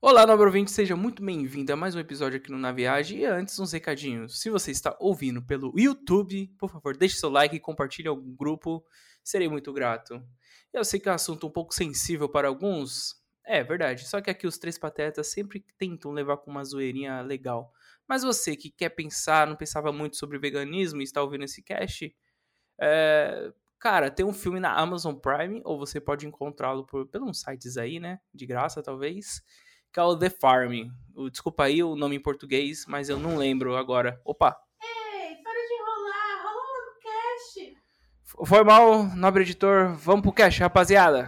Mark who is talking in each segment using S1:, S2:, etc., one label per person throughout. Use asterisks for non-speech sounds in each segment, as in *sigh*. S1: Olá, nobre ouvinte, seja muito bem-vindo a mais um episódio aqui no Na Viagem. E antes, uns recadinhos. Se você está ouvindo pelo YouTube, por favor, deixe seu like e compartilhe ao grupo. Serei muito grato. Eu sei que é um assunto um pouco sensível para alguns. É verdade, só que aqui os três patetas sempre tentam levar com uma zoeirinha legal. Mas você que quer pensar, não pensava muito sobre veganismo e está ouvindo esse cast, é, Cara, tem um filme na Amazon Prime, ou você pode encontrá-lo por, pelos sites aí, né? De graça, talvez. Que é o The Farm. O, desculpa aí o nome em português, mas eu não lembro agora. Opa!
S2: Ei, para de enrolar, rola um cast.
S1: f- Foi mal, nobre editor. Vamos pro cash, rapaziada.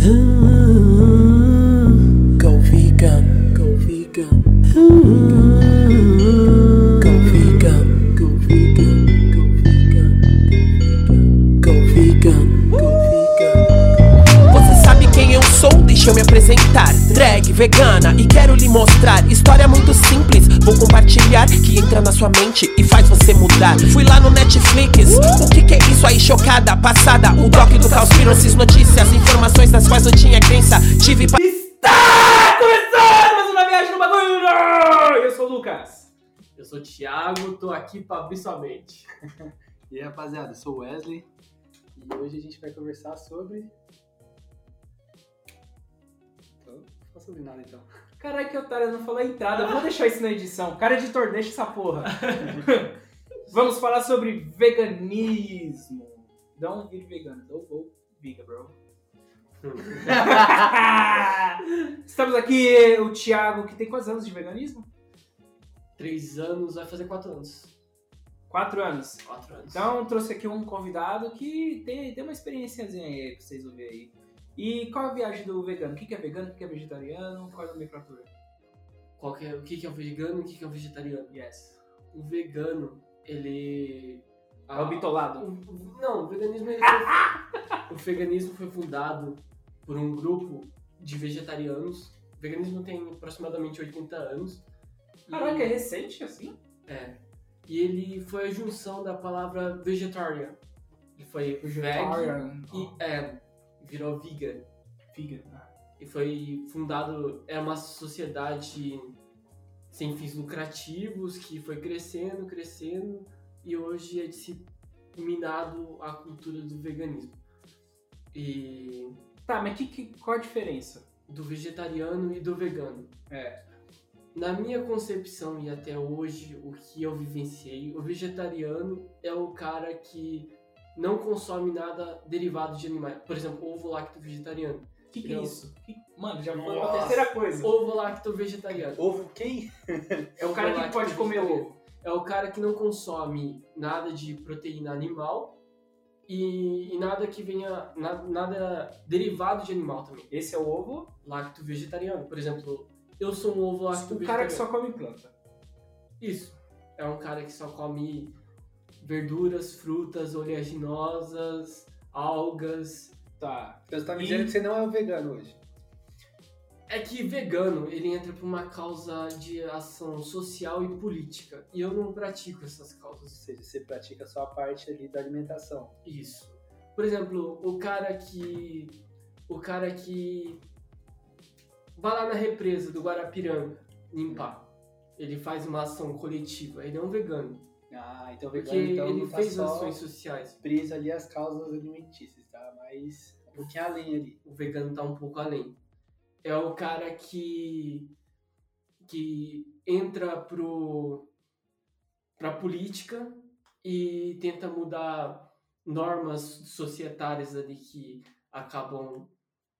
S3: Hmm. Go vegan, go vegan. Hmm. Go vegan, go vegan, go vegan, go vegan, go vegan.
S4: Você sabe quem eu sou? Deixa eu me apresentar. Drag, vegana e quero lhe mostrar. História muito simples, vou compartilhar. Que entra na sua mente e faz você mudar. Fui lá no Netflix, o que, que é isso aí? Chocada, passada. O doc do Conspiracies, notícias, informações das quais eu tinha crença. Tive pa-
S1: Começando mais uma viagem no bagulho! Eu sou o Lucas.
S5: Eu sou o Thiago, tô aqui pra abrir sua mente.
S3: *laughs* E aí, rapaziada, eu sou o Wesley e hoje a gente vai conversar sobre. Então, não fala sobre nada então.
S1: Caralho, que otário, não falou a entrada. Eu Vou deixar isso na edição. Cara, editor, deixa essa *laughs* porra. Vamos falar sobre veganismo. Não vire vegano, ou go vegan, bro. Estamos aqui, o Thiago, que tem quantos anos de veganismo?
S5: Três anos, vai fazer quatro anos.
S1: Quatro anos.
S5: Quatro anos.
S1: Então, trouxe aqui um convidado que tem, tem uma experiênciazinha aí pra vocês ouvirem aí. E qual é a viagem do vegano? O que que é vegano? O que que é vegetariano? Qual é a nomenclatura?
S5: Qual que é- o que que é um vegano e o que que é um vegetariano?
S1: Yes.
S5: O vegano, ele...
S1: É o bitolado.
S5: O- o- Não, o veganismo, ele foi... o veganismo foi fundado por um grupo de vegetarianos. O veganismo tem aproximadamente 80 anos. E-
S1: Caraca, é recente assim?
S5: É. E ele foi a junção da palavra vegetarian. Ele foi veg
S1: E
S5: e é, virou vegan.
S1: vegan. né?
S5: e foi fundado era uma sociedade sem fins lucrativos que foi crescendo, crescendo e hoje é disseminado a cultura do veganismo e
S1: Tá, mas que, que- qual a diferença?
S5: do vegetariano e do vegano.
S1: É.
S5: Na minha concepção e até hoje o que eu vivenciei, o vegetariano é o cara que não consome nada derivado de animais, por exemplo, ovo lacto vegetariano,
S1: O que, que é
S5: Eu-
S1: isso? Que- Mano, já foi a
S3: Nossa.
S1: terceira coisa.
S5: ovo lacto vegetariano.
S3: um Ovo quem?
S1: É o cara que pode comer ovo.
S5: É o cara que não consome nada de proteína animal e, e nada que venha. na- nada derivado de animal também.
S1: Esse é o ovo.
S5: Lacto vegetariano, por exemplo, eu sou um ovo lacto
S1: o cara
S5: vegetariano.
S1: que só come planta.
S5: Isso. É um cara que só come verduras, frutas, oleaginosas, algas.
S1: Tá.
S3: Então você tá
S5: me dizendo que você
S3: não é um vegano hoje.
S5: É que vegano, ele entra por uma causa de ação social e política. E eu não pratico essas causas.
S3: Ou seja, você pratica só a parte ali da alimentação.
S5: Isso. Por exemplo, o cara que. O cara que. Vai lá na represa do Guarapiranga limpar. Ele faz uma ação coletiva. Ele é um vegano.
S3: Ah, então
S5: Porque
S3: vegano então
S5: ele
S3: não tá
S5: fez
S3: só
S5: ações sociais.
S3: preso ali às causas alimentícias, tá? Mas um pouquinho além ali.
S5: O vegano tá um pouco além. É o cara que. que entra pro. pra política e tenta mudar normas societárias ali que acabam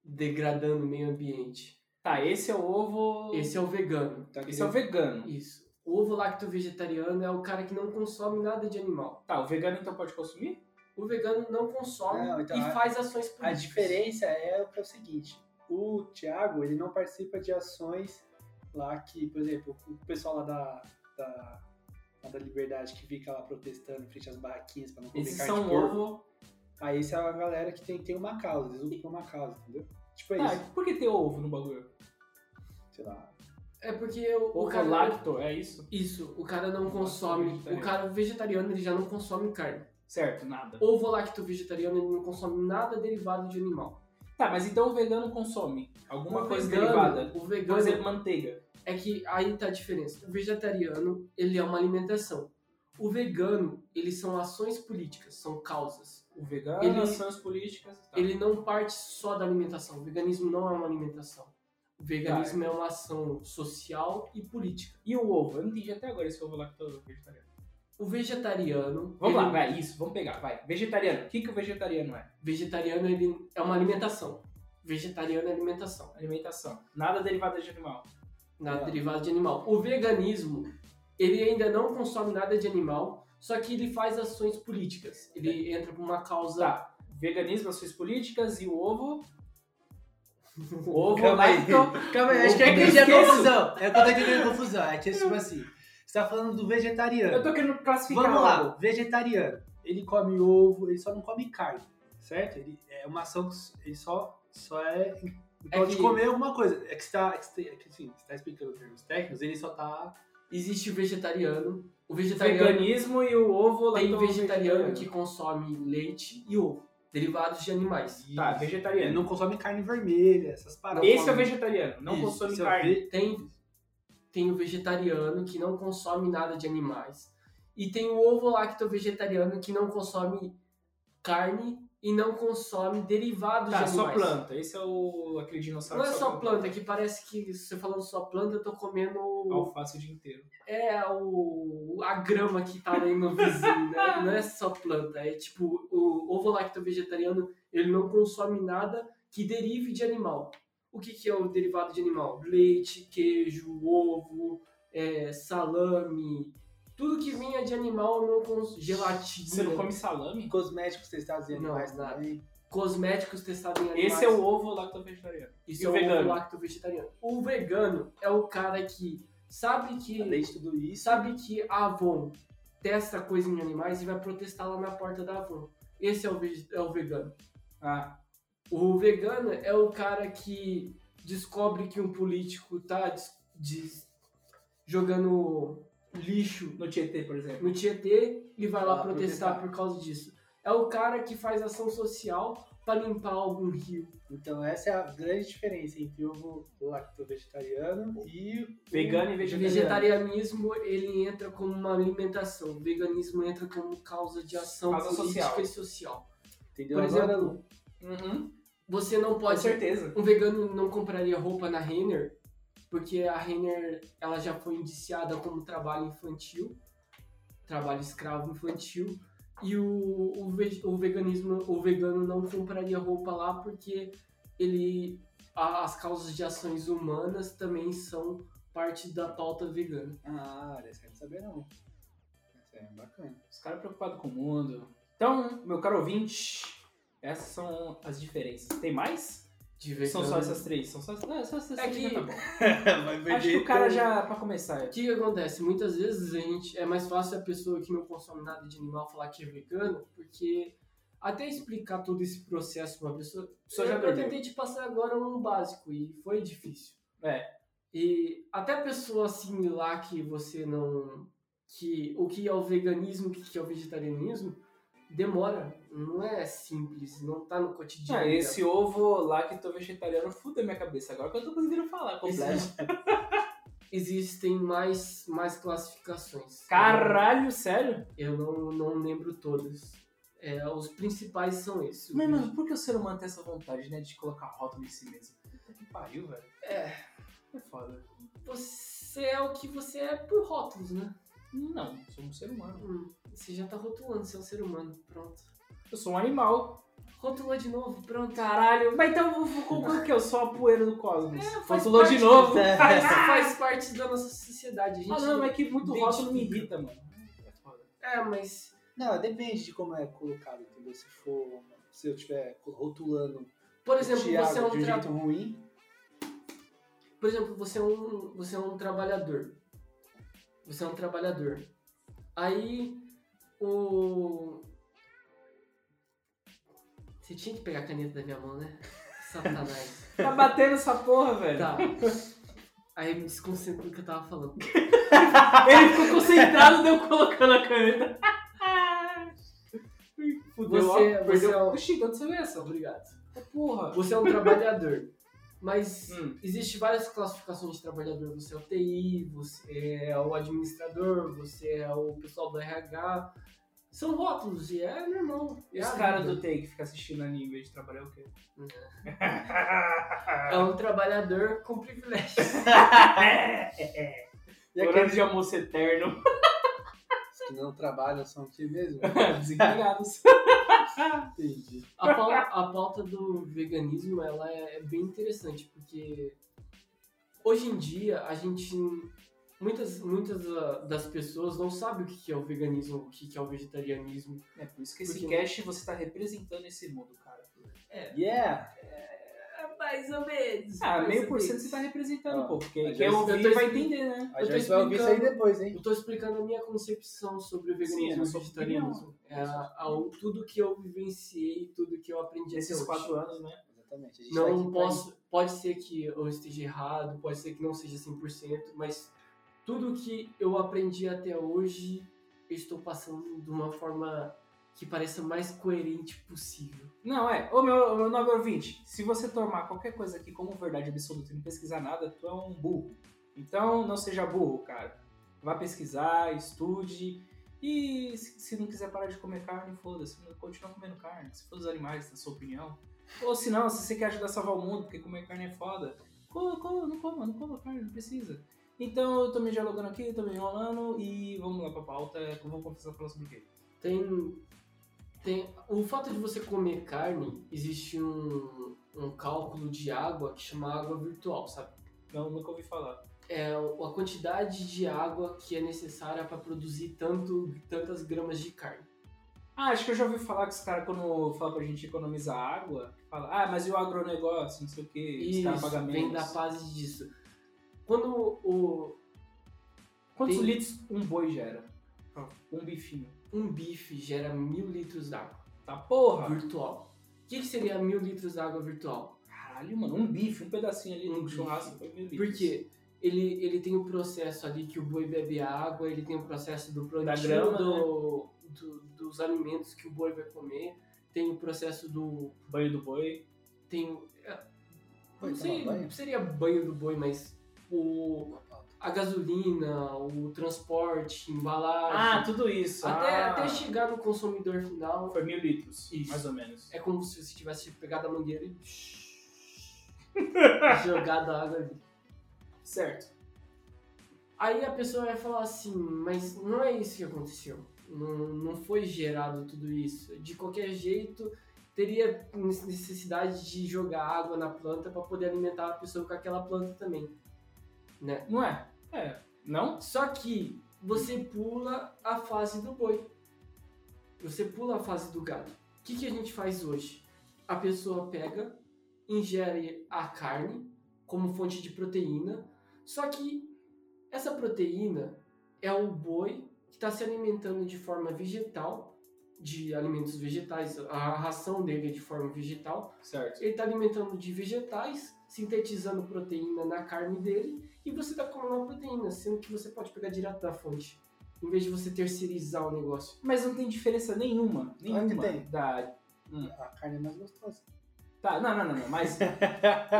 S5: degradando o meio ambiente.
S1: Tá, esse é o ovo.
S5: Esse é o vegano.
S3: Tá
S1: Esse é o vegano.
S5: Isso. O ovo lacto vegetariano é o cara que não consome nada de animal.
S1: Tá, o vegano então pode consumir?
S5: O vegano não consome
S3: Não, então
S5: e
S3: a-
S5: faz ações
S3: A
S5: políticas.
S3: diferença é o que é o seguinte, o Thiago, ele não participa de ações lá que, por exemplo, o pessoal lá da, da, lá da Liberdade que fica lá protestando em frente às barraquinhas pra não comer
S1: Esses
S3: carne
S1: são um
S3: de porco.
S1: ovo.
S3: Aí essa é a galera que tem, tem uma causa, eles lutam por uma causa, entendeu? Tipo é isso,
S1: Tá, por que tem ovo no bagulho?
S3: sei lá.
S5: É porque o, o
S1: Ovo
S5: cara.
S1: lacto, é isso?
S5: Isso, o cara não
S1: Ovo
S5: consome.
S1: lacto
S5: O cara vegetariano ele já não consome carne.
S1: Certo, nada.
S5: Ovo lacto vegetariano ele não consome nada derivado de animal.
S1: Tá, mas então o vegano consome alguma
S5: O
S1: coisa
S5: vegano-
S1: derivada.
S5: O
S1: Por
S5: vegano
S1: exemplo, manteiga.
S5: é que aí tá a diferença. O vegetariano, ele é uma alimentação. O vegano, eles são ações políticas, são causas.
S1: O vegano,
S5: Ele-
S1: ações políticas. Tá.
S5: Ele não parte só da alimentação. O veganismo não é uma alimentação. O
S1: Tá.
S5: veganismo é uma ação social e política.
S1: E o ovo? Eu não entendi até agora esse ovo lá que eu tô vegetariano.
S5: O vegetariano,
S1: Vamos
S5: ele-
S1: lá, vai, isso, vamos pegar, vai. Vegetariano, o que, que o vegetariano é?
S5: vegetariano ele é uma alimentação. Vegetariano é alimentação,
S1: Alimentação. Nada derivado de animal.
S5: nada
S3: É.
S5: derivado de animal. O veganismo, ele ainda não consome nada de animal, só que ele faz ações políticas. Ele entra por uma causa
S1: É.
S5: *laughs*
S1: Tá. Veganismo, ações políticas e o ovo. Ovo,
S3: Calma aí.
S1: lacto.
S3: Calma aí, acho que é
S1: Eu
S3: que já
S1: esqueço.
S3: confusão. É quando é que tem confusão. É que, tipo assim, você tá falando do
S1: Eu
S3: vegetariano.
S1: tô querendo classificar.
S3: Vamos lá,
S1: algo.
S3: vegetariano. Ele come ovo, ele só não come carne, certo? Ele, é uma ação que ele só, só é.
S5: É
S3: Pode
S5: que-
S3: comer alguma coisa. É que você tá, é que você- é que, assim, você tá explicando os termos técnicos, ele só tá.
S5: existe o vegetariano. O vegetariano
S1: Veganismo é e o ovo
S5: tem
S1: lacto
S5: vegetariano que consome leite e ovo, derivados de animais.
S1: Tá,
S3: Ele
S1: vegetariano.
S3: não consome carne vermelha, essas paradas.
S1: Esse é o
S5: come.
S1: vegetariano, não
S5: Isso,
S1: consome
S3: Esse é o
S1: carne.
S3: ve-
S5: Tem, tem o vegetariano que não consome nada de animais. E tem o ovo lacto vegetariano que não consome carne e não consome derivados
S1: Tá,
S5: de
S1: só
S5: animais.
S1: planta. Esse é o aquele dinossauro.
S5: Não é só
S1: planta.
S5: planta, é que parece que se você falando só planta, eu tô comendo
S1: Alface o dia inteiro.
S5: é o, a grama que tá ali no vizinho, né? Não é só planta, é tipo, o ovo lacto vegetariano, ele não consome nada que derive de animal. O que, que é o derivado de animal? Leite, queijo, ovo, é, salame, tudo que vinha de animal não cons... gelatina,
S1: Você não come salame?
S3: Cosméticos testados em
S5: Não,
S3: animais
S5: nada.
S3: também.
S5: cosméticos testados em animais.
S1: Esse é o ovo lacto vegetariano.
S5: Isso
S1: e
S5: é
S1: o
S5: o
S1: vegano?
S5: ovo lacto vegetariano. O vegano é o cara que sabe
S1: Tá
S5: que
S3: Além de tudo
S5: E
S3: isso,
S5: sabe que a Avon testa coisa em animais e vai protestar lá na porta da Avon. Esse é o, vege- é o vegano.
S1: Ah,
S5: O vegano é o cara que descobre que um político tá des- des- jogando lixo
S1: no Tietê, por exemplo.
S5: no Tietê e vai
S3: Vai
S5: lá
S3: lá
S5: protestar,
S3: protestar.
S5: por causa disso. É o cara que faz ação social para limpar algum rio.
S3: Então essa é a grande diferença entre o ovo lacto vegetariano e o
S1: Vegano e
S5: O
S1: Hum, vegetariano.
S5: vegetarianismo ele entra como uma alimentação, o veganismo entra como causa de ação
S1: Causa
S5: política
S1: social.
S5: e social.
S3: Entendeu?
S5: Por
S3: Agora,
S5: exemplo,
S1: Uhum,
S5: você não
S1: com
S5: pode
S1: certeza.
S5: um vegano não compraria roupa na Renner, porque a Renner ela já foi indiciada como trabalho infantil, trabalho escravo infantil, e o, o, ve- o veganismo, o vegano não compraria roupa lá porque ele a- as causas de ações humanas também são parte da pauta vegana.
S3: Ah, olha, essa eu não sabia não. Essa é bacana.
S1: Os caras preocupados com o mundo. Então, meu caro ouvinte, essas são as diferenças. Tem mais?
S5: De vegano.
S1: São só essas três. São só, não, só essas
S5: É
S1: três
S5: que-
S1: já tá bom.
S3: Vai
S1: Acho que o cara já, pra começar, é-
S5: O que, que acontece? Muitas vezes a gente é mais fácil a pessoa que não consome nada de animal falar que é vegano, porque até explicar todo esse processo pra uma pessoa.
S1: pessoa já
S5: eu, eu
S1: perdeu.
S5: tentei te passar agora um básico e foi difícil.
S1: É.
S5: E até a pessoa assimilar que você não. que o que é o veganismo, o que que é o vegetarianismo, demora. Não é simples, não tá no cotidiano.
S1: Ah,
S5: dela.
S1: esse ovo lacto vegetariano fudeu minha cabeça agora que eu tô conseguindo
S5: é
S1: falar completo.
S5: Existe- *laughs* Existem mais, mais classificações.
S1: Caralho, sério?
S5: Eu não, não lembro todas. É, os principais são esses.
S1: Mas, mano, por que o ser humano tem essa vontade, né, de colocar rótulo em si mesmo? Puta que pariu, velho.
S5: É,
S1: É foda.
S5: você é o que você é por rótulos, né?
S1: Não, eu sou um ser humano.
S5: Hum, você já tá rotulando, você é um ser humano. Pronto.
S1: Eu sou um animal.
S5: Rotulou de novo, pronto.
S1: Caralho. Mas então eu vou concluir que eu sou a poeira do cosmos.
S5: É, faz
S1: Rotulou de
S5: parte
S1: novo.
S5: da-
S1: Ah,
S5: Isso *laughs* faz parte da nossa sociedade. A gente...
S1: não, mas é que muito rótulo me irrita,
S5: identifica.
S1: mano. É foda.
S5: É, mas
S3: Não, depende de como é colocado, entendeu? Se for. Se eu estiver rotulando
S5: por
S3: o
S5: exemplo,
S3: Thiago
S5: você é um
S3: de um
S5: tra-
S3: jeito ruim,
S5: por exemplo, você é um, você é um trabalhador. Você é um trabalhador. Aí o Você tinha que pegar a caneta da minha mão,
S1: *laughs*
S5: né? Satanás.
S1: Tá batendo essa porra, velho.
S5: tá. Aí me desconcentrou do que eu tava falando.
S1: Ele ficou concentrado, deu colocando a *laughs* caneta. Fudeu,
S5: Você-
S1: ó,
S5: você
S1: perdeu.
S5: é o-
S1: Oxi, de onde você veio essa? Obrigado. porra.
S5: Você é um trabalhador. *laughs* Mas
S1: Hum.
S5: existe várias classificações de trabalhador. Você é o TI, você é o administrador, você é o pessoal do RH. São rótulos e é normal. É
S1: Esse
S5: a
S1: cara
S5: vida.
S1: do TI que fica assistindo anime em vez de trabalhar o quê? *laughs*
S5: É um trabalhador com
S1: *laughs*
S5: privilégios.
S1: É,
S3: E
S1: Horário
S3: aqueles
S1: de almoço *laughs* eterno.
S3: que não trabalham são o que
S5: *laughs*
S3: mesmo?
S1: É, Desempregados.
S3: Entendi.
S5: A pau- a pauta, do veganismo ela é bem interessante, porque hoje em dia a gente. Muitas, muitas da- das pessoas não sabem o que que é o veganismo, o que que é o vegetarianismo.
S1: É por isso que esse
S5: Porque-
S1: cast você tá representando esse mundo, cara.
S3: Yeah!
S5: É Mais ou menos.
S1: Ah, meio por cento você tá representando,
S3: Ó,
S1: pô. Porque é
S3: mas
S1: quem
S3: eu-
S5: eu
S1: ouvir
S5: tô
S1: vai
S5: expli-
S1: entender, né?
S3: A
S5: Eu tô
S3: gente vai ouvir isso aí
S5: explicando.
S3: depois, hein?
S5: Eu tô explicando a minha concepção sobre o
S1: Sim, é
S5: veganismo
S1: a
S5: e
S1: sua
S5: o vegetarianismo. É, a- a- o- tudo que eu vivenciei, tudo que eu aprendi até
S1: Esses
S5: hoje.
S1: quatro anos, né?
S3: Exatamente. A gente tá aqui
S5: Não
S3: pra
S5: posso, pode ser que eu esteja errado, pode ser que não seja 100%, mas tudo que eu aprendi até hoje, eu estou passando de uma forma que pareça mais coerente possível.
S1: Não, é. Ô, meu, meu nobre ouvinte, se você tomar qualquer coisa aqui como verdade absoluta e não pesquisar nada, tu é um burro. Então, não seja burro, cara. Vá pesquisar, estude. E se se não quiser parar de comer carne, foda-se. Continua comendo carne. Se for os animais, na sua opinião. Ou se não, se você quer ajudar a salvar o mundo, porque comer carne é foda. Coma, coma, não coma, não coma carne, não precisa. Então, eu tô me dialogando aqui, tô me enrolando. E vamos lá pra pauta. Eu vou começar a falar sobre o quê?
S5: Tem, tem o fato de você comer carne, existe um, um cálculo de água que chama água virtual, sabe?
S1: Não, nunca ouvi falar.
S5: É a quantidade de água que é necessária para produzir tanto, tantas gramas de carne.
S1: Ah, acho que eu já ouvi falar que os caras, quando falam pra gente economizar água, fala, ah, mas e o agronegócio, não sei o quê, os caras
S5: Isso,
S1: pagam
S5: vem
S1: menos.
S5: da base disso. Quando o,
S1: Quantos
S5: Tem- Ah.
S1: litros um boi gera? Um bifinho.
S5: um bife gera mil litros d'água
S1: Tá porra!
S5: virtual, o que, que seria mil litros d'água virtual?
S1: Caralho, mano, um bife, um pedacinho ali
S5: Um
S1: no
S5: bife.
S1: churrasco foi mil litros.
S5: Porque ele, ele tem o processo ali que o boi bebe a água, ele tem o processo do plantio
S1: grama,
S5: do- do- dos alimentos que o boi vai comer, tem o processo do.
S1: Banho do boi.
S5: Tem, o- é,
S3: Boi toma
S5: não sei,
S3: banho?
S5: seria banho do boi, mas o,
S3: uma pauta.
S5: a gasolina, o transporte, embalagem.
S1: Ah, tudo isso.
S5: Até,
S1: ah.
S5: até chegar no consumidor final,
S1: Foi mil litros,
S5: Isso.
S1: mais ou menos.
S5: é como se você tivesse pegado a mangueira e *laughs* jogado a água ali.
S1: Certo.
S5: Aí a pessoa vai falar assim, mas não é isso que aconteceu. Não, não foi gerado tudo isso. De qualquer jeito, teria necessidade de jogar água na planta para poder alimentar a pessoa com aquela planta também. Né?
S1: Não é? É. Não?
S5: Só que você pula a fase do boi. Você pula a fase do gado. O que, que a gente faz hoje? A pessoa pega, ingere a carne como fonte de proteína, só que essa proteína é o boi que está se alimentando de forma vegetal, de alimentos vegetais, a ração dele é de forma vegetal,
S1: Certo.
S5: ele está alimentando de vegetais, sintetizando proteína na carne dele, e você está comendo a proteína, sendo que você pode pegar direto da fonte, em vez de você terceirizar o negócio.
S1: Mas não tem diferença nenhuma, nenhuma
S3: que tem.
S1: da...
S3: A carne é mais gostosa.
S1: Tá, não, não, não, não,
S5: *laughs*
S1: mas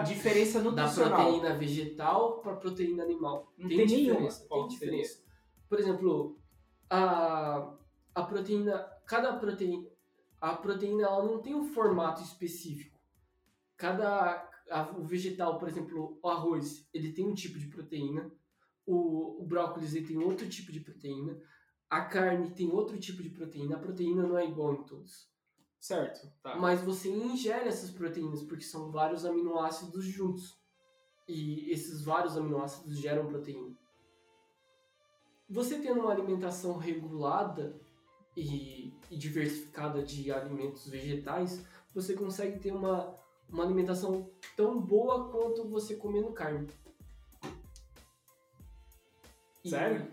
S1: diferença
S5: Da
S1: nutricional.
S5: proteína vegetal para proteína animal.
S1: Não tem nenhuma.
S5: diferença,
S1: Qual
S5: tem diferença. Por exemplo, a, a proteína, cada proteína, a proteína ela não tem um formato específico. Cada a- o vegetal, por exemplo, o arroz, ele tem um tipo de proteína. O, o brócolis ele tem outro tipo de proteína. A carne tem outro tipo de proteína. A proteína não é igual em todos.
S1: Certo, tá.
S5: Mas você ingere essas proteínas, porque são vários aminoácidos juntos. E esses vários aminoácidos geram proteína. Você tendo uma alimentação regulada e, e diversificada de alimentos vegetais, você consegue ter uma, uma alimentação tão boa quanto você comendo carne. E-
S1: Sério?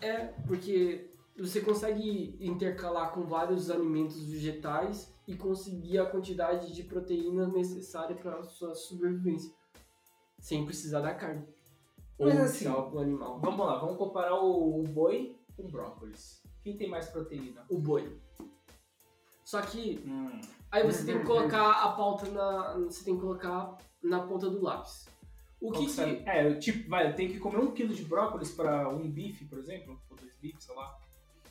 S5: É, porque você consegue intercalar com vários alimentos vegetais e conseguir a quantidade de proteína necessária para a sua sobrevivência, sem precisar da carne. Ou
S1: Mas
S5: de
S1: assim,
S5: algum animal.
S1: Vamos lá, vamos comparar o, o boi com o brócolis. Quem tem mais proteína?
S5: O boi. Só que
S1: Hum.
S5: aí
S1: *laughs*
S5: você tem que colocar a pauta na. Você tem que colocar na ponta do lápis. O que, que
S1: É, eu, tipo, vai, eu tenho que comer um quilo de brócolis pra um bife, por exemplo, ou dois bifes, sei lá.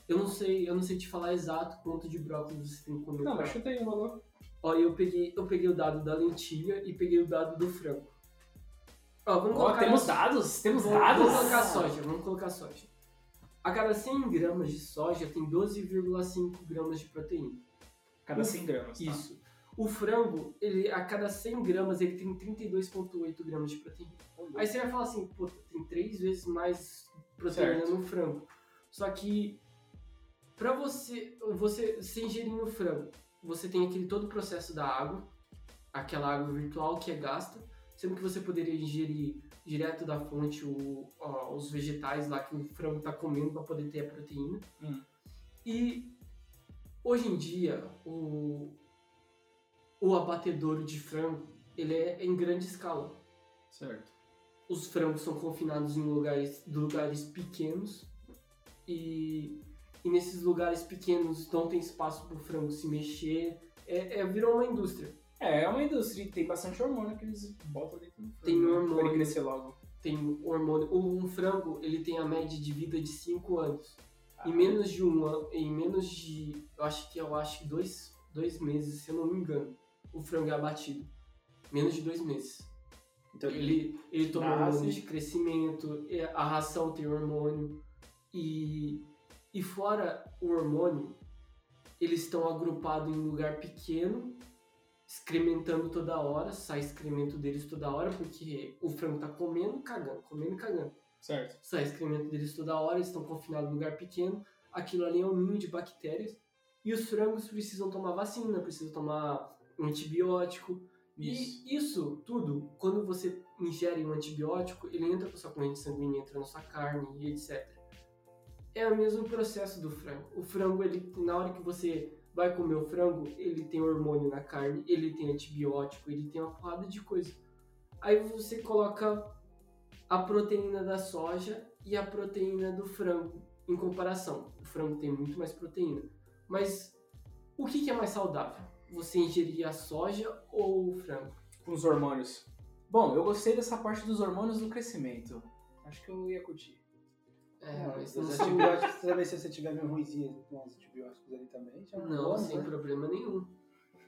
S5: eu não sei, eu não sei te falar exato quanto de brócolis você tem que comer.
S1: Não,
S5: pra-
S1: mas chuta aí um valor.
S5: Ó, eu peguei, eu peguei o dado da lentilha e peguei o dado do frango. Ó, vamos
S1: Ó,
S5: colocar
S1: temos
S5: no-
S1: dados, temos
S5: Vamos,
S1: dados.
S5: vamos colocar soja, vamos colocar soja. A cada 100 gramas de soja tem 12,5 gramas de proteína.
S1: Cada 100 gramas. tá?
S5: Isso. O frango, ele, a cada 100 gramas, ele tem 32,8 gramas de proteína. Aí você vai falar assim, pô, tem três vezes mais proteína
S1: Certo.
S5: no frango. Só que, pra você, você, você ingerir no frango, você tem aquele todo o processo da água, aquela água virtual que é gasta, sendo que você poderia ingerir direto da fonte o- ó, os vegetais lá que o frango tá comendo pra poder ter a proteína.
S1: Hum.
S5: E hoje em dia, o, o abatedouro de frango, ele é em grande escala
S1: Certo.
S5: os frangos são confinados em lugares, lugares pequenos e, e nesses lugares pequenos não tem espaço para o frango se mexer. É, é- virou uma indústria.
S1: É, é uma indústria que tem bastante hormônio que eles botam dentro do frango.
S5: Tem
S1: né?
S5: hormônio.
S1: Pra ele crescer logo.
S5: Tem hormônio. Um frango ele tem a média de vida de 5 anos.
S1: Ah.
S5: Em menos de um ano, em menos de, eu acho que eu acho que dois, dois meses, se eu não me engano, o frango é abatido. Menos de dois meses.
S3: Então,
S5: Ele, ele toma
S3: nasce.
S5: hormônio de crescimento, é, a ração tem hormônio. E, e fora o hormônio, eles estão agrupados em lugar pequeno, excrementando toda hora, sai excremento deles toda hora, porque o frango tá comendo, cagando, comendo, cagando.
S1: Certo.
S5: Sai excremento deles toda hora, eles estão confinados em lugar pequeno, aquilo ali é um ninho de bactérias. E os frangos precisam tomar vacina, precisam tomar um antibiótico,
S1: Isso.
S5: e isso tudo, quando você ingere um antibiótico, ele entra na sua corrente sanguínea, entra na sua carne e etc. É o mesmo processo do frango. O frango, ele, na hora que você vai comer o frango, ele tem hormônio na carne, ele tem antibiótico, ele tem uma porrada de coisa. Aí você coloca a proteína da soja e a proteína do frango em comparação. O frango tem muito mais proteína. Mas o que, que é mais saudável? Você ingerir a soja ou o frango?
S1: Com os hormônios. Bom, eu gostei dessa parte dos hormônios do crescimento. Acho que eu ia curtir.
S5: É, mas não,
S3: os
S5: são-
S3: antibióticos também, se você tiver meio ruimzinho com os antibióticos ali também, já é um
S5: não,
S3: bônus,
S5: sem
S3: né?
S5: problema nenhum.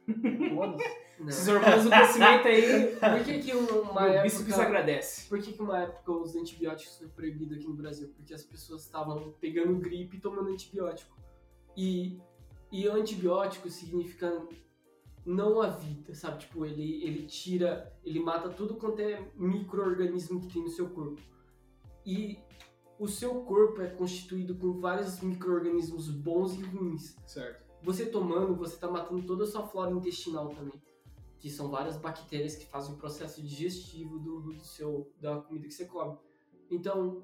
S3: Um bônus.
S1: Esses
S5: Não.
S1: hormônios do crescimento aí,
S5: Por que, que *laughs* uma
S1: o bíceps
S5: época.
S1: agradece.
S5: Por que, que uma época os antibióticos foram proibidos aqui no Brasil? Porque as pessoas estavam pegando gripe e tomando antibiótico. E, e antibiótico significa não a vida, sabe? Tipo, ele, ele tira, ele mata tudo quanto é micro-organismo que tem no seu corpo. E o seu corpo é constituído com vários micro-organismos bons e ruins.
S1: Certo.
S5: Você tomando, você tá matando toda a sua flora intestinal também. Que são várias bactérias que fazem o processo digestivo do, do seu, da comida que você come. Então,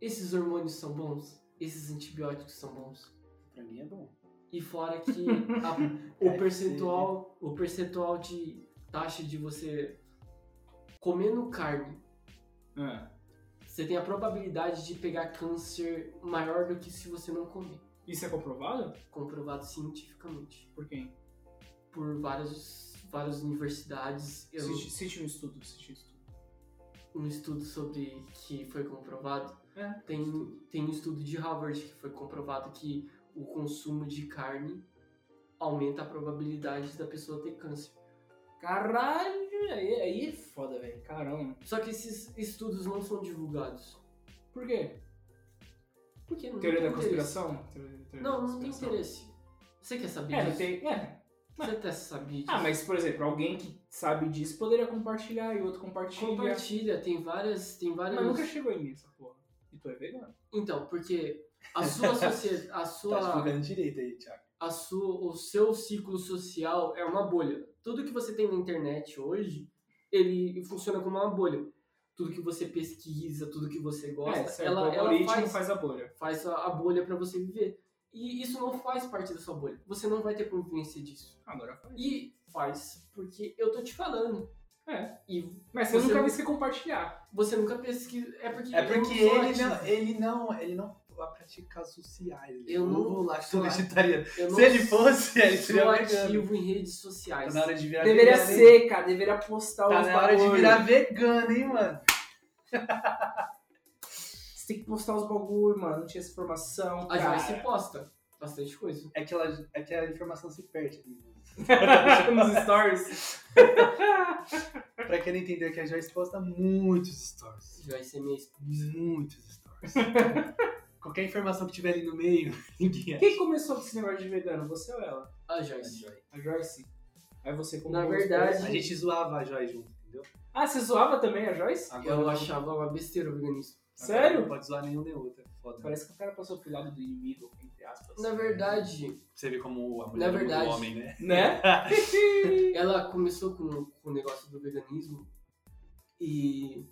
S5: esses hormônios são bons, esses antibióticos são bons.
S3: Pra mim é bom.
S5: E fora que a- o
S3: Deve
S5: percentual, o percentual de taxa de você comendo carne,
S1: Ah,
S5: você tem a probabilidade de pegar câncer maior do que se você não comer,
S1: Isso é comprovado?
S5: comprovado cientificamente.
S1: Por quem?
S5: por vários, várias universidades. Eu,
S1: Cite, cite um estudo, cite um estudo.
S5: um estudo sobre que foi comprovado.
S1: É,
S5: Tem, tem um estudo de Harvard que foi comprovado que o consumo de carne aumenta a probabilidade da pessoa ter câncer.
S1: Caralho, aí, aí é foda, velho. Caramba.
S5: Só que esses estudos não são divulgados.
S1: Por quê?
S5: Por quê? Não
S1: Teoria
S5: tem
S1: da
S5: interesse.
S1: conspiração? Teoria- teoria da
S5: Não, não tem
S1: conspiração.
S5: interesse. Você quer saber
S1: É,
S5: disso?
S1: não tem. É.
S5: Você até sabe disso.
S1: Ah, mas por exemplo, alguém que sabe disso poderia compartilhar e outro compartilha.
S5: Compartilha, tem várias. Tem várias...
S1: é? Mas nunca chegou em mim essa porra. E tu é vegano?
S5: Então, porque
S1: *laughs*
S5: a sua sociedade. A sua.
S3: Tá jogando direito aí, Thiago.
S5: a sua, o seu ciclo social é uma bolha. Tudo que você tem na internet hoje, ele funciona como uma bolha. Tudo que você pesquisa, tudo que você
S1: é,
S5: gosta,
S1: certo. o
S5: ela, ela
S1: algoritmo
S5: faz,
S1: faz a bolha.
S5: faz a a bolha para você viver. E isso não faz parte da sua bolha. Você não vai ter convivência disso.
S1: Agora faz.
S5: E faz, porque eu tô te falando.
S1: É.
S5: E
S1: Mas você,
S5: Você
S1: nunca
S5: não-
S1: viu você compartilhar.
S5: você nunca pesquisa. É porque,
S3: É
S5: eu
S3: porque
S5: sou
S3: ele
S5: ativo.
S3: não, ele não, ele não pra praticar sociais.
S5: Eu não vou lá,
S3: sou
S5: sei lá.
S3: é um vegetariano.
S5: Eu não
S3: Se ele fosse, *laughs* ele seria
S5: sou
S3: vegano.
S5: ativo em redes sociais.
S3: Tá na hora de virar
S1: Deveria
S3: vegano, hein?
S1: ser, cara. Deveria postar
S3: Tá
S1: os
S3: na hora de
S1: bagulho.
S3: virar vegano, hein, mano?
S1: Você tem que postar os bagulho, mano. Não tinha essa informação,
S5: A
S1: cara.
S5: Joyce se posta bastante coisa.
S3: É que, ela- é que a informação se perde. né?
S1: *laughs* Nos stories.
S3: pra quem não entendeu, que a Joyce posta muitos stories.
S5: Joyce é minha esposa.
S3: Muitos
S1: *laughs*
S3: stories. Qualquer informação que tiver ali no meio, *laughs* ninguém é. acha.
S1: Quem começou com esse negócio de vegano? Você ou ela?
S5: A Ah, Joyce.
S1: A Joyce. Aí você como
S5: Na verdade-
S3: A gente zoava a Joyce junto, entendeu?
S1: Ah, você zoava também a Joyce?
S3: Agora
S5: Eu
S3: não-
S5: achava uma besteira o veganismo.
S3: agora
S1: Sério?
S3: Não pode zoar nenhum nem outro. é Foda.
S1: Parece que é o cara passou pro lado do inimigo, entre aspas.
S5: Na verdade,
S3: Você vê como a
S5: Na
S3: mulher muda
S5: verdade.
S3: o homem, né?
S1: Né?
S5: ela começou com, com o negócio do veganismo e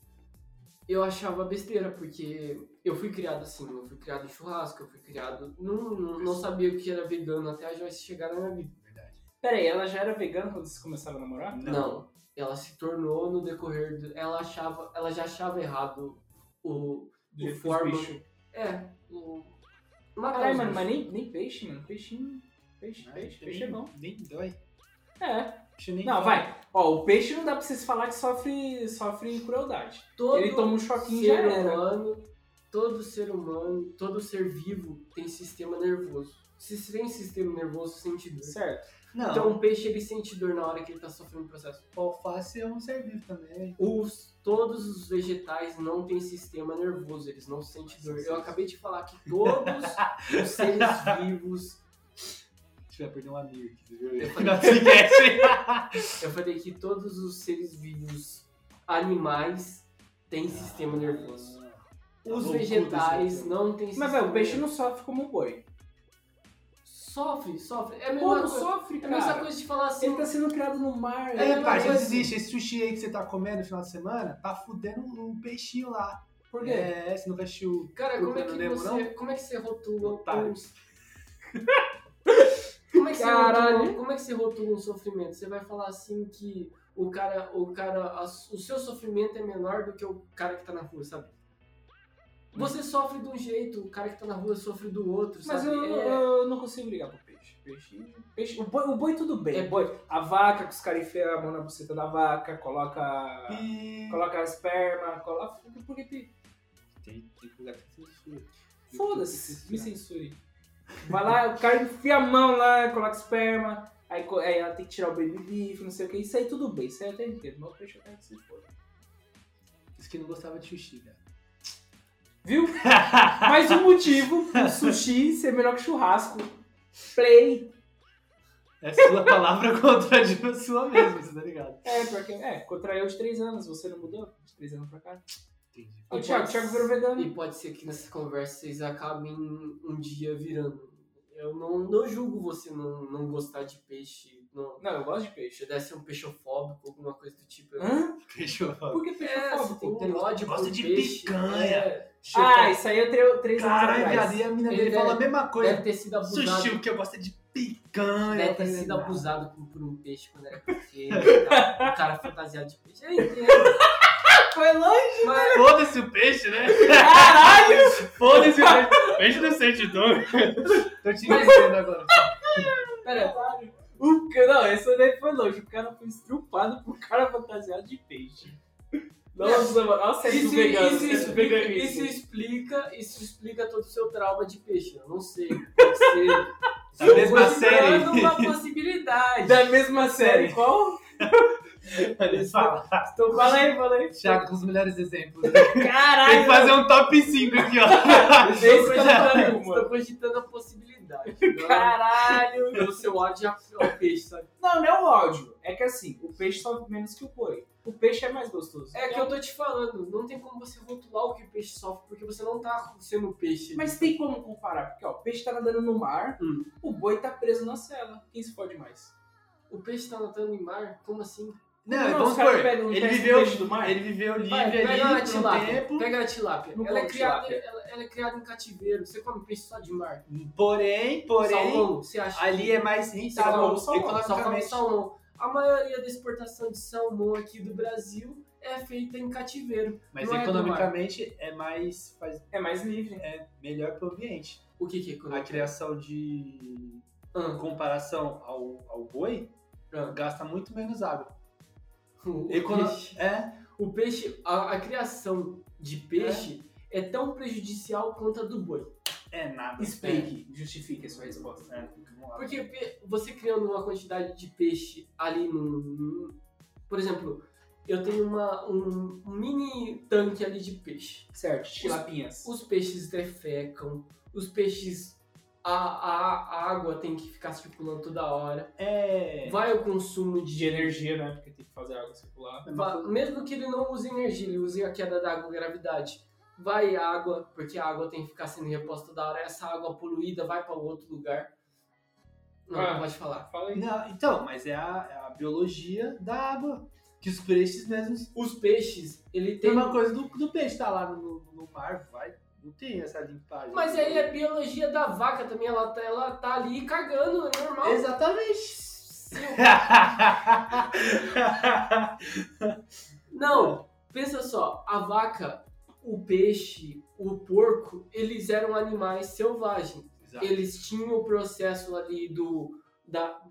S5: eu achava besteira, porque eu fui criado assim, eu fui criado em churrasco, eu fui criado. Não, não, não sabia o que era vegano até a Joyce chegar na minha vida.
S3: Verdade.
S1: Pera aí, ela já era vegana quando vocês começaram a namorar?
S5: Não. Ela se tornou no decorrer do. Ela achava. Ela já achava errado o.
S3: Do jeito que os
S5: forma-
S3: bichos-
S5: É, o. Matar
S1: Caralho,
S5: os
S1: mano,
S5: bichos.
S1: mas nem, nem peixe, mano. Peixinho. Peixe,
S3: Ai,
S1: peixe, peixe é bom.
S3: Nem dói.
S1: É.
S3: Bicho nem
S1: Não,
S3: dói.
S1: vai. Ó, o peixe não dá pra vocês falar que sofre, sofre crueldade.
S5: Todo
S1: Ele toma um choquinho e já
S5: ser
S1: era.
S5: humano, todo ser humano, todo ser vivo tem sistema nervoso. Se tem sistema nervoso, sente dor.
S1: Certo.
S3: Não,
S5: Então o peixe ele sente dor na hora que ele tá sofrendo o processo.
S3: o alface é um ser vivo também.
S5: Os, todos os vegetais não têm sistema nervoso, eles não sentem dor. Eu acabei de falar que
S1: *laughs*
S5: todos os seres vivos.
S3: Você vai perder um amigo aqui, você viu? Não, esquece.
S5: Eu falei que todos os seres vivos animais têm sistema nervoso.
S3: É,
S1: Tá
S5: Os
S3: loucudo,
S5: vegetais
S3: gente.
S5: não têm sistema
S1: Mas, velho, o peixe
S5: nervoso.
S1: não sofre como o boi.
S5: Sofre, sofre. É a mesma
S1: Como
S5: coisa.
S1: sofre,
S5: É a
S1: cara?
S5: mesma coisa de falar assim.
S1: Ele tá sendo criado no mar. tá
S5: É,
S3: É, parça,
S5: mas-
S3: existe. Esse sushi aí que você tá comendo no final de semana, tá fudendo um peixinho lá.
S1: Por quê?
S3: É, você nunca assistiu.
S5: Cara, como é
S3: Procurando
S5: que
S1: né,
S3: Nemo,
S5: você.
S3: não?
S5: Como é que você rotula
S3: Otário.
S5: um.
S1: *laughs*
S5: como, é que você rotula,
S1: Caralho.
S5: como é que você rotula um sofrimento? Você vai falar assim que o cara. O, cara a- o seu sofrimento é menor do que o cara que tá na rua, sabe? Você sofre de um jeito, o cara que tá na rua sofre do outro,
S1: Mas
S5: sabe?
S1: eu,
S5: É-
S1: eu não consigo ligar pro peixe. Peixe. peixe o, boi, o boi tudo bem.
S5: É.
S1: o boi. A vaca, que os caras enfiam a mão na buceta da vaca, coloca.
S3: E...
S1: Coloca esperma, coloca. Por que pi-
S3: Tem que cuidar com censura.
S1: Foda-se, me
S5: né?
S1: censure. Vai lá, o cara enfia a mão lá, coloca esperma. Aí, co- aí ela tem que tirar o baby beef, não sei o que. Isso aí tudo bem, isso aí eu até entendo. Mas o peixe eu quero que se foda.
S3: Isso que não gostava de sushi, né? cara.
S5: *laughs*
S1: Viu? Mais um motivo pro sushi ser melhor que churrasco. Play.
S3: É sua palavra *laughs* contra a de- a sua mesmo, você tá ligado?
S1: É, porque. É, contraiu de 3 anos, você não mudou? De 3 anos pra cá.
S3: Entendi.
S1: Ô, Thiago, Thiago virou vegano.
S5: E pode ser que nessa conversa vocês acabem um dia virando. Eu não, não julgo você não, não gostar de peixe. Não.
S1: Não, eu gosto de peixe.
S5: Se eu deve ser um peixofóbico, alguma coisa do tipo. eu-
S1: Hã?
S3: Fechou.
S1: Por que peixe
S5: É,
S1: é
S5: você
S1: fóbico?
S5: tem que ter ódio
S3: Gosta
S5: por
S3: de
S5: peixe.
S3: picanha.
S5: É.
S1: Ah, isso aí eu tenho três anos
S3: Caralho,
S1: atrás.
S3: viado, e a mina
S5: Ele é
S3: dele fala a
S5: deve-
S3: mesma coisa.
S5: Deve ter sido abusado.
S3: Sushi, o que eu gosto é de picanha. tá
S5: Deve
S3: Eu
S5: ter
S3: falei,
S5: sido
S3: "Não,
S5: abusado por, por um peixe quando era pequeno. e tal. O cara fantasiado de peixe. Eu entendo.
S1: Foi longe.
S5: Mas
S3: Foda-se o peixe, né?
S1: Caralho!
S3: Foda-se o peixe. Peixe não sente dor. Tô te entendendo agora.
S5: Pera,
S1: O ca- Não, essa daí foi longe. O cara foi estrupado por um cara fantasiado de peixe. Nossa, mano. Nossa, é
S5: isso,
S1: isso vegano.
S5: isso,
S1: é
S5: isso,
S1: do veganismo.
S5: isso explica, isso explica todo o seu trauma de peixe. Eu não sei. Pode ser.
S3: Da mesma série.
S5: Explorando uma possibilidade.
S1: Da mesma série. Qual?
S3: Eles falam.
S1: Então, fala aí, fala aí.
S3: Thiago, com os melhores exemplos. né?
S1: Caralho!
S3: Tem que fazer um top 5 aqui, ó.
S1: Esse que
S5: Estou
S1: é o
S5: cogitando,
S1: problema.
S5: estou cogitando a possibilidade.
S1: Caralho!
S5: Não, Pelo seu ódio ao peixe, sabe?
S1: Não, não é o áudio. É que assim, o peixe sobe menos que o boi. O peixe é mais gostoso.
S5: É que eu tô te falando, não tem como você rotular o que o peixe sofre, porque você não tá sendo peixe.
S1: Mas tem como comparar, porque ó, o peixe tá nadando no mar,
S5: Hum.
S1: o boi tá preso na cela. Quem se pode mais?
S5: O peixe tá nadando em mar? Como assim?
S3: Não,
S1: Não, os
S3: vamos
S1: caras
S3: supor,
S1: pegam-
S3: ele
S1: pescam
S3: viveu,
S1: peixe do mar.
S3: ele viveu livre
S5: Vai, pega a
S3: ali por um
S5: tilápia.
S3: tempo,
S5: Pega a tilápia.
S1: Não
S5: Ela é,
S1: como
S5: criada,
S1: tilápia.
S5: Ela, ela é criada em cativeiro. Você come peixe só de mar.
S3: porém, porém,
S5: salmão, você acha?
S3: ali é mais
S5: salmão,
S3: rentável
S5: salmão, só come
S3: economicamente.
S5: salmão. A maioria da exportação de salmão aqui do Brasil é feita em cativeiro.
S3: Mas
S5: Não é do mar.
S3: economicamente é mais. faz-
S1: É mais livre.
S3: é melhor pro ambiente.
S5: O que que é
S3: A
S5: econômico?
S3: criação de. em
S5: Ah,
S3: comparação ao, ao boi,
S5: ah.
S3: gasta muito menos água.
S5: O
S3: Econo-
S5: peixe-
S3: É,
S5: O peixe, a, a criação de peixe é. tão prejudicial quanto a do boi.
S3: é nada.
S1: Explique, justifique a sua resposta.
S3: É, vamos lá.
S5: Porque pe- você criando uma quantidade de peixe ali no. no- por exemplo, eu tenho uma, um mini tanque ali de peixe.
S1: Certo, tilapinhas.
S5: Os peixes defecam, os peixes. A, a, a água tem que ficar circulando toda hora.
S3: É.
S5: Vai o consumo de
S1: De energia, né? Porque tem que fazer água circular.
S3: é uma
S5: Va- Mesmo que ele não use energia, ele use a queda da água gravidade. Vai água, porque a água tem que ficar sendo reposta toda hora. Essa água poluída vai para outro lugar. Não,
S1: Ah.
S5: pode falar.
S1: Fala aí.
S3: Não, então, mas é a, é a biologia da água. Que os peixes mesmos.
S5: Os peixes, ele
S3: Tem
S5: tem.
S3: uma coisa do, do peixe tá lá no, no mar, vai. Não tem essa limpagem.
S5: Mas aí é biologia da vaca também. Ela tá, ela tá ali cagando, é normal.
S3: Exatamente.
S5: Não, pensa só. A vaca, o peixe, o porco, eles eram animais selvagens.
S3: *laughs* Exato.
S5: eles tinham o processo ali do da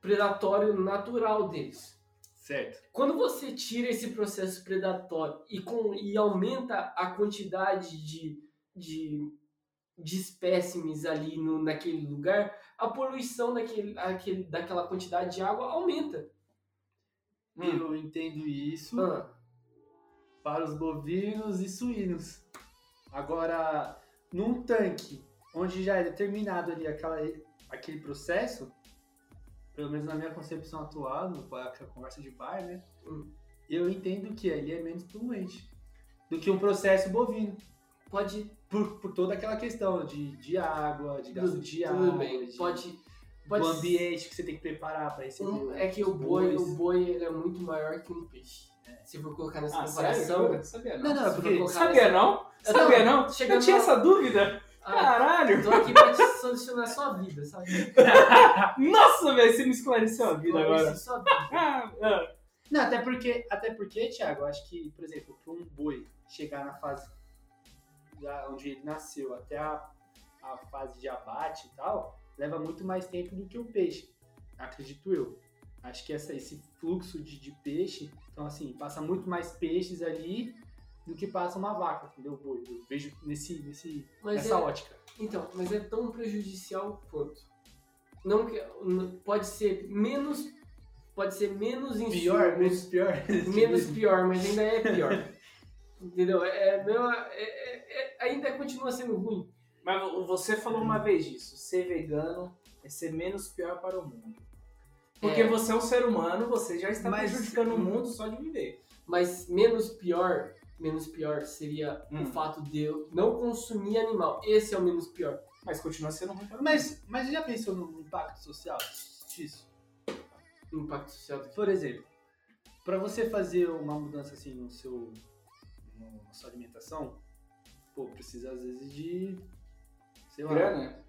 S5: predatório natural deles.
S3: Certo.
S5: Quando você tira esse processo predatório e, com, e aumenta a quantidade de, de, de espécimes ali no, naquele lugar, a poluição daquele, aquele, daquela quantidade de água aumenta.
S1: Hum.
S3: Eu entendo isso
S5: Ah,
S3: para os bovinos e suínos. Agora, num tanque onde já é determinado ali aquela, aquele processo, pelo menos na minha concepção atual, no- com a conversa de bar, né?
S5: Hum.
S3: Eu entendo que ele é menos poluente do que um processo bovino.
S5: pode.
S3: Por, por toda aquela questão de, de água, de gasto de água,
S5: Tudo bem.
S3: de-
S5: Pode.
S3: do
S5: pode
S3: ambiente que você tem que preparar para receber.
S5: um-
S3: os
S5: é que o boi,
S3: bois.
S5: o boi ele é muito maior que um peixe. Se for colocar nessa
S1: Ah,
S5: comparação.
S1: sério? Sabia não.
S3: Não, não,
S5: se for
S3: porque-
S5: colocar
S1: Sabia não?
S5: Eu
S1: Sabia
S5: tava
S1: não?
S5: chegando
S1: Eu tinha
S5: na-
S1: essa dúvida?
S5: Ah,
S1: Caralho!
S5: tô aqui pra te solucionar a sua vida, sabe?
S1: Nossa, velho, você me esclareceu a vida agora.
S5: Sua vida.
S1: Ah, ah.
S3: Não, até porque, até porque, Thiago, eu acho que, por exemplo, para um boi chegar na fase da- onde ele nasceu até a, a fase de abate e tal, leva muito mais tempo do que o peixe, acredito eu. Acho que essa, esse fluxo de, de peixe, então assim, passa muito mais peixes ali do que passa uma vaca, entendeu? O boi. Eu vejo nesse, nesse,
S5: Mas
S3: nessa
S5: é,
S3: ótica.
S5: então, mas é tão prejudicial quanto. Não que, n- pode ser menos, pode ser menos insumos,
S3: menos pior. né?
S5: menos pior, mas ainda é pior. Entendeu? É, a mesma- é- é- é- ainda continua sendo ruim.
S1: Mas vo- você falou
S3: Uhum.
S1: uma vez disso. Ser vegano é ser menos pior para o mundo. Porque
S5: É.
S1: você é um ser humano, você já está
S3: Mas- uhum.
S1: prejudicando o mundo só de viver.
S5: Mas menos pior, menos pior seria
S1: Hum.
S5: o fato de eu não consumir animal. Esse é o menos pior.
S1: Mas continua sendo ruim para o mundo.
S3: *laughs* Mas, mas já pensou no impacto social disso?
S5: Impacto social.
S3: Por exemplo, para você fazer uma mudança assim no seu no- na sua alimentação, pô, precisa às vezes de sei lá,
S1: Grana? né?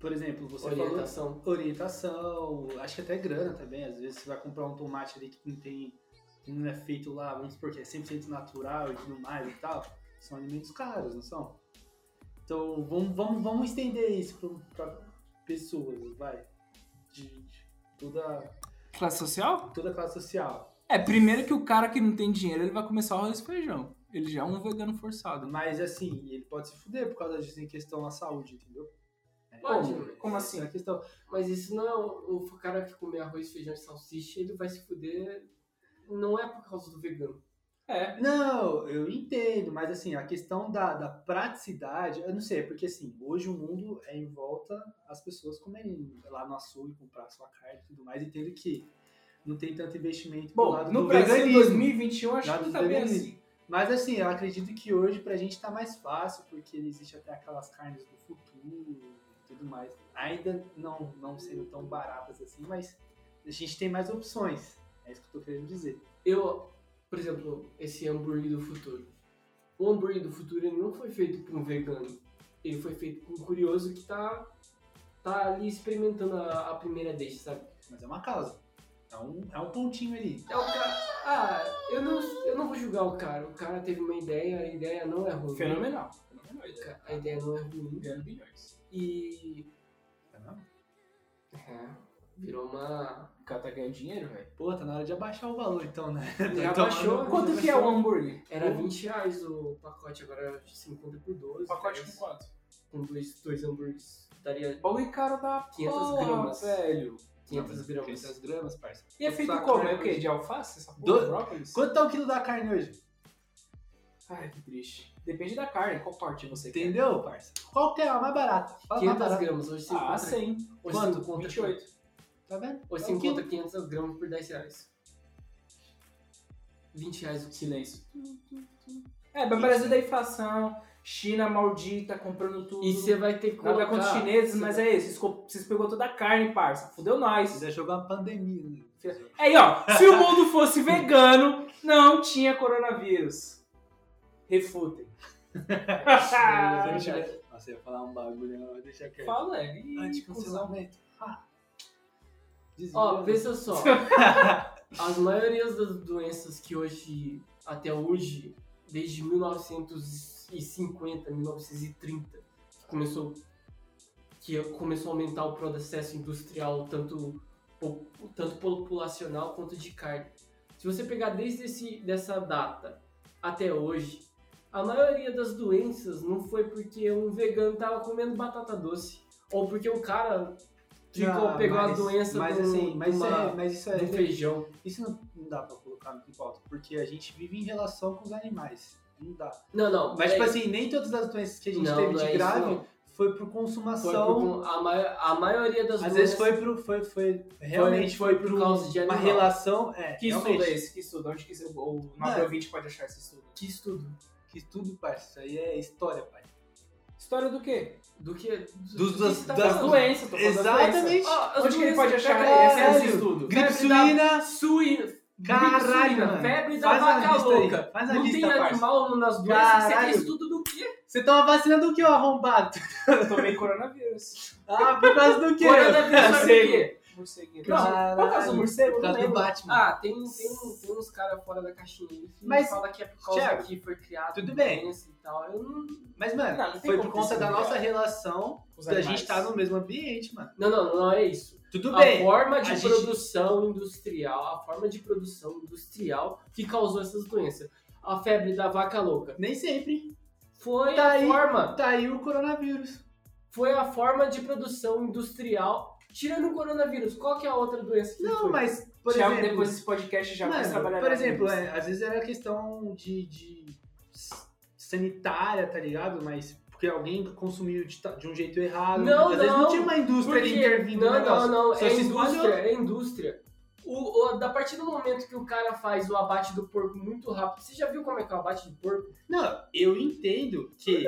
S3: por exemplo, você
S5: orientação.
S3: falou orientação, acho que até grana também, às vezes você vai comprar um tomate ali que não tem que não é feito lá, vamos supor que é 100% natural e tudo mais e tal, são alimentos caros, não são? Então, vamos, vamos, vamos estender isso para pessoas, vai, de, de toda,
S1: Classe social?
S3: toda a classe social.
S1: É, primeiro que o cara que não tem dinheiro, ele vai começar o arroz e feijão. Ele já é um vegano forçado.
S3: Mas assim, ele pode se fuder por causa disso em questão à saúde, entendeu? É,
S5: Pode,
S3: como?
S5: mas-
S3: Como
S1: é
S3: assim? A questão.
S5: Mas isso não é o, o cara que comer arroz, feijão e salsicha, ele vai se fuder. Não é por causa do vegano.
S1: É.
S3: Não, eu entendo, mas assim, a questão da, da praticidade, eu não sei, porque assim, hoje o mundo é em volta as pessoas comerem lá no açougue, comprar sua carne e tudo mais, e tendo que não tem tanto investimento pro
S1: Bom,
S3: lado
S1: no
S3: do
S1: Brasil em
S3: veganismo.
S1: 2021, acho
S3: Lado
S1: que
S3: do
S1: tá bem
S3: veganismo.
S1: assim.
S3: Mas assim, eu acredito que hoje pra gente tá mais fácil, porque existe até aquelas carnes do futuro e tudo mais. Ainda não, não sendo tão baratas assim, mas a gente tem mais opções. É isso que eu tô querendo dizer.
S5: Eu, por exemplo, esse hambúrguer do futuro. O hambúrguer do futuro ele não foi feito por um vegano. Ele foi feito por um curioso que tá, tá ali experimentando a, a primeira deixa, sabe?
S3: Mas é uma causa. É um, é um pontinho ali.
S5: É o cara. Ah, eu não, eu não vou julgar o cara. O cara teve uma ideia, a ideia não é ruim.
S1: Fenomenal. Fenomenal. ele
S5: A ideia não é ruim.
S1: Ganhando bilhões.
S5: E.
S3: Tá na-
S5: É, virou
S1: *laughs*
S5: uma.
S1: O cara tá ganhando dinheiro, velho.
S3: Pô, tá na hora de abaixar o valor então, né?
S5: Já
S3: Então,
S5: baixou.
S1: Quanto que é o hambúrguer?
S5: Era 20 reais o pacote, agora 50 por 12.
S1: O pacote
S5: dez.
S1: com quanto?
S5: com dois, dois hambúrgueres daria
S1: Bagulho caro da
S5: 500
S1: porra,
S5: gramas.
S1: velho.
S5: 500 gramas.
S3: 500 gramas, parça.
S1: E é feito
S5: Saco
S1: como?
S5: de
S1: É o quê?
S5: arroz.
S1: De alface? Essa porra?
S3: Do-
S1: Brócolis?
S3: Quanto tá o quilo da carne hoje?
S1: Ai, que triste. Depende da carne, qual corte você quer.
S3: Entendeu, parça? Qual que é a mais barata? Fala a mais
S5: 500
S3: barata.
S5: gramas. Hoje você
S1: Ah,
S5: encontra,
S1: 100.
S5: hoje você
S3: Quanto?
S5: encontra-
S1: 28.
S3: Tá vendo?
S5: Hoje
S3: É
S5: você
S3: um quilo.
S5: encontra 500 gramas por 10 reais. 20 reais o quilo.
S1: Silêncio. É, mas Brasil da inflação, China maldita, comprando tudo.
S5: E você vai ter que
S1: Nada
S5: colocar...
S1: contra os chineses,
S5: você
S1: mas
S5: vai-
S1: é isso. Vocês co- Vocês pegou toda a carne, parça. Fudeu nós.
S3: Você jogou uma pandemia. Né?
S1: Aí, ó. Se o mundo fosse vegano, não tinha coronavírus. Refutem.
S3: Se eu
S5: Ah,
S3: tiver- Nossa, eu ia falar um bagulho, não, deixa quieto.
S1: Fala, é. Ih, cuzão.
S3: Anticancelamento. Ah. Desvia,
S5: Ó,
S3: né? *laughs*
S5: pensa só. As maiorias das doenças que hoje, até hoje, desde 1950, 1930, que começou, que começou a aumentar o processo industrial, tanto, po- tanto populacional quanto de carne. Se você pegar desde esse, dessa data até hoje, a maioria das doenças não foi porque um vegano tava comendo batata doce, ou porque um cara ficou,
S3: Ah,
S5: pegou
S3: mas-
S5: a doença
S3: mas
S5: de um-
S3: assim, mas
S5: de
S3: isso
S5: uma-
S3: é, mas isso é,
S5: do feijão.
S3: isso não, não dá pra colocar muito em pauta, porque a gente vive em relação com os animais, não dá.
S5: Não, não.
S3: Mas tipo
S5: peraí.
S3: assim, nem todas as doenças que a gente
S5: Não,
S3: teve
S5: não é
S3: de
S5: isso,
S3: grave
S5: não.
S3: foi por
S5: Foi
S3: consumação,
S5: por, a, mai- a maioria das
S3: às
S5: doenças-
S3: vezes foi por, foi, foi realmente foi,
S5: foi por
S3: por um-
S5: causa de
S3: uma
S5: animal.
S3: relação, é,
S1: Que
S3: realmente,
S1: estudo é esse? Que estudo? Onde que isso- o
S3: Não, é.
S1: 920 pode achar esse estudo?
S3: que estudo, que estudo, parceiro, isso aí é história, pai.
S1: História do quê?
S5: do que
S3: Dos-
S5: do que
S3: das-
S5: você tá
S3: das
S5: falando?
S1: doenças, tô falando das doenças.
S3: Exatamente.
S5: Ó, as
S1: Onde que ele
S5: doenças
S1: pode
S5: da
S1: achar
S5: carne,
S1: esse-
S3: Caralho.
S1: esse estudo?
S3: Gripe
S5: Febre da-
S3: suína,
S5: Suína,
S3: Caralho, mano.
S5: febre da
S3: Faz a
S5: vaca
S3: lista aí,
S5: louca.
S3: faz a
S5: não
S3: lista,
S5: tem
S3: parça.
S5: animal nas doenças. Você
S3: Caralho.
S5: tem estudo do quê?
S3: Você toma vacina do que, ô arrombado?
S1: Eu tomei *laughs* coronavírus.
S3: Ah, por causa do quê?
S5: Coronavírus sabe do quê?
S1: Morceguinho.
S3: Não, Caralho.
S1: Qual que é o caso do morcego? Eu
S3: Por
S1: não
S3: causa do
S1: lembro.
S3: Batman.
S5: Ah, tem, tem, tem uns caras fora da caixinha. Ele
S3: Mas,
S5: fala que é por causa
S3: Thiago,
S5: que foi criado
S3: tudo
S5: por
S3: bem.
S5: doença e tal. Eu não...
S3: Mas, mano,
S1: Ah, Não, não tem
S3: foi por
S1: como
S3: conta
S1: isso
S3: da
S1: não
S3: nossa
S1: virar.
S3: relação
S1: Os
S3: da gente
S1: animais. Ah,
S3: estar no mesmo ambiente, mano.
S5: não, não, não é isso.
S3: Tudo
S5: a
S3: bem.
S5: forma de
S3: a gente-
S5: produção industrial, a forma de produção industrial que causou essas doenças. A febre da vaca louca.
S3: Nem sempre.
S5: Foi
S3: Tá
S5: a
S3: aí.
S5: forma,
S3: Tá aí o coronavírus.
S5: foi a forma de produção industrial tirando o coronavírus. Qual que é a outra doença que
S3: Não,
S5: foi?
S3: mas, por
S1: Thiago,
S3: exemplo.
S1: depois desse podcast já vai
S3: mano,
S1: trabalhar.
S3: por
S1: na
S3: exemplo,
S1: Netflix.
S3: é, às vezes era questão de, de s- sanitária, tá ligado? Mas porque alguém consumiu de, ta- de um jeito errado.
S5: Não,
S3: às vezes não
S5: não.
S3: tinha uma indústria ali
S5: Porque-
S3: intervindo
S5: Não,
S3: no negócio.
S5: não, não.
S3: Só
S5: É
S3: se espalhou.
S5: indústria, é indústria. O, o- da partir do momento que o cara faz o abate do porco muito rápido, você já viu como é que é o abate do porco?
S3: Não, eu entendo que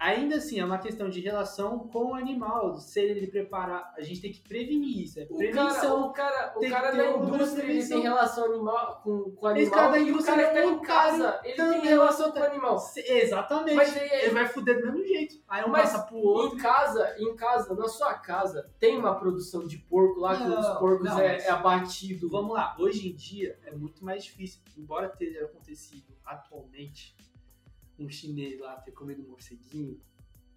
S3: ainda assim é uma questão de relação com o animal. Se ele preparar, a gente tem que prevenir isso. É
S5: O
S3: prevenção.
S5: cara, o cara, o
S3: Tem que
S5: cara
S3: ter
S5: da
S3: uma
S5: indústria um ele
S3: prevenção.
S5: tem relação animal com, com o animal.
S3: Esse cara da
S5: e o
S3: indústria
S5: cara que tá
S3: é um
S5: em casa, ele
S3: também.
S5: tem relação com o animal.
S3: Se- Exatamente.
S5: Mas aí,
S3: um Ele é vai fuder do mesmo jeito. Aí um
S5: Mas
S3: passa pro outro.
S5: em casa, em casa, na sua casa, tem uma produção de porco lá que
S3: Não,
S5: os porcos
S3: não,
S5: é,
S3: mas-
S5: é abatido.
S3: Então, Vamos lá, hoje em dia é muito mais difícil, embora tenha acontecido atualmente um chinês lá ter comido um morceguinho,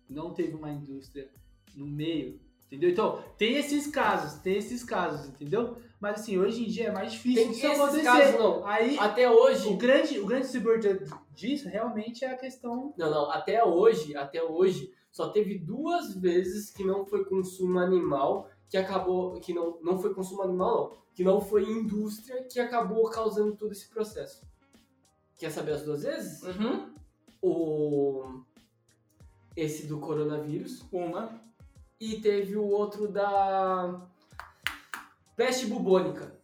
S3: não teve uma indústria no meio, entendeu? Então, tem esses casos, tem esses casos, entendeu? Mas assim, hoje em dia é mais difícil
S5: Tem
S3: disso
S5: esses
S3: acontecer.
S5: casos, não.
S3: Aí,
S5: Até
S3: o
S5: hoje,
S3: grande, o grande subor de- disso realmente é a questão.
S5: não, não, até hoje, até hoje, só teve duas vezes que não foi consumo animal, que acabou, que não, não foi consumo animal, não, que não foi indústria que acabou causando todo esse processo. Quer saber as duas vezes?
S1: Uhum.
S5: O esse do coronavírus
S1: Uma.
S5: e teve o outro da peste bubônica.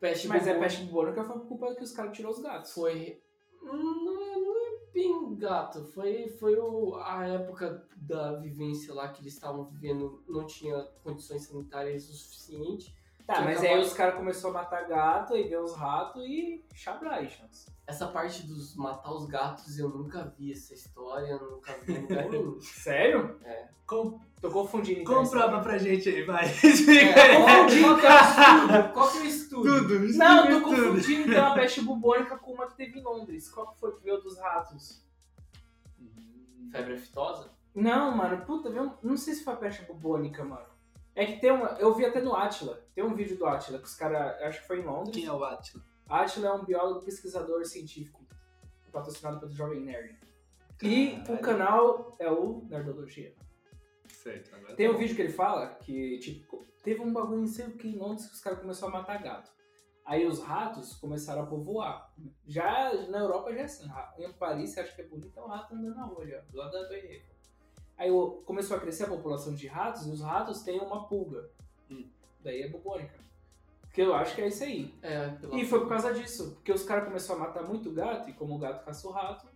S5: Peste
S1: Mas é
S5: bubônica
S1: peste bubônica foi por culpa que os caras tirou os gatos.
S5: foi não, não é bem gato, foi foi o, a época da vivência lá que eles estavam vivendo, não tinha condições sanitárias o suficiente.
S1: Tá,
S5: Tinha
S1: mas
S5: acabado-
S1: aí os caras começaram a matar gato e ver os ratos e chabrai, chance.
S5: Essa parte dos matar os gatos eu nunca vi essa história, nunca vi em
S1: *laughs*
S5: lugar nenhum.
S1: Sério?
S3: Com,
S1: *laughs* Tô confundindo. então,
S3: *laughs* comprova pra gente aí, vai.
S5: É, qual, qual que é o estudo? Qual que é o
S3: vídeos
S1: Não,
S3: do
S1: eu tô
S3: YouTube.
S1: confundindo então a peste bubônica com uma que teve em Londres. Qual que foi que veio dos ratos?
S5: Febre aftosa?
S1: Não, mano, puta, viu? Não sei se foi a peste bubônica, mano. É que tem uma. Eu vi até no Atila. Tem um vídeo do Atila que os caras. Acho que foi em Londres.
S3: Quem é o Atila?
S1: Atila é um biólogo pesquisador científico, patrocinado pelo Jovem Nerd. E o canal é o Nerdologia.
S3: Certo, agora
S1: Tem
S3: tá
S1: um
S3: bom.
S1: vídeo que ele fala que, tipo, teve um bagulho em sei o que em Londres que os caras começaram a matar gato. Aí os ratos começaram a povoar. Já na Europa já é assim. ra- Em Paris você acha que é bonito, é um rato andando na rua, já, do lado da Torre Eiffel. Aí o- começou a crescer a população de ratos e os ratos têm uma pulga.
S3: Hum.
S1: Daí é bubônica. Que eu acho que é isso aí.
S5: É, pela...
S1: E foi por causa disso, porque os caras começaram a matar muito gato, e como o gato caça o rato,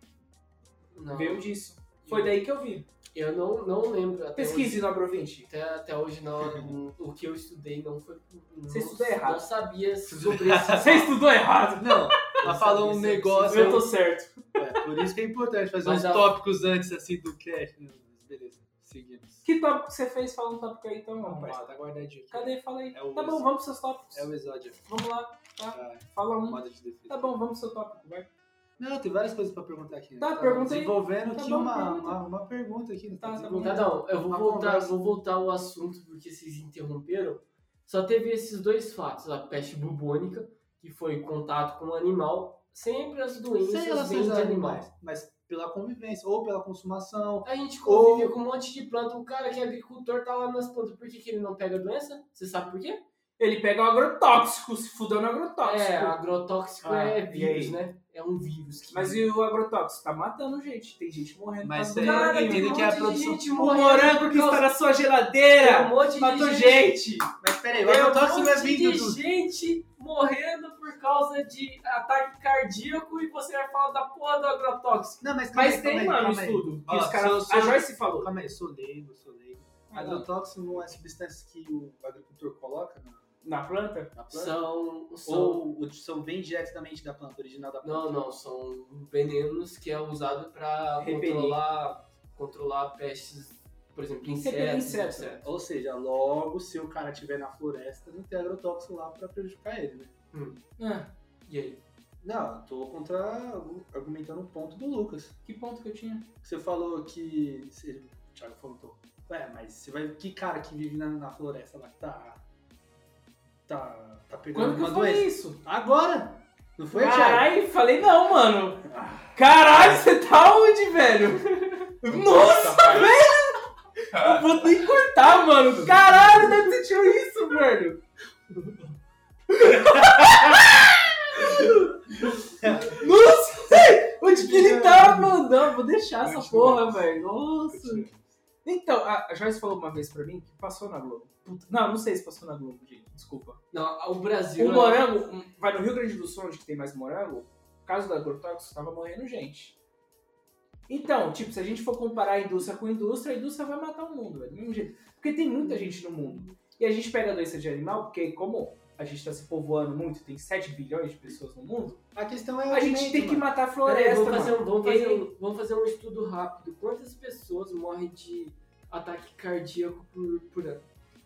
S5: Não,
S1: veio disso. Foi daí que eu vi.
S5: Eu não, não lembro. Até
S1: Pesquise, nobre ouvinte.
S5: Hoje, até, até hoje,
S1: *laughs*
S5: não, o que eu estudei não foi. Não,
S1: Você estudou errado.
S5: Não sabia sobre esse.
S1: Você estudou errado!
S3: Não, ela falou um
S5: Isso, isso,
S3: negócio.
S1: Eu tô certo.
S3: É, por isso que é importante fazer
S5: Mas
S3: uns
S5: a-
S3: tópicos antes assim do cast. né? Mas Beleza, seguimos.
S1: Que tópico você fez? Fala um tópico aí então,
S3: Não,
S1: rapaz.
S3: parça, tá guardadinho. aqui.
S1: Cadê? Fala aí.
S3: É o
S1: Tá bom,
S3: ex-
S1: vamos pros seus tópicos.
S3: É o exódio.
S1: Vamos lá,
S3: Tá,
S1: fala um.
S3: moda de defesa.
S1: Tá bom, vamos pro seu tópico, vai.
S3: Não, tem várias coisas pra perguntar aqui. né?
S1: Tá, pergunta aí.
S3: Desenvolvendo
S1: Tá
S3: aqui
S1: bom,
S3: uma,
S1: pergunta.
S3: uma, uma pergunta aqui. né?
S1: Tá, tá
S3: desenvolvendo.
S5: Tá, não, eu vou
S3: Uma
S5: voltar,
S3: conversa.
S5: vou voltar ao assunto porque vocês interromperam. Só teve esses dois fatos, a peste bubônica, que foi contato com o animal, sempre as
S1: um
S5: doenças
S3: Sem
S5: vêm
S3: relações
S5: de
S3: a
S5: animais.
S3: animais, mas pela convivência ou pela consumação.
S5: A gente convive com um monte de planta, o cara que é agricultor tá lá nas plantas, por que, que ele não pega a doença? Você sabe por quê?
S1: Ele pega o agrotóxico, se fudeu no agrotóxico.
S5: É, agrotóxico
S1: Ah,
S5: é
S1: e
S5: vírus,
S1: aí?
S5: né? É um vírus. Que...
S1: Mas e o agrotóxico? Tá matando gente. Tem gente morrendo. por
S3: Mas
S1: causa do
S3: é-
S1: agrotóxico.
S3: entende
S5: tem um
S3: que é a
S5: monte de
S3: produção-
S5: gente
S1: O
S5: morrendo
S1: morango
S5: por
S1: que
S5: causa-
S1: está na sua
S5: Tem um
S1: geladeira
S5: monte de
S1: matou
S5: gente.
S1: gente.
S3: Mas peraí, o
S5: Tem um
S3: agrotóxico é
S5: monte
S3: vindo
S5: de
S3: do.
S5: gente morrendo por causa de ataque cardíaco e você vai falar da porra do agrotóxico.
S3: Não, mas,
S1: Mas tem,
S3: lá
S1: mano, um estudo. Que
S3: Ó,
S1: os caras.
S3: sou-
S1: A
S3: sou-
S1: Joyce falou.
S3: Calma aí, sou leigo, sou leigo. Agrotóxico é substância que o agricultor coloca né? na
S1: Na planta?
S3: na planta?
S5: São, são
S3: Ou o- são bem diretamente da planta, original da planta?
S5: não, não, são venenos que é usado para
S1: Repelir.
S5: controlar controlar pestes, por exemplo,
S1: Repelir
S5: insetos,
S1: insetos,
S5: etc.
S3: Ou seja, logo se o cara estiver na floresta, não tem agrotóxico lá pra prejudicar ele, né?
S1: Ah,
S5: E aí?
S3: Não, eu tô contra argumentando o ponto do Lucas.
S1: que ponto que eu tinha?
S3: Você falou que. se Ele, o Thiago falou. Ué, mas você vai. Que cara que vive na, na floresta lá que tá. Tá. Tá pegando
S1: Quando que
S3: uma
S1: eu falei
S3: doença?
S1: isso?
S3: Agora! Não foi, Thiago?
S1: Caralho, falei não, mano. Caralho, você tá onde, velho? Nossa, velho! Eu vou nem cortar, mano. Caralho, deve ter tirado isso, velho. Nossa, onde que ele tá mandando? Vou deixar essa porra, velho. Nossa. Então, a a Joyce falou uma vez pra mim que passou na Globo. Puta, não, não sei se passou na Globo, gente. Desculpa.
S5: Não, o Brasil
S1: O
S5: é-
S1: morango, um- vai no Rio Grande do Sul, onde tem mais morango, por causa do agrotóxico, tava morrendo gente. Então, tipo, se a gente for comparar a indústria com a indústria, a indústria vai matar o mundo, velho, do mesmo jeito. Porque tem muita gente no mundo. E a gente pega a doença de animal, porque como a gente tá se povoando muito, tem 7 bilhões de pessoas no mundo,
S3: A questão é.
S1: a gente tem que
S3: mano.
S1: matar a
S5: Peraí,
S1: floresta,
S5: vamos fazer, um, vamos, fazer
S1: Ei.
S5: um, vamos fazer um estudo rápido. Quantas pessoas morrem de ataque cardíaco por, por ano?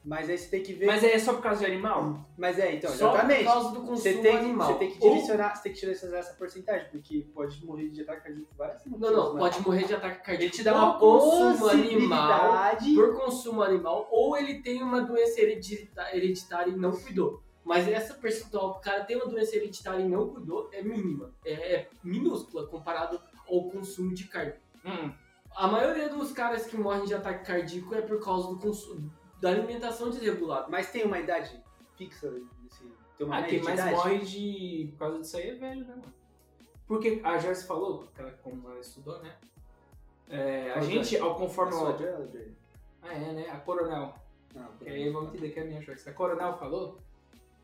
S3: Mas aí você tem que ver.
S1: mano. Mas é só por causa de animal?
S3: Mas é, então,
S5: Só
S3: exatamente.
S5: por causa do consumo
S3: Você tem, que,
S5: animal.
S3: você tem que é
S5: Ou-
S3: direcionar, você tem que direcionar essa porcentagem, porque pode morrer de ataque cardíaco por várias
S5: Não, não, pode morrer de ataque
S3: um Ele
S5: cardíaco
S3: te dá uma
S5: por consumo animal.
S3: possibilidade.
S5: por consumo animal ou ele tem uma doença heredita- hereditária e não cuidou. Mas essa percentual, que o cara tem uma doença hereditária e não cuidou, é mínima, é, é minúscula comparado ao consumo de carne.
S1: Hum.
S5: A maioria dos caras que morrem de ataque cardíaco é por causa do consumo da alimentação desregulada.
S3: Mas tem uma idade fixa, assim, tem uma
S1: Ah,
S3: média
S1: quem
S3: de
S1: mais
S3: idade?
S1: morre de... por causa disso aí é velho, né, mano? Porque a Joyce falou, que ela- como ela estudou, né? É, a
S3: Qual É
S1: gente, ao
S3: Sua
S1: conforme o-
S3: idade, velho?
S1: Ah, é, né? A Coronel.
S3: Não, por
S1: Que
S3: aí.
S1: aí vão entender que é a minha Joyce. A Coronel falou: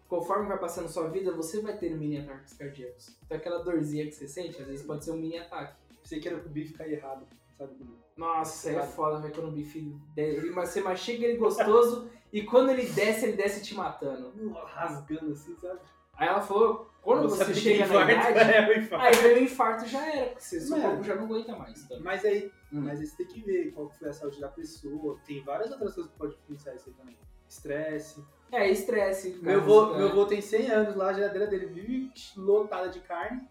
S1: conforme vai passando sua vida, você vai ter mini ataques cardíacos. Então aquela dorzinha que você sente, às vezes pode ser um mini ataque.
S3: Você queira que o bife caia errado, sabe? como?
S1: Nossa, é foda, velho, quando o bife. de- Ele, mas você mastiga ele gostoso e quando ele desce, ele desce te matando.
S3: Rasgando assim, sabe?
S1: Aí ela falou: quando
S3: Não
S1: você
S3: sabe que
S1: chega na
S3: *laughs* infarto
S1: idade,
S3: é o infarto.
S1: aí vem o infarto já era, porque você, seu
S3: Mano.
S1: corpo já não aguenta mais. Então.
S3: Mas aí,
S1: Hum.
S3: mas aí você tem que ver qual que foi a saúde da pessoa. Tem várias outras coisas que pode influenciar isso aí também. estresse.
S1: É, estresse. É. cara,
S3: Meu avô,
S1: cara.
S3: meu avô tem 100 anos lá, a geladeira dele vive lotada de carne.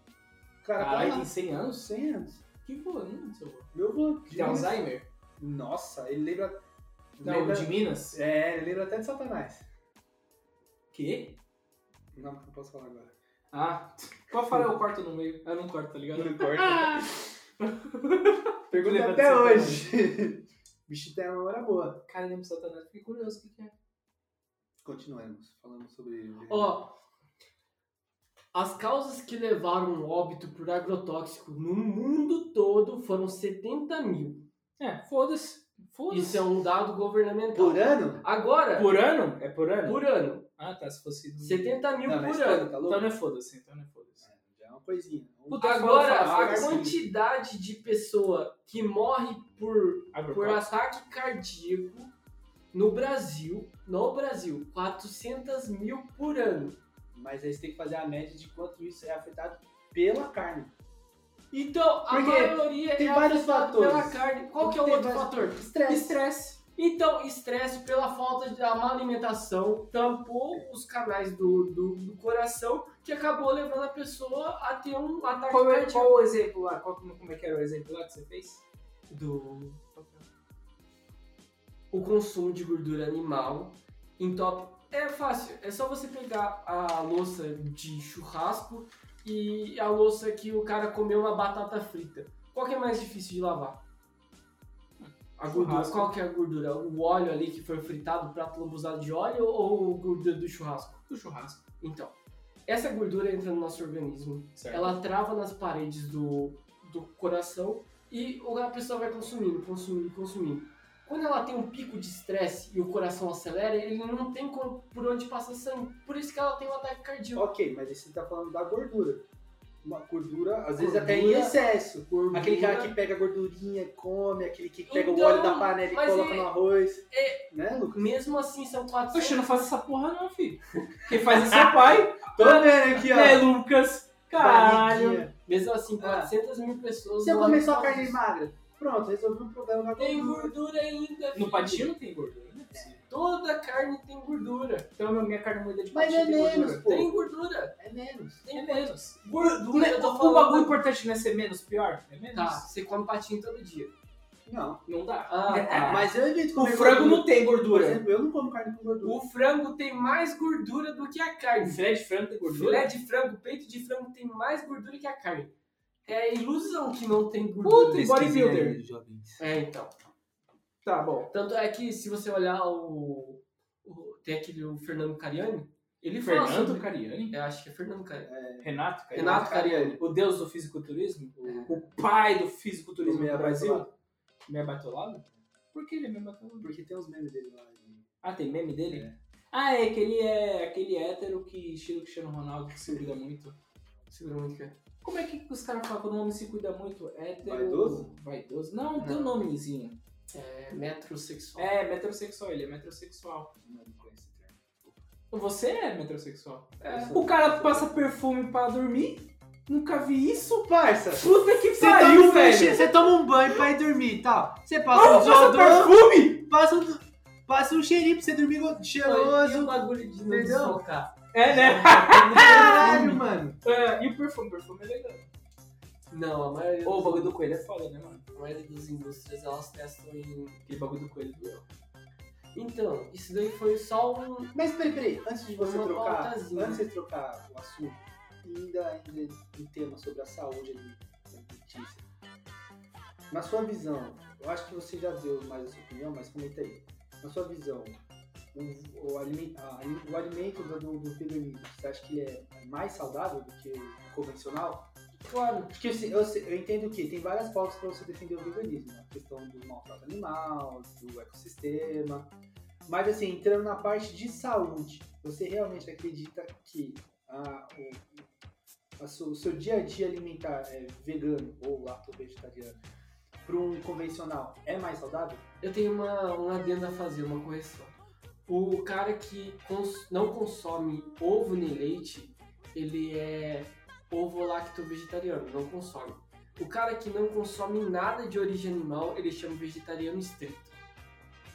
S3: O cara
S1: Caralho,
S3: tá
S1: tem
S3: lá,
S1: 100 anos?
S3: 100 anos.
S1: Que vô, hum, seu vô.
S3: Meu avô.
S1: Tem Alzheimer?
S3: Nossa, ele lembra.
S1: Não,
S3: lembra
S1: de Minas?
S3: É, ele lembra até de Satanás.
S1: Quê?
S3: Não, não posso falar agora.
S1: Ah, pode falar, eu corto no meio. Eu não corto, tá ligado?
S3: Não *laughs* importa. Pergunta
S1: Lembra
S3: até
S1: de
S3: hoje. *laughs* O bicho tem uma memória boa.
S1: Cara, lembra do Satanás? Fiquei curioso o que, que é.
S3: Continuemos falando sobre.
S5: Ó, as causas que levaram o óbito por agrotóxico no mundo todo foram 70 mil.
S1: É, foda-se. Foda-se.
S5: Isso é um dado governamental.
S3: Por ano?
S5: Agora,
S1: Por ano? É por ano?
S5: por ano,
S1: Ah, tá. Se fosse.
S5: 70 mil
S3: Não, mas
S5: por
S3: tá-
S5: ano.
S3: Tá
S1: Então
S3: louco?
S1: não é foda-se. Então não é foda-se.
S3: Já é uma coisinha. Um-
S1: Puta,
S5: Agora,
S1: fala, fala,
S5: a
S3: assim.
S1: fala.
S5: quantidade de pessoa que morre por, por
S1: Agrotóxico.
S5: ataque cardíaco no Brasil, no Brasil, 400 mil por ano.
S3: Mas aí você tem que fazer a média de quanto isso é afetado pela carne.
S5: Então, a
S3: Porque
S5: maioria
S3: tem
S5: é
S3: vários
S5: afetada
S3: fatores.
S5: pela carne. Qual que é o
S3: Tem
S5: outro
S3: vários-
S5: fator?
S3: Estresse.
S1: Estresse.
S5: Então, estresse pela falta da má alimentação tampou os canais do, do, do coração, que acabou levando a pessoa a ter um ataque
S1: Qual, é,
S5: cardíaco.
S1: qual o exemplo lá? Qual, como, como é que era o exemplo lá que você fez?
S5: do o consumo de gordura animal em top é fácil é só você pegar a louça de churrasco e a louça que o cara comeu uma batata frita qual que é mais difícil de lavar a gordura,
S1: Churrasco.
S5: qual que é a gordura? O óleo ali que foi fritado, o prato lambuzado de óleo ou a gordura do churrasco?
S1: Do churrasco.
S5: Então, essa gordura entra no nosso organismo,
S1: Certo.
S5: ela trava nas paredes do, do coração e o- a pessoa vai consumindo, consumindo, consumindo. Quando ela tem um pico de estresse e o coração acelera, ele não tem como- por onde passar sangue. Por isso que ela tem um ataque cardíaco.
S3: Ok, mas aí você tá falando da gordura. Uma gordura, às vezes, até em
S5: Gordura.
S3: excesso.
S5: Gordura-
S3: Aquele cara que pega a gordurinha e come, aquele que pega o
S5: Então,
S3: óleo da panela e
S5: mas
S3: coloca
S5: é-
S3: no arroz. Né, Lucas?
S5: Mesmo assim, são 400...
S1: Oxe, não faz essa porra não, filho. Quem faz isso é seu pai.
S3: Tô vendo aqui,
S1: né,
S3: ó.
S1: Lucas? Caralho.
S3: Barriguinha.
S5: Mesmo assim,
S3: Ah.
S5: 400 mil pessoas...
S3: Você
S5: morrem
S3: começou a
S5: por causa
S3: carne
S5: disso.
S3: magra. Pronto, resolvi o problema da
S5: Tem
S3: gordura.
S5: gordura ainda,
S1: No
S5: filho.
S1: patinho não tem gordura, né?
S5: Toda carne tem gordura.
S1: Então a minha carne moída de
S3: Mas
S1: patinho
S3: é
S1: tem
S3: menos,
S1: gordura.
S3: pô.
S5: Tem gordura.
S3: É menos.
S5: Tem
S1: É
S5: gordura.
S1: menos.
S5: Gordura, eu tô
S1: O
S5: falando...
S1: bagulho importante não é ser menos pior? É menos.
S5: Tá, você come patinho todo dia.
S3: Não.
S1: Não dá.
S5: Ah, tá.
S3: Mas eu evito
S1: O
S3: comer
S1: frango
S3: gordura.
S1: não tem
S3: Por
S1: gordura.
S3: exemplo, eu não como carne com gordura.
S5: O frango tem mais gordura do que a
S1: O
S5: carne.
S1: é filé de frango tem
S5: O
S1: gordura?
S5: filé de frango, peito de frango tem mais gordura que a carne. É ilusão que não tem gordura.
S1: Puta, e bodybuilder.
S5: É, então.
S1: Tá bom.
S5: Tanto é que se você olhar o. o- tem aquele o Fernando Cariani. Ele fala
S1: Fernando
S5: sobre-
S1: Cariani?
S5: Eu acho que é Fernando Cariani.
S1: Renato Cariani?
S5: Renato Cariani.
S1: O deus do fisiculturismo? O pai do fisiculturismo
S3: Meia
S1: do Brasil?
S3: Bartolado.
S1: Meia Bartolado? Por que ele é meia Bartolado?
S3: Porque tem uns memes dele lá. de-
S1: Ah, tem meme dele?
S3: É.
S1: Ah, é que ele é aquele hétero que estilo Cristiano Ronaldo que se cuida muito.
S5: Segura muito que é.
S1: Como é que os caras falam quando o homem se cuida muito? Hétero.
S3: Vaidoso?
S1: Vaidoso. Não, tem um
S5: Não.
S1: nomezinho.
S5: É metrosexual.
S1: É, metrosexual, ele é metrosexual.
S3: Não, não conheço esse termo.
S1: Você é metrosexual.
S5: É.
S1: O cara passa perfume pra dormir? Nunca vi isso? *laughs*
S3: Isso, parça!
S1: Puta que
S3: Você toma,
S1: pariu,
S3: um banho,
S1: velho!
S3: você toma um banho pra ir dormir, tá? Você passa um
S1: Como passa
S3: desodorante,
S1: perfume?
S3: passa um, passa um cheirinho pra você dormir go-
S5: E o
S3: cheiroso.
S5: um bagulho de não
S3: Entendeu?
S5: desfocar.
S1: É, *laughs* né?
S3: Caralho, mano.
S1: É, e o perfume? O perfume é legal.
S5: Não, a maioria,
S1: Ô, o
S5: dos-
S1: bagulho do coelho é foda, né, mano?
S5: a maioria das indústrias elas testam em.
S1: Aquele bagulho do coelho do eu.
S5: Então, isso daí foi só um,
S3: Mas peraí, peraí, antes de você
S5: Uma
S3: trocar, antes
S5: pautazinha.
S3: de você trocar o assunto, ainda, ainda em tema sobre a saúde alimentícia. Na sua visão, eu acho que você já deu mais a sua opinião, mas comenta aí. Na sua visão, o, o, aliment, a- o alimento do, do, do veganismo, você acha que ele é mais saudável do que o convencional?
S5: Claro.
S3: Porque eu, sei- Tipo assim, eu sei- eu entendo que tem várias pautas para você defender o veganismo. A questão do maltrato animal, do ecossistema. Mas assim, entrando na parte de saúde, você realmente acredita que a- o, a su- o seu dia a dia alimentar é, vegano ou lacto-vegetariano para um convencional é mais saudável?
S5: Eu tenho uma, um adendo a fazer, uma correção. O cara que cons- não consome ovo nem leite, ele é ovo lacto vegetariano, não consome. O cara que não consome nada de origem animal, ele chama vegetariano estrito.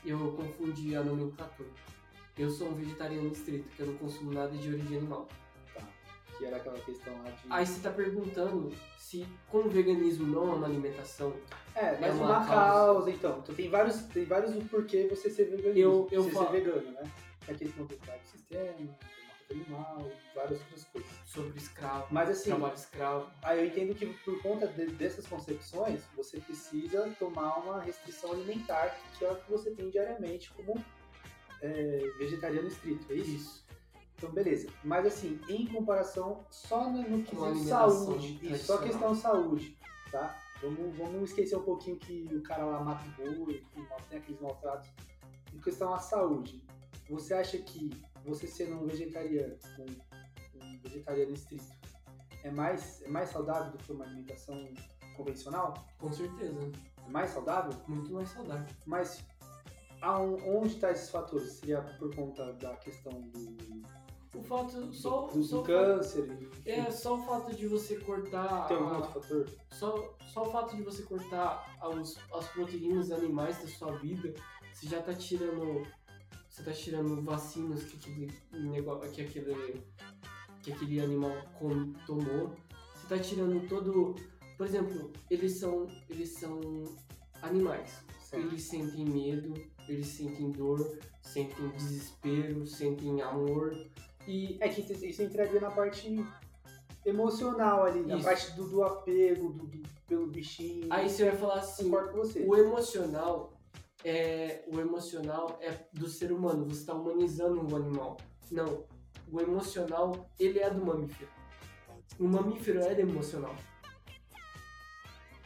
S5: Eu confundi a nomenclatura. Eu sou um vegetariano estrito, que eu não consumo nada de origem animal.
S3: Que era aquela questão lá de.
S5: Aí você tá perguntando se, como o veganismo não é uma alimentação,
S3: É, mas
S5: É
S3: uma,
S5: uma
S3: causa.
S5: causa.
S3: então. Tu tem vários, tem vários o porquê você ser vegano.
S5: Eu- eu
S3: você
S5: falo-
S3: ser vegano, né? A questão do ecossistema, do mata animal, várias outras coisas.
S5: sobre escravo,
S3: Mas assim,
S5: trabalho escravo.
S3: aí eu entendo que por conta de- dessas concepções, você precisa tomar uma restrição alimentar, que é o que você tem diariamente como é, vegetariano estrito, é isso? Então, beleza. Mas assim, em comparação só no, no quesito
S5: alimentação
S3: saúde, isso, só
S5: tradicional.
S3: questão saúde, tá? Vamos, vamos esquecer um pouquinho que o cara lá mata o boi, que mal- tem aqueles maltratos. Em questão à saúde, você acha que você sendo um vegetariano, um, um vegetariano estrito, é mais, é mais saudável do que uma alimentação convencional?
S5: Com certeza.
S3: É mais saudável?
S5: Muito mais saudável.
S3: Mas aon- onde estão esses fatores? Seria por conta da questão do,
S5: O fato, só,
S3: do,
S5: só
S3: do câncer? enfim.
S5: é só o fato de você cortar
S3: Tem
S5: a-
S3: algum outro fator?
S5: Só, só o fato de você cortar os- as proteínas animais da sua vida, você já tá tirando. Você tá tirando vacinas que aquele, nego- que aquele, que aquele animal com- tomou. Você tá tirando todo. Por exemplo, eles são. Eles são animais.
S3: Certo.
S5: Eles sentem medo, eles sentem dor, sentem desespero, sentem amor. E
S3: É que isso, isso entraria na parte emocional ali, na
S5: Isso.
S3: parte do, do apego, do, do- pelo bichinho.
S5: aí você vai falar assim.
S3: concordo com você.
S5: O emocional é o emocional é do ser humano. Você está humanizando o animal. Não, o emocional ele é do mamífero. O mamífero é emocional.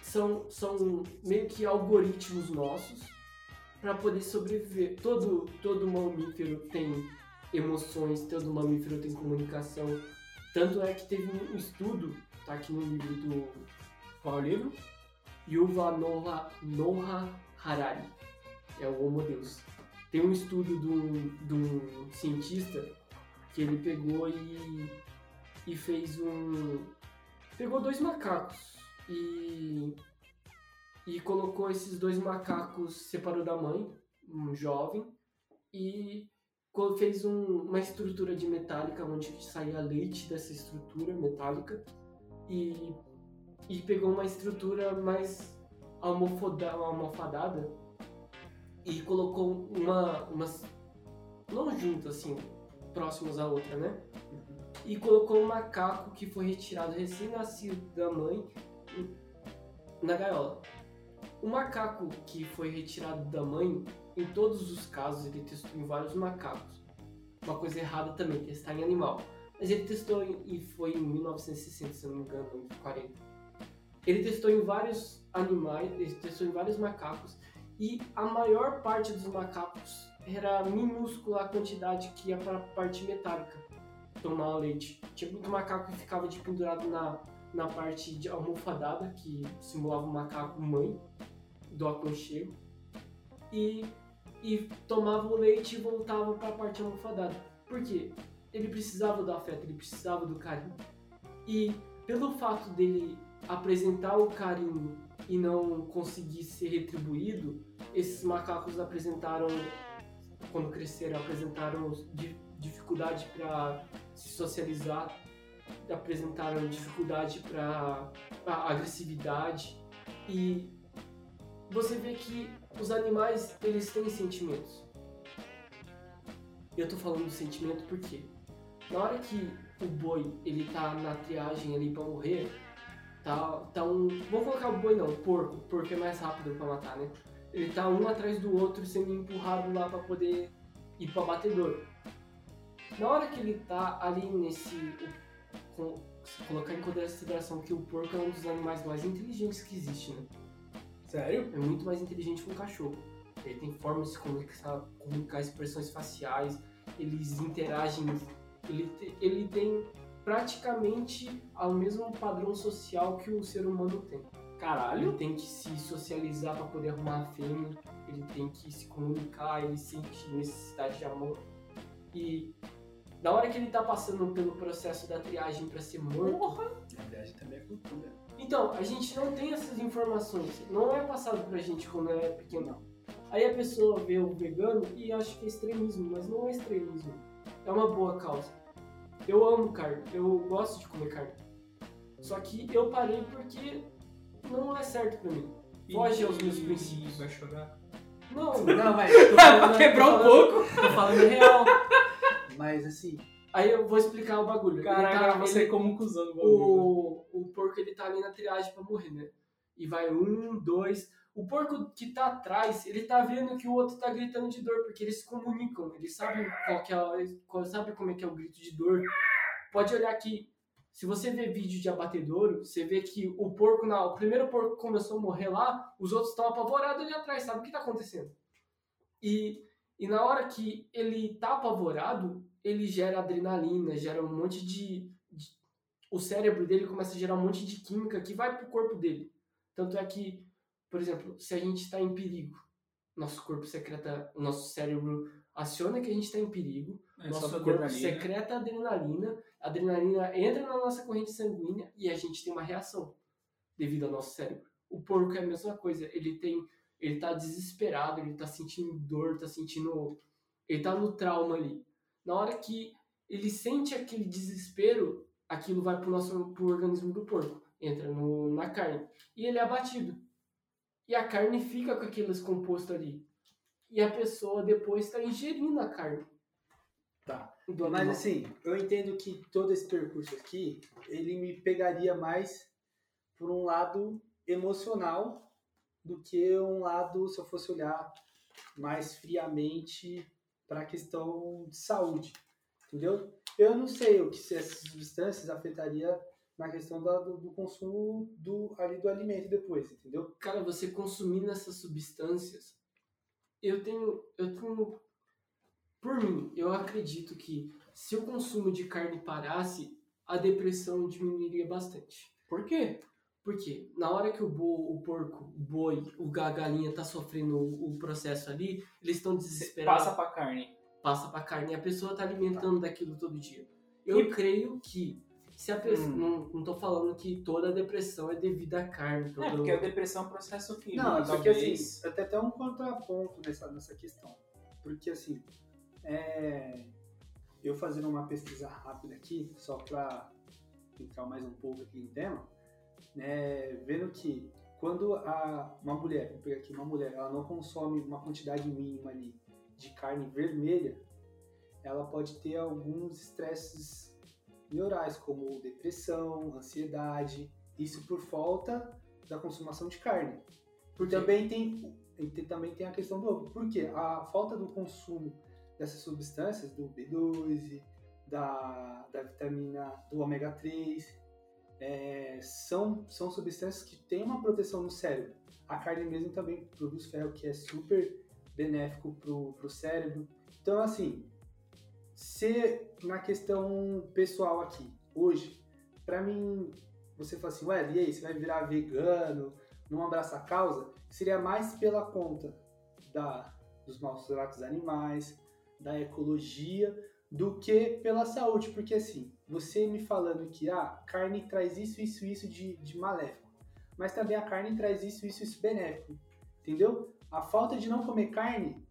S5: São são meio que algoritmos nossos para poder sobreviver. Todo todo mamífero tem emoções, todo mamífero tem comunicação. Tanto é que teve um estudo, tá aqui no livro do qual é o livro? Yuval Noah, Noah Harari. É o Homo Deus. Tem um estudo de um, de um cientista que ele pegou e, e fez um. Pegou dois macacos e. E colocou esses dois macacos, separou da mãe, um jovem, e co- fez um- uma estrutura de metálica onde saía leite dessa estrutura metálica e e pegou uma estrutura mais almofoda, almofadada e colocou uma, umas não junto assim, próximas à outra, né? E colocou um macaco que foi retirado recém-nascido da mãe na gaiola. O macaco que foi retirado da mãe, em todos os casos, ele testou em vários macacos. Uma coisa errada também, testar em animal. Mas ele testou em, e foi em 1960, se eu não me engano, 40. Ele testou em vários animais, ele testou em vários macacos, e a maior parte dos macacos era minúscula a quantidade que ia para a parte metálica tomar o leite. Tinha muito macaco que ficava de pendurado na, na parte de almofadada, que simulava um macaco mãe do aconchego, e, e tomava o leite e voltava para a parte almofadada. Por quê? Ele precisava do afeto, ele precisava do carinho. E pelo fato dele apresentar o carinho e não conseguir ser retribuído, esses macacos apresentaram, quando cresceram, apresentaram di- dificuldade para se socializar, apresentaram dificuldade para agressividade e você vê que os animais eles têm sentimentos. Eu tô falando do sentimento porque na hora que o boi ele tá na triagem ali para morrer, Tá, tá um. Vou colocar o boi não, o porco. O porco é mais rápido pra matar, né? Ele tá um atrás do outro sendo empurrado lá pra poder ir pra batedor. Na hora que ele tá ali nesse. o- com- se colocar em consideração que o porco é um dos animais mais inteligentes que existe, né?
S1: Sério?
S5: É muito mais inteligente que um cachorro. Ele tem formas de se comunicar, comunicar expressões faciais, eles interagem, ele, te- ele tem praticamente o mesmo padrão social que o ser humano tem.
S1: Caralho.
S5: Ele tem que se socializar para poder arrumar a fêmea, ele tem que se comunicar, ele sente necessidade de amor. E na hora que ele tá passando pelo processo da triagem para ser morto,
S3: Na verdade, também é cultura.
S5: então, a gente não tem essas informações. Não é passado pra gente quando é pequeno. Aí a pessoa vê o vegano e acha que é extremismo, mas não é extremismo. É uma boa causa. Eu amo carne, eu gosto de comer carne. Só que eu parei porque não é certo pra mim. Foge aos meus princípios.
S1: Vai chorar.
S5: Não, né?
S3: Não, mas,
S5: quebrar um pouco. Tô falando real.
S3: mas assim,
S5: Aí eu vou explicar o bagulho. Ele
S1: Caraca,
S5: tá-
S1: você
S5: ele-
S1: como um cuzão. O...
S5: o, o porco ele tá ali na triagem pra morrer, né? E vai um, dois. O porco que tá atrás, ele tá vendo que o outro tá gritando de dor, porque eles se comunicam, eles sabem qual que é, o- eles co- sabem como é que é o grito de dor. Pode olhar aqui. Se você vê vídeo de abatedouro, você vê que o porco, na, o primeiro porco que começou a morrer lá, os outros estão apavorados ali atrás, sabe o que tá acontecendo? E, e na hora que ele tá apavorado, ele gera adrenalina, gera um monte de- de, o cérebro dele começa a gerar um monte de química que vai pro corpo dele. Tanto é que, por exemplo, se a gente está em perigo, nosso corpo secreta, o nosso cérebro aciona que a gente está em perigo,
S1: É,
S5: nosso
S1: só
S5: corpo
S1: adrenalina.
S5: secreta adrenalina, a adrenalina entra na nossa corrente sanguínea e a gente tem uma reação devido ao nosso cérebro. O porco é a mesma coisa, ele tem, ele tá desesperado, ele tá sentindo dor, tá sentindo, ele tá no trauma ali. Na hora que ele sente aquele desespero, aquilo vai pro nosso pro organismo do porco, entra no, na carne e ele é abatido. E a carne fica com aqueles compostos ali. E a pessoa depois está ingerindo a carne.
S3: Tá.
S5: Do
S3: mas
S5: animal.
S3: assim, eu entendo que todo esse percurso aqui, ele me pegaria mais por um lado emocional do que um lado, se eu fosse olhar mais friamente para a questão de saúde, entendeu? Eu não sei o que se essas substâncias afetaria na questão da- do, do consumo do, ali do alimento depois, entendeu?
S5: cara, você consumindo essas substâncias, eu tenho, eu tenho, por mim, eu acredito que se o consumo de carne parasse, a depressão diminuiria bastante.
S1: Por quê?
S5: Porque na hora que o, bo, o porco, o boi, o ga- a galinha tá sofrendo o, o processo ali, eles estão
S1: Você
S5: desesperados
S1: passa pra carne.
S5: passa pra carne e a pessoa tá alimentando daquilo todo dia. Eu creio que se a
S1: Hum.
S5: pessoa. Não, não tô falando que toda depressão é devida à carne.
S1: É,
S5: todo-
S1: porque a depressão é um processo que
S3: Não, só
S5: é
S3: que
S1: talvez...
S3: assim, até até um contraponto nessa, nessa questão. Porque assim, é, eu fazendo uma pesquisa rápida aqui, só para entrar mais um pouco aqui no tema, né, vendo que quando a, uma mulher, vou pegar aqui uma mulher, ela não consome uma quantidade mínima ali de carne vermelha, ela pode ter alguns estresses neurais, como depressão, ansiedade, isso por falta da consumação de carne. Porque também tem, e te- também tem a questão do porque a falta do consumo dessas substâncias, do B12, da, da vitamina, do ômega 3, é, são, são substâncias que têm uma proteção no cérebro. A carne mesmo também produz ferro, que é super benéfico pro, pro cérebro. Então, assim, se na questão pessoal aqui, hoje, pra mim, você fala assim, ué, e aí, você vai virar vegano, não abraça a causa, seria mais pela conta da, dos maus tratos animais, da ecologia, do que pela saúde, porque assim, você me falando que ah, carne traz isso, isso, isso de, de maléfico, mas também a carne traz isso, isso, isso benéfico, entendeu? A falta de não comer carne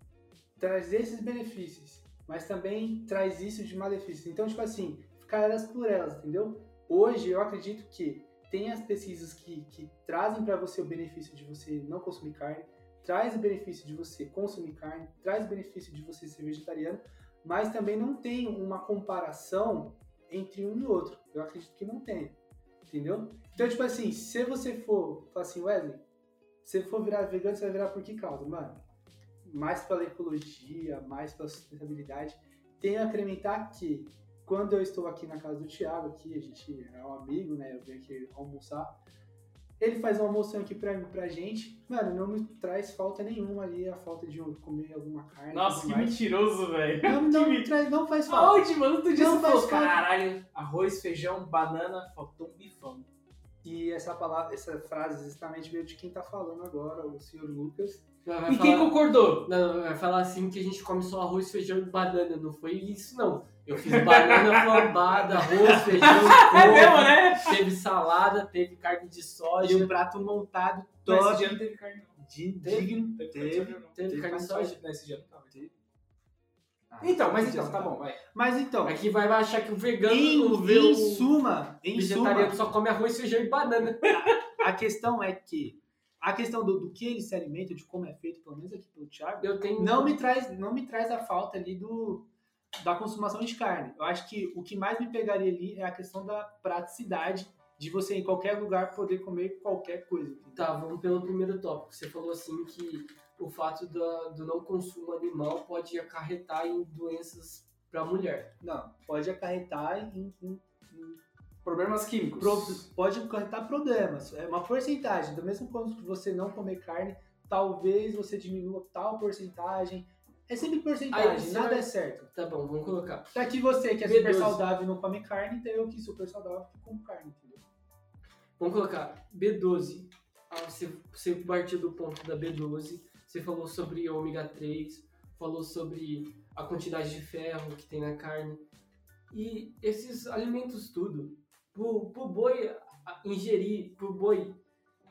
S3: traz esses benefícios, mas também traz isso de malefícios. Então, tipo assim, ficar elas por elas, entendeu? Hoje eu acredito que tem as pesquisas que, que trazem para você o benefício de você não consumir carne, traz o benefício de você consumir carne, traz o benefício de você ser vegetariano, mas também não tem uma comparação entre um e outro. Eu acredito que não tem, entendeu? Então, tipo assim, se você for, falar assim, Wesley, se você for virar vegano, você vai virar por que causa, mano? Mais pela ecologia, mais pela sustentabilidade. Tenho a acreditar que quando eu estou aqui na casa do Thiago, aqui, a gente é um amigo, né? Eu venho aqui almoçar. Ele faz um almoção aqui pra, pra gente. Mano, não me traz falta nenhuma ali, a falta de eu comer alguma carne.
S1: Nossa,
S3: tudo
S1: que
S3: mais.
S1: mentiroso, velho.
S3: Não, não, me traz, não faz falta.
S1: Aonde, mano? Tu
S3: Não
S1: disse
S3: faz
S1: falou,
S3: falta.
S1: caralho, arroz, feijão, banana, faltou um bifão.
S3: E essa palavra, essa frase justamente veio de quem tá falando agora, o senhor Lucas.
S5: Vai- vai
S1: E quem
S5: falar-
S1: concordou?
S5: Não, vai falar assim que a gente come só arroz, feijão e banana. Não foi isso, não. Eu fiz banana
S1: *laughs*
S5: flambada, arroz, feijão,
S1: É mesmo,
S5: couve,
S1: né?
S5: teve salada, teve carne de soja. um
S1: prato montado
S3: todo.
S1: Esse dia não teve carne, não.
S3: de
S5: Teve-
S3: digno.
S1: Teve,
S3: Teve.
S1: teve, não.
S5: Teve
S3: Teve
S5: carniçagem.
S1: Nesse dia não tava.
S3: Ah,
S1: Então, mas
S3: esse
S1: então, tá
S3: não.
S1: bom, vai.
S3: Mas então,
S5: Aqui vai vai achar É que o vegano,
S3: em,
S5: o, ve-
S3: em
S5: o
S3: suma, em suma,
S5: vegetariano só come arroz, feijão e banana.
S3: a questão é que a questão do, do que ele se alimenta, de como é feito, pelo menos aqui pelo Thiago,
S5: Eu tenho.
S3: não me traz, não me traz a falta ali do da consumação de carne. Eu acho que o que mais me pegaria ali é a questão da praticidade de você em qualquer lugar poder comer qualquer coisa. entendeu?
S5: Tá, vamos pelo primeiro tópico. Você falou assim que o fato da- do não consumo animal pode acarretar em doenças para mulher.
S3: Não, pode acarretar em, em-
S1: Problemas químicos.
S3: pro- pode acarretar problemas. É uma porcentagem. Do mesmo quanto que você não comer carne, talvez você diminua tal porcentagem. É sempre
S5: Aí
S3: porcentagem,
S5: você
S3: nada
S5: vai-
S3: é certo.
S5: Tá bom, vamos colocar.
S3: Tá que você que é
S5: B12.
S3: super saudável e não come carne, então eu que super saudável que como carne, entendeu?
S5: Vamos colocar B12. Ah, você, você partiu do ponto da B12, você falou sobre ômega 3, falou sobre a quantidade de ferro que tem na carne. E esses alimentos tudo, pro, pro boi a- ingerir, pro boi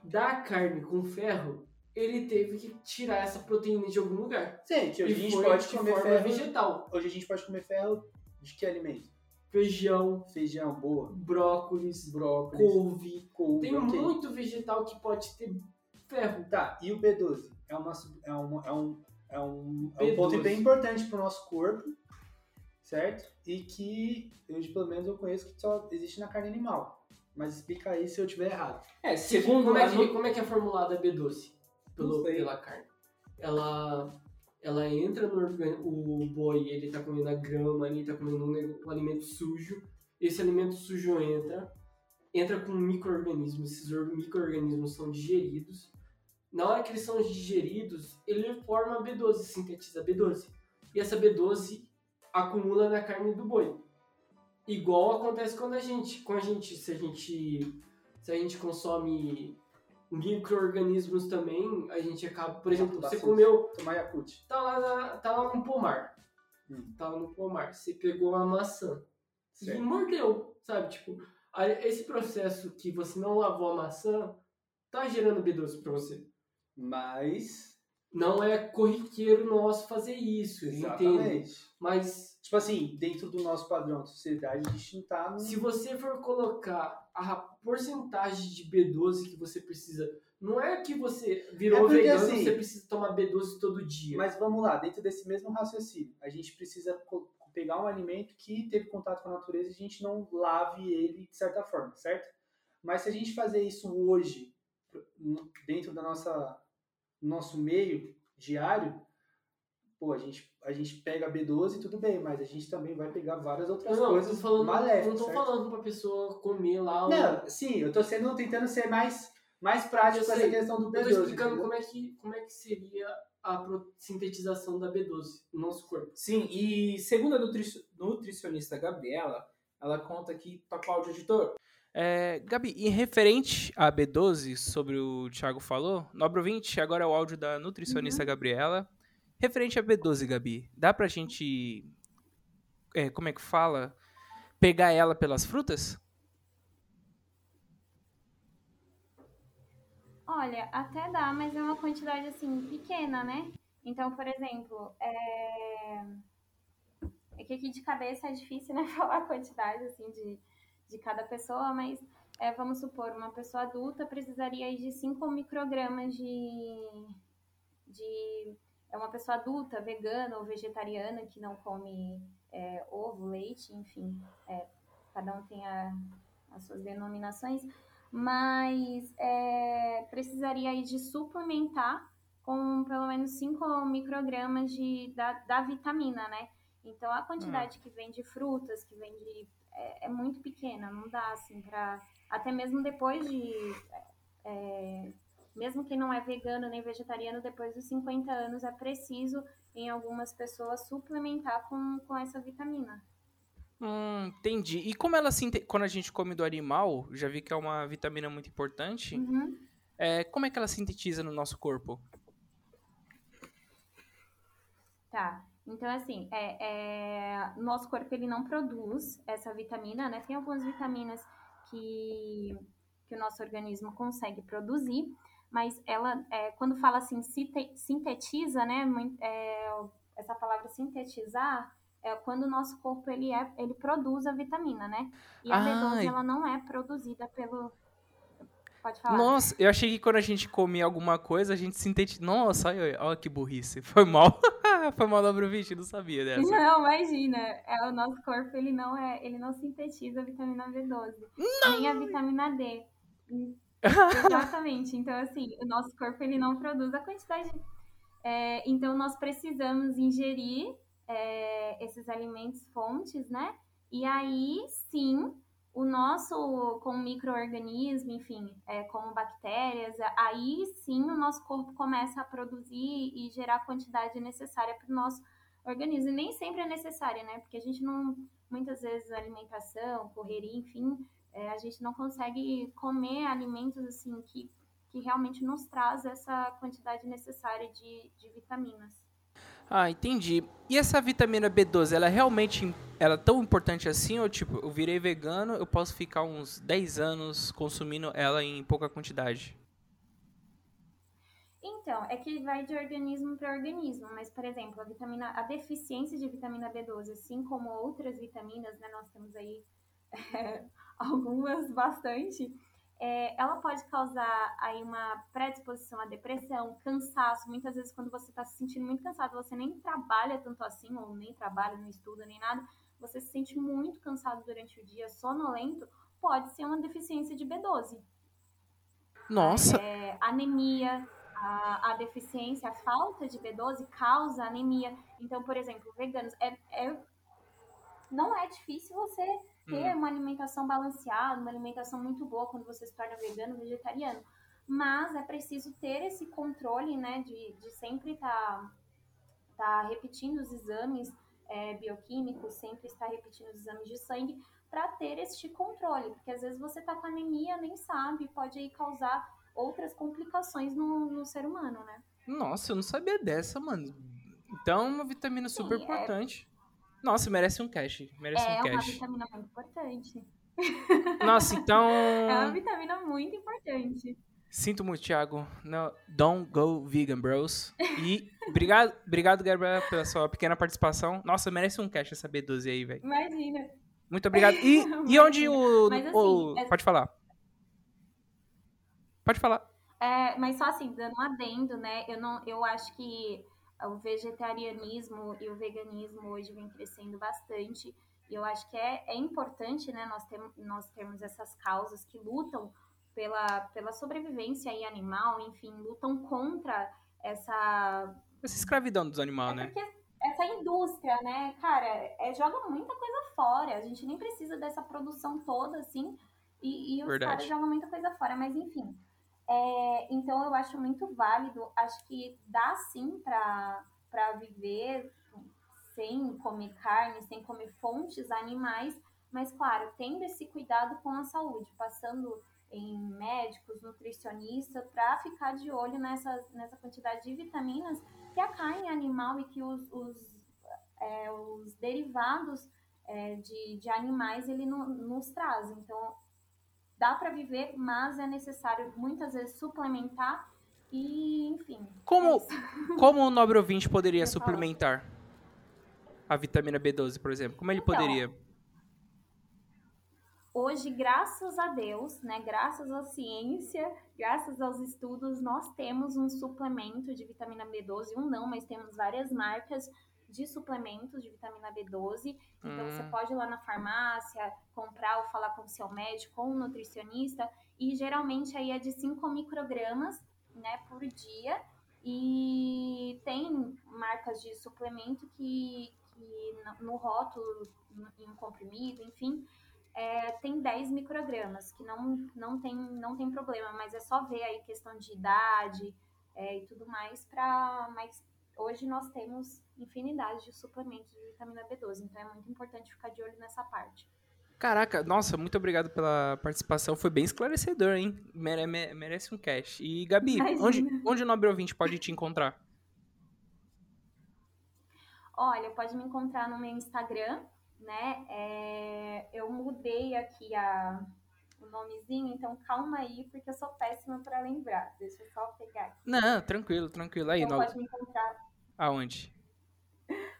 S5: dar carne com ferro, ele teve que tirar essa proteína de algum lugar.
S3: Sei, que
S5: E
S3: hoje a gente
S5: foi
S3: pode
S5: de
S3: comer
S5: forma
S3: ferro
S5: vegetal.
S3: Hoje a gente pode comer ferro de que alimento?
S5: Feijão,
S3: Feijão, boa.
S5: brócolis,
S3: Brócolis,
S5: couve.
S3: couve,
S5: Tem um
S3: ok.
S5: muito vegetal que pode ter ferro.
S3: Tá, e o B12? É, uma, sub- é, uma, é, um, é, um, é
S5: B12.
S3: um ponto bem importante pro nosso corpo, certo? E que, eu, pelo menos, eu conheço que só existe na carne animal. Mas explica aí se eu tiver errado.
S1: É, segundo
S5: Como é
S1: a
S5: que, como é, que é formulada a B12 pelo,
S3: Não sei.
S5: pela carne? Ela, ela entra no organ... O boi, ele tá comendo a grama, ele tá comendo um, neg- um alimento sujo. Esse alimento sujo entra, entra com micro-organismos. Esses or- micro-organismos são digeridos. Na hora que eles são digeridos, ele forma B12, sintetiza B12. E essa B12 acumula na carne do boi. Igual acontece quando a gente, com a gente, se a gente, se a gente consome micro-organismos também, a gente acaba, por exemplo, você
S3: Bastante.
S5: comeu,
S3: Tomar Yakut.
S5: tá lá, na, tá lá no pomar,
S3: Hum.
S5: tá lá no pomar, você pegou uma maçã e
S3: Certo.
S5: mordeu, sabe, tipo, a- esse processo que você não lavou a maçã, tá gerando B12 pra você
S3: Mas,
S5: não é corriqueiro nosso fazer isso, entende?
S3: exatamente.
S5: Mas
S3: Tipo assim, dentro do nosso padrão de sociedade, a gente não tá no...
S5: se você for colocar a porcentagem de B12 que você precisa, não é que você virou
S3: É porque,
S5: vegano
S3: assim,
S5: você precisa tomar B12 todo dia.
S3: Mas vamos lá, dentro desse mesmo raciocínio, a gente precisa co- pegar um alimento que teve contato com a natureza e a gente não lave ele de certa forma, certo? Mas se a gente fazer isso hoje, no- dentro da nossa nosso meio diário, pô, a gente, a gente pega B12 e tudo bem, mas a gente também vai pegar várias
S5: eu
S3: outras
S5: não, eu
S3: coisas
S5: tô falando,
S3: maléficas.
S5: não tô
S3: certo?
S5: falando pra pessoa comer lá o-
S3: Não, sim, eu tô sendo, tentando ser mais, mais prático
S5: Eu
S3: com essa
S5: sei,
S3: questão do
S5: Eu tô
S3: B12.
S5: explicando
S3: entendeu?
S5: como é que como é que seria a pro- sintetização da B12 no nosso corpo.
S1: Sim, e segundo a nutri- nutricionista Gabriela, ela conta que toca o áudio editor.
S6: É, Gabi, em referente à B12, sobre o Thiago falou, nobre ouvinte, agora é o áudio da nutricionista
S1: Uhum.
S6: Gabriela. Referente à B12, Gabi, dá pra gente, é, como é que fala, pegar ela pelas frutas?
S7: Olha, até dá, mas é uma quantidade assim pequena, né? Então, por exemplo, é, é que aqui de cabeça é difícil, né, *laughs* falar a quantidade assim de, de cada pessoa, mas é, vamos supor, uma pessoa adulta precisaria aí de 5 microgramas de, de. É uma pessoa adulta, vegana ou vegetariana, que não come é, ovo, leite, enfim, é, cada um tem a- as suas denominações mas é, precisaria aí de suplementar com pelo menos 5 microgramas de, da, da vitamina, né? Então a quantidade que vem de frutas, que vem de. É, é muito pequena, não dá assim pra. Até mesmo depois de. é, mesmo quem não é vegano nem vegetariano, depois dos 50 anos é preciso, em algumas pessoas, suplementar com, com essa vitamina.
S6: Hum, entendi. E como ela se, inte- quando a gente come do animal, já vi que é uma vitamina muito importante,
S7: Uhum.
S6: é, como é que ela sintetiza no nosso corpo?
S7: Tá. Então, assim, é, é, nosso corpo ele não produz essa vitamina, né? Tem algumas vitaminas que, que o nosso organismo consegue produzir, mas ela, é, quando fala assim, sinte- sintetiza, né? mui- é, essa palavra sintetizar é quando o nosso corpo ele, é, ele produz a vitamina, né? E a
S6: Ai.
S7: B12 ela não é produzida pelo. Pode falar.
S6: Nossa, eu achei que quando a gente comia alguma coisa, a gente sintetiza. Nossa, olha, olha que burrice. *laughs* Foi mal. Foi mal, Dobrovich, não sabia dessa.
S7: Não, imagina. É, o nosso corpo ele não é, ele não sintetiza a vitamina B12, nem a vitamina D. Exatamente. Então assim, o nosso corpo ele não produz a quantidade. É, então nós precisamos ingerir é, esses alimentos fontes, né? E aí sim, o nosso com microorganismo, enfim, é, como bactérias, aí sim o nosso corpo começa a produzir e gerar a quantidade necessária para o nosso organiza. E nem sempre é necessária, né? Porque a gente não. Muitas vezes a alimentação, correria, enfim, é, a gente não consegue comer alimentos assim que, que realmente nos traz essa quantidade necessária de, de vitaminas.
S6: Ah, entendi. E essa vitamina B12, ela é realmente ela é tão importante assim? Ou tipo, eu virei vegano, eu posso ficar uns 10 anos consumindo ela em pouca quantidade?
S7: Então, é que vai de organismo para organismo, mas, por exemplo, a, vitamina, a deficiência de vitamina B12, assim como outras vitaminas, né, nós temos aí *laughs* eh, algumas bastante, eh, ela pode causar aí uma predisposição à depressão, cansaço. Muitas vezes, quando você está se sentindo muito cansado, você nem trabalha tanto assim, ou nem trabalha, não estuda, nem nada, você se sente muito cansado durante o dia, sonolento, pode ser uma deficiência de B12
S6: Nossa,
S7: é, anemia, a, a deficiência, a falta de B12 causa anemia. Então, por exemplo, veganos, é, é- não é difícil você ter uma alimentação balanceada, uma alimentação muito boa quando você se torna vegano, vegetariano. Mas é preciso ter esse controle, né, de, de sempre estar tá, repetindo os exames é, bioquímicos, sempre estar repetindo os exames de sangue, para ter este controle. Porque às vezes você tá com anemia, nem sabe, pode aí causar outras complicações no, no ser humano, né?
S6: nossa, eu não sabia dessa, mano. Então, é uma vitamina super
S7: é-
S6: importante. Nossa, merece um cash, merece
S7: É
S6: um
S7: uma
S6: cash.
S7: vitamina muito importante.
S6: Nossa, então...
S7: *laughs* É uma vitamina muito importante.
S6: Sinto muito, Thiago. Não, don't go vegan, bros.
S7: *laughs*
S6: E obrigado, obrigado, Gabriel, pela sua pequena participação. Nossa, merece um cash essa B12 aí, velho.
S7: Imagina.
S6: Muito obrigado. E,
S7: *laughs*
S6: e onde o,
S7: Mas, assim,
S6: o-
S7: é-
S6: Pode falar. Pode falar.
S7: É, mas só assim, dando um adendo, né? Eu, não, eu acho que o vegetarianismo e o veganismo hoje vem crescendo bastante. E eu acho que é, é importante, né? Nós, tem, nós termos essas causas que lutam pela, pela sobrevivência aí animal, enfim, lutam contra essa
S6: Essa escravidão dos animais,
S7: É *laughs*
S6: né?
S7: porque essa indústria, né, cara, é, joga muita coisa fora. A gente nem precisa dessa produção toda, assim, e, e os
S6: Verdade.
S7: caras jogam muita coisa fora, mas enfim. É, então eu acho muito válido, acho que dá sim pra, pra viver sem comer carne, sem comer fontes animais, mas claro, tendo esse cuidado com a saúde, passando em médicos, nutricionistas, pra ficar de olho nessa, nessa quantidade de vitaminas que a carne animal e que os, os, é, os derivados é, de, de animais ele no- nos traz. Então, dá para viver, mas é necessário muitas vezes suplementar e, enfim. é
S6: Como,
S7: isso.
S6: como o nobre ouvinte poderia
S7: Eu falo.
S6: suplementar a vitamina B12, por exemplo? Como ele
S7: Então,
S6: poderia?
S7: hoje, graças a Deus, né, graças à ciência, graças aos estudos, nós temos um suplemento de vitamina B12, um não, mas temos várias marcas de suplementos de vitamina B12. Então
S6: Hum.
S7: você pode ir lá na farmácia, comprar ou falar com o seu médico ou um nutricionista, e geralmente aí é de 5 microgramas, né, por dia. E tem marcas de suplemento que, que no- no rótulo, no- em um comprimido, enfim, é, tem 10 microgramas, que não, não, tem, não tem problema, mas é só ver aí questão de idade é, e tudo mais para mais. Hoje nós temos infinidade de suplementos de vitamina B12, então é muito importante ficar de olho nessa parte.
S6: Caraca, nossa, muito obrigado pela participação. Foi bem esclarecedor, hein? Mere- me- merece um cash. E, Gabi,
S7: Imagina.
S6: onde, onde o nobre ouvinte pode te encontrar?
S7: Olha, pode me encontrar no meu Instagram, né? É, eu mudei aqui a, o nomezinho, então calma aí, porque eu sou péssima pra lembrar. Deixa eu só pegar aqui.
S6: Não, tranquilo, tranquilo. Aí,
S7: então
S6: no-
S7: pode, me encontrar,
S6: aonde?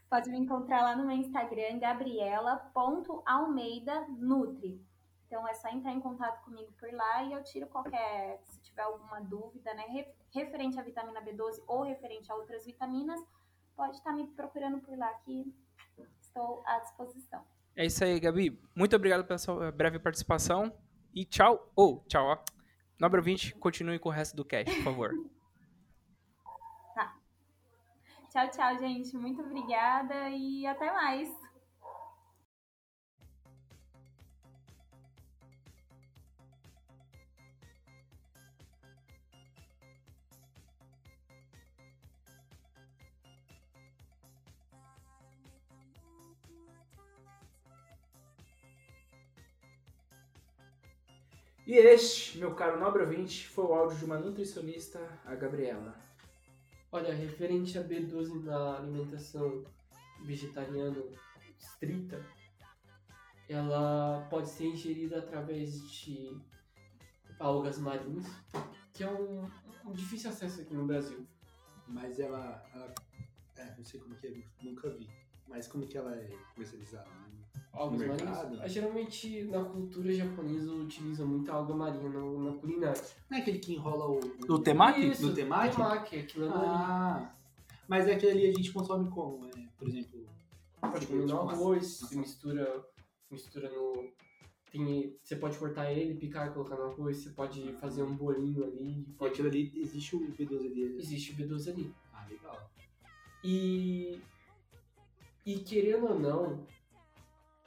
S7: pode me encontrar lá no meu Instagram, gabriela.almeida.nutri. Então é só entrar em contato comigo por lá e eu tiro qualquer, se tiver alguma dúvida, né, re- referente à vitamina B12 ou referente a outras vitaminas, pode estar me procurando por lá que estou à disposição.
S6: É isso aí, Gabi. Muito obrigado pela sua breve participação. E tchau. Ou, tchau, ó. Nobre ouvinte, continue com o resto do cast, por favor.
S7: Tchau, tchau, gente. Muito obrigada e até mais.
S1: E este, meu caro nobre ouvinte, foi o áudio de uma nutricionista, a Gabriela.
S5: Olha, referente a B12 na alimentação vegetariana estrita, ela pode ser ingerida através de algas marinhas, que é um, um difícil acesso aqui no Brasil.
S3: Mas ela, ela- É, não sei como que é, nunca vi. Mas como que ela é comercializada?
S5: Algas
S3: No
S5: marinhas,
S3: mercado?
S5: ah, geralmente na cultura japonesa utiliza muita alga marinha na, na culinária.
S3: Não é aquele que enrola o.
S6: Do temaki?
S5: Isso,
S3: Do temaki?
S5: temaki, aquilo ali.
S3: Ah, mas é aquele ali a gente consome como? É, por exemplo.
S5: Pode comer no
S3: tipo,
S5: arroz,
S3: massa-
S5: mistura, mistura no. Tem, você pode cortar ele, picar, colocar no arroz, você pode fazer um bolinho ali.
S3: E
S5: Pode,
S3: aquilo ali, existe o B12 ali.
S5: existe B12 ali.
S3: Ah, legal.
S5: E, e querendo ou não,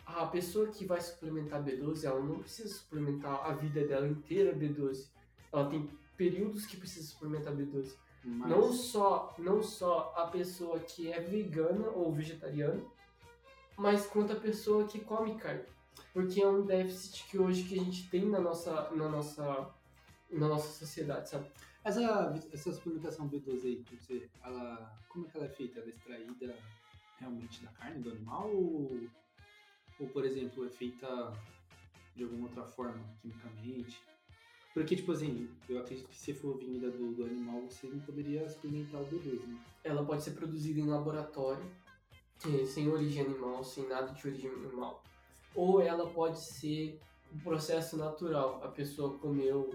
S5: a pessoa que vai suplementar B12, ela não precisa suplementar a vida dela inteira B12. Ela tem períodos que precisa suplementar B12.
S3: Mas-
S5: Não só, não só a pessoa que é vegana ou vegetariana, mas quanto a pessoa que come carne. Porque é um déficit que hoje que a gente tem na nossa, na nossa, na nossa sociedade, sabe?
S3: Essa, essa suplementação B12 aí, que você, ela, como é que ela é feita? Ela é extraída realmente da carne do animal ou, ou, por exemplo, é feita de alguma outra forma, quimicamente? Porque, tipo assim, eu acredito que se for vinda do, do animal, você não poderia experimentar o B12, né?
S5: Ela pode ser produzida em laboratório, que- sem origem animal, sem nada de origem animal. Ou ela pode ser um processo natural. A pessoa comeu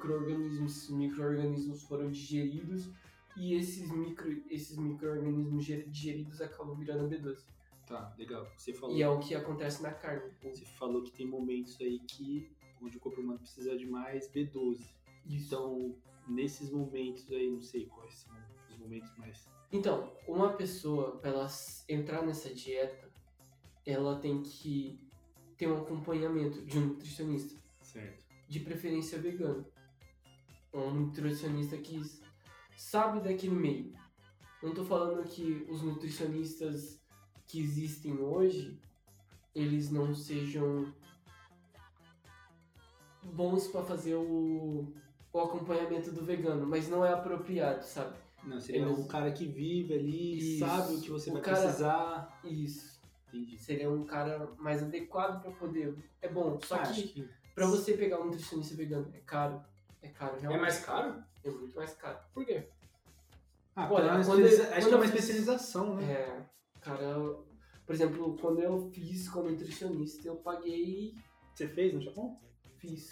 S5: micro-organismos, esses micro-organismos foram digeridos e esses micro- esses micro-organismos ge- digeridos acabam virando B12.
S3: Tá, legal. Você falou,
S5: E é o que acontece na carne.
S3: você falou que tem momentos aí que onde o corpo humano precisa de mais B12. Então, nesses momentos aí, não sei quais são os momentos mais
S5: Então, uma pessoa, para ela s- entrar nessa dieta, ela tem que ter um acompanhamento de um nutricionista.
S3: certo.
S5: de preferência vegano. Um nutricionista que s- sabe daquele meio. Não tô falando que os nutricionistas que existem hoje, eles não sejam bons para fazer o, o acompanhamento do vegano, mas não é apropriado, sabe?
S3: Não, seria
S5: Eles-
S3: um cara que vive ali,
S5: Isso.
S3: sabe o que você
S5: O
S3: vai
S5: cara-
S3: precisar.
S5: Isso.
S3: Entendi.
S5: Seria um cara mais adequado para poder. É bom, só
S3: Ah,
S5: que
S3: acho que-
S5: para você pegar um nutricionista vegano é caro. É caro, realmente.
S1: caro?
S5: É muito mais caro. Por quê?
S3: Ah,
S5: Olha,
S3: é uma
S5: quando-
S3: especializa-
S5: quando
S3: acho que é uma
S5: eu fiz-
S3: especialização, né?
S5: É, cara, eu- por exemplo, quando eu fiz como nutricionista, eu paguei,
S3: Você fez no Japão?
S5: fiz.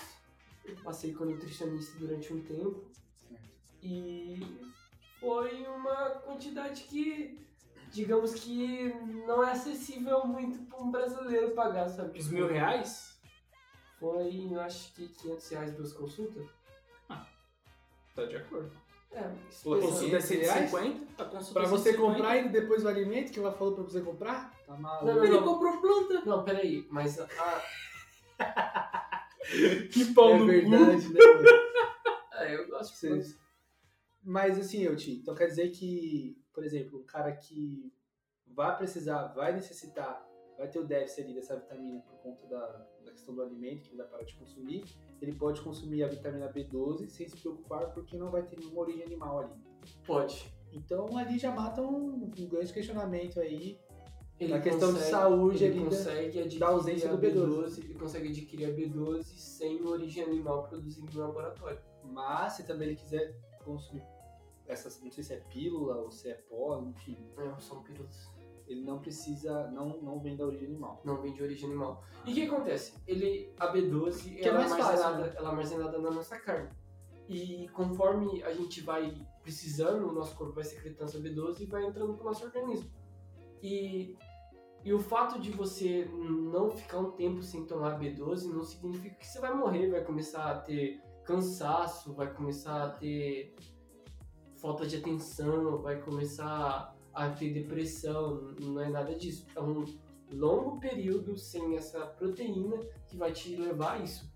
S5: Eu passei como nutricionista durante um tempo e foi uma quantidade que, digamos que não é acessível muito para um brasileiro pagar, sabe?
S1: Os mil reais?
S5: Foi, eu acho que 500 reais duas consultas.
S1: Tá de acordo.
S5: É,
S1: Consulta é
S5: especialista-
S1: 150? Tá consulta
S3: Pra você
S1: 150.
S3: comprar e depois o alimento que ela falou pra você comprar? Tá maluco.
S5: Não, não,
S1: Ele
S5: não.
S1: comprou planta.
S5: Não, peraí, mas a- a,
S1: Que pau
S3: é
S1: no cu.
S3: verdade,
S1: *laughs*
S3: né? mano?
S5: Ah, eu gosto de
S3: Sim.
S5: planta.
S3: Mas assim, eu te. Então quer dizer que, por exemplo, um cara que vai precisar, vai necessitar, vai ter o déficit ali dessa vitamina por conta da, da questão do alimento que ele vai parar de consumir, ele pode consumir a vitamina B12 sem se preocupar porque não vai ter nenhuma origem animal ali.
S5: Pode.
S3: Então ali já mata um, um grande questionamento aí
S5: Ele
S3: Na questão de
S5: consegue-
S3: saúde, né?
S5: ele
S3: ele
S5: consegue adquirir
S3: da ausência
S5: a
S3: do B12.
S5: B12, ele consegue adquirir a B12 sem o origem animal produzido em laboratório.
S8: Mas se também ele quiser consumir essas, não sei se é pílula ou se é pó, enfim,
S5: Não, É, são pílulas.
S8: ele não precisa, não, não vem da origem animal.
S5: Não vem de origem animal. E o que acontece? Ele, a B12,
S8: Que é
S5: ela,
S8: mais
S5: é
S8: fácil,
S5: armazenada, ela é armazenada na nossa carne. E conforme a gente vai precisando, o nosso corpo vai secretando essa B12 e vai entrando pro nosso organismo. E, e o fato de você não ficar um tempo sem tomar B12 não significa que você vai morrer, vai começar a ter cansaço, vai começar a ter falta de atenção, vai começar a ter depressão, não é nada disso. É um longo período sem essa proteína que vai te levar a isso.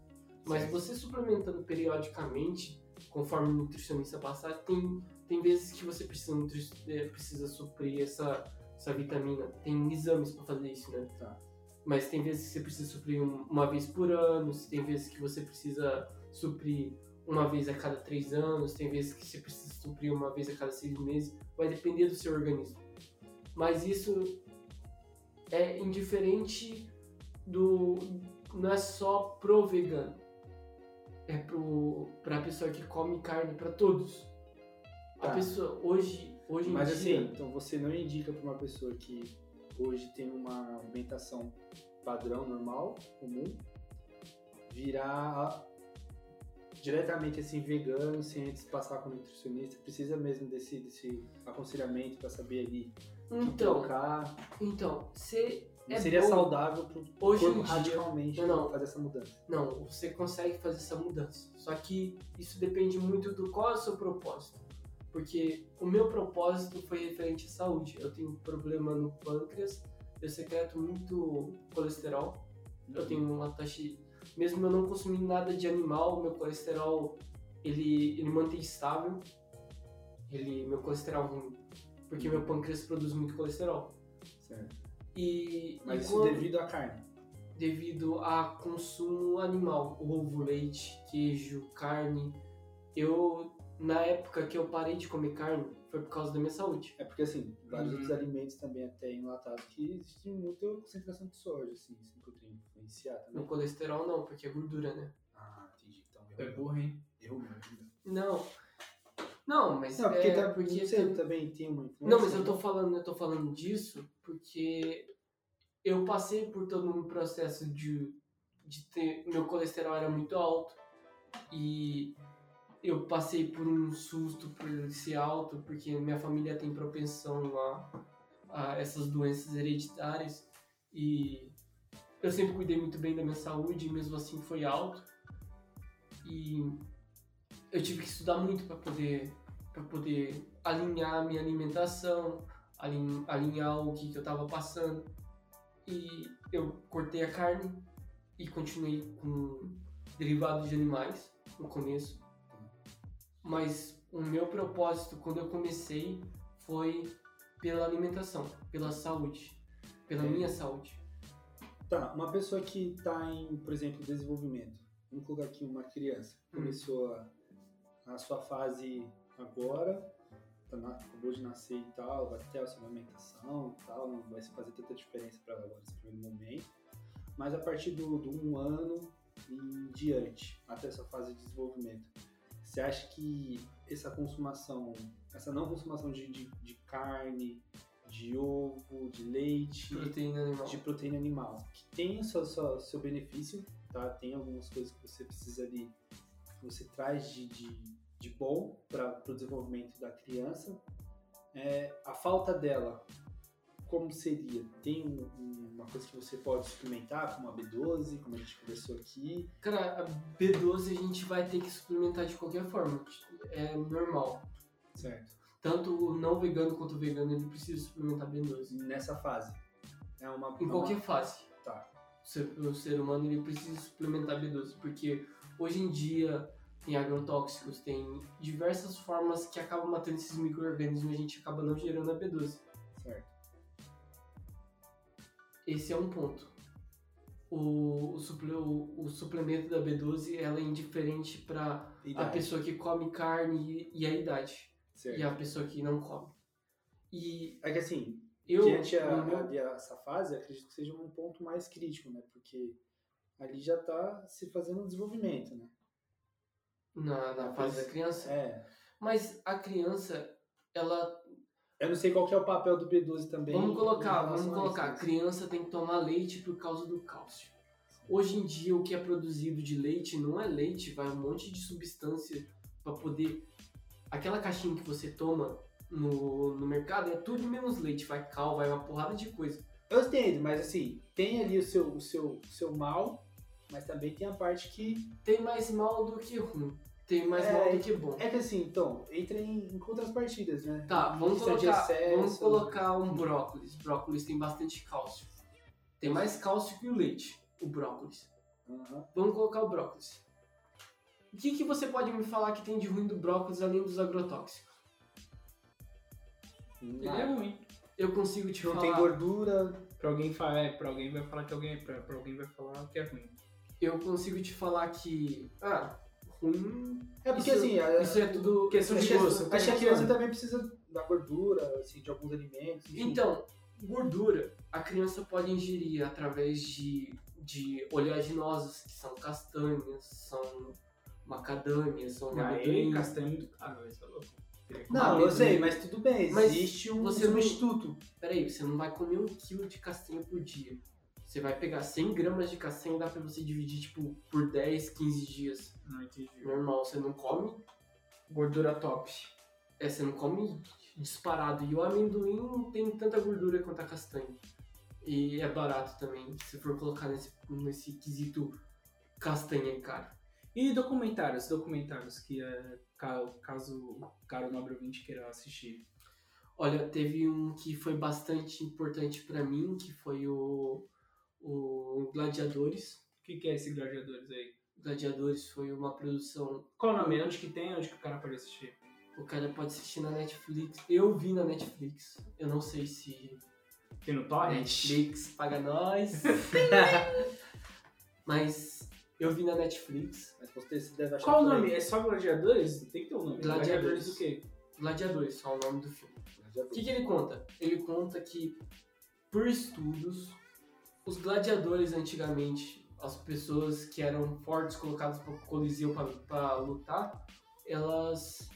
S5: Mas você suplementando periodicamente, conforme o nutricionista passar, tem, tem vezes que você precisa, nutri- eh, precisa suprir essa, essa vitamina. Tem exames para fazer isso, né?
S8: Tá.
S5: Mas tem vezes que você precisa suprir um- uma vez por ano, tem vezes que você precisa suprir uma vez a cada três anos, tem vezes que você precisa suprir uma vez a cada seis meses. Vai depender do seu organismo. Mas isso é indiferente do, não é só pro vegano. É pro, pra pessoa que come carne pra todos. A
S8: Tá.
S5: pessoa hoje, hoje
S8: Mas
S5: em dia.
S8: assim, então você não indica para uma pessoa que hoje tem uma alimentação padrão, normal, comum, virar diretamente assim vegano, sem antes passar com nutricionista, precisa mesmo desse, desse aconselhamento para saber ali o que
S5: então,
S8: colocar.
S5: então, você
S8: Não
S5: é
S8: seria
S5: bom.
S8: saudável pro
S5: hoje
S8: corpo
S5: em dia,
S8: radicalmente
S5: Não, não.
S8: fazer essa mudança.
S5: não, você consegue fazer essa mudança. Só que isso depende muito do qual é o seu propósito. Porque o meu propósito foi referente à saúde. Eu tenho problema no pâncreas, eu secreto muito colesterol. Eu tenho uma taxa, de- mesmo eu não consumindo nada de animal, meu colesterol ele ele mantém estável. Ele meu colesterol ruim, porque meu pâncreas produz muito colesterol.
S8: Certo.
S5: E
S8: Mas
S5: e
S8: isso
S5: quando-
S8: devido à carne.
S5: devido a consumo animal, ovo, leite, queijo, carne. Eu, na época que eu parei de comer carne, foi por causa da minha saúde.
S8: É porque assim, vários
S1: Uhum.
S8: outros alimentos também até enlatados que existe muita concentração de soja, assim, isso poderia influenciar
S5: No
S8: também.
S5: colesterol não, porque é gordura, né?
S8: Ah, entendi. Então
S1: É burro, hein?
S8: eu não.
S5: Não. Não, mas
S8: Não, porque,
S5: é
S8: tá,
S5: porque
S8: não sei, também tem uma influência.
S5: Não, mas eu tô falando, eu tô falando disso porque eu passei por todo um processo de, de ter. Meu colesterol era muito alto e eu passei por um susto por ser alto, porque minha família tem propensão a, a essas doenças hereditárias e eu sempre cuidei muito bem da minha saúde e mesmo assim foi alto. E eu tive que estudar muito para poder para poder alinhar a minha alimentação, alin- alinhar o que, que eu tava passando. E eu cortei a carne e continuei com derivados de animais no começo. Mas o meu propósito quando eu comecei foi pela alimentação, pela saúde, pela
S8: É.
S5: minha saúde.
S8: Tá, uma pessoa que tá em, por exemplo, desenvolvimento. Vamos colocar aqui uma criança.
S5: Hum.
S8: Começou a, a sua fase agora, tá na- acabou de nascer e tal, vai ter a sua alimentação e tal, não vai se fazer tanta diferença para ela agora nesse primeiro momento. Mas a partir do, do um ano em diante, até essa fase de desenvolvimento, você acha que essa consumação, essa não consumação de, de, de carne, de ovo, de leite,
S5: Proteína animal.
S8: de proteína animal, que tem o seu, seu, seu benefício, tá? Tem algumas coisas que você precisa ali, que você traz de, de, de bom para o desenvolvimento da criança. É, a falta dela, como seria? Tem um- um- uma coisa que você pode suplementar, como a B12, como a gente conversou aqui,
S5: Cara, a B12 a gente vai ter que suplementar de qualquer forma. É normal.
S8: certo?
S5: Tanto o não vegano quanto o vegano, ele precisa suplementar B12.
S8: Nessa fase. É uma,
S5: Em
S8: uma-
S5: qualquer fase.
S8: Tá.
S5: O ser, o ser humano ele precisa suplementar B12, porque hoje em dia tem agrotóxicos, tem diversas formas que acabam matando esses micro-organismos e a gente acaba não gerando a B12.
S8: Certo.
S5: Esse é um ponto. O, o, suple- o- o suplemento da B12 ela é indiferente para a
S8: Idade,
S5: pessoa que come carne e, e a idade.
S8: certo.
S5: E a pessoa que não come. E
S8: É que assim,
S5: Eu,
S3: Diante a,
S5: no meu-
S3: a- de- essa fase, acredito que seja um ponto mais crítico, né? Porque ali já está se fazendo um desenvolvimento, né?
S5: na, na fase da criança.
S3: É.
S5: Mas a criança, ela.
S3: Eu não sei qual que é o papel do B12 também.
S5: vamos
S3: em
S5: colocar, vamos
S3: relação a
S5: colocar. A
S3: isso, né?
S5: criança tem que tomar leite por causa do cálcio. Hoje em dia, o que é produzido de leite não é leite, vai um monte de substância para poder. Aquela caixinha que você toma no, no mercado é tudo menos leite, vai cal, vai uma porrada de coisa.
S3: Eu entendo, mas assim, tem ali o seu, o seu, o seu mal, mas também tem a parte que
S5: Tem mais mal do que ruim, tem mais
S3: É,
S5: mal do que bom.
S3: É que assim, então, entra em, em contrapartidas, né?
S5: Tá, vamos
S3: Lista de
S5: colocar,
S3: excesso.
S5: vamos colocar um brócolis. Brócolis tem bastante cálcio. Tem mais cálcio que o leite, o brócolis.
S3: Aham.
S5: Vamos colocar o brócolis. O que, que você pode me falar que tem de ruim do brócolis além dos agrotóxicos?
S1: Ele é ruim.
S5: Eu consigo
S3: Ah,
S5: te
S3: Não
S5: falar.
S3: tem gordura.
S1: Pra alguém, falar, é, pra alguém vai falar que alguém. Pra, pra alguém vai falar que é ruim.
S5: Eu consigo te falar que. Ah, ruim.
S3: É porque
S5: Isso-
S3: assim, a,
S5: Isso é tudo questão
S3: acho
S5: de
S3: que a-
S5: gosto.
S3: acho que a criança também precisa da gordura, assim, de alguns alimentos. enfim.
S5: Então, gordura a criança pode ingerir através de, de oleaginosas, que são castanhas, são macadâmias, são
S1: Aí,
S5: amendoim.
S1: castanho muito caro, isso é louco.
S3: Não, eu
S5: amendoim.
S3: sei, mas tudo bem.
S5: Mas
S3: existe um
S5: você não-
S3: substituto.
S5: Peraí, você não vai comer um quilo de castanha por dia. Você vai pegar 100 gramas de castanha e dá pra você dividir, tipo, por 10, 15 dias.
S1: Não entendi.
S5: Normal, você não come,
S1: Gordura top.
S5: é, você não come disparado. E o amendoim não tem tanta gordura quanto a castanha. E é barato também, se for colocar nesse, nesse quesito castanha é caro.
S1: E documentários, documentários que é, ca- caso o cara nobre ouvinte queira assistir.
S5: Olha, teve um que foi bastante importante pra mim, que foi o, o Gladiadores.
S1: O que, que é esse Gladiadores aí?
S5: Gladiadores foi uma produção.
S1: Qual o nome? Onde que tem? Onde que o cara pode assistir?
S5: O cara pode assistir na Netflix. Eu vi na Netflix. Eu não sei se
S1: Tem no
S5: a
S1: Torrent?
S5: Netflix paga nós. Mas eu vi na Netflix.
S3: Mas você você deve achar.
S1: Qual o
S3: por aí.
S1: nome? É só Gladiadores? Tem que ter um nome.
S5: Gladiadores.
S1: do quê?
S5: Gladiadores, só é o nome do filme.
S3: Já
S5: O
S3: vi.
S5: que, que ele conta? Ele conta que, por estudos, os gladiadores antigamente, as pessoas que eram fortes colocadas para coliseu para lutar, elas,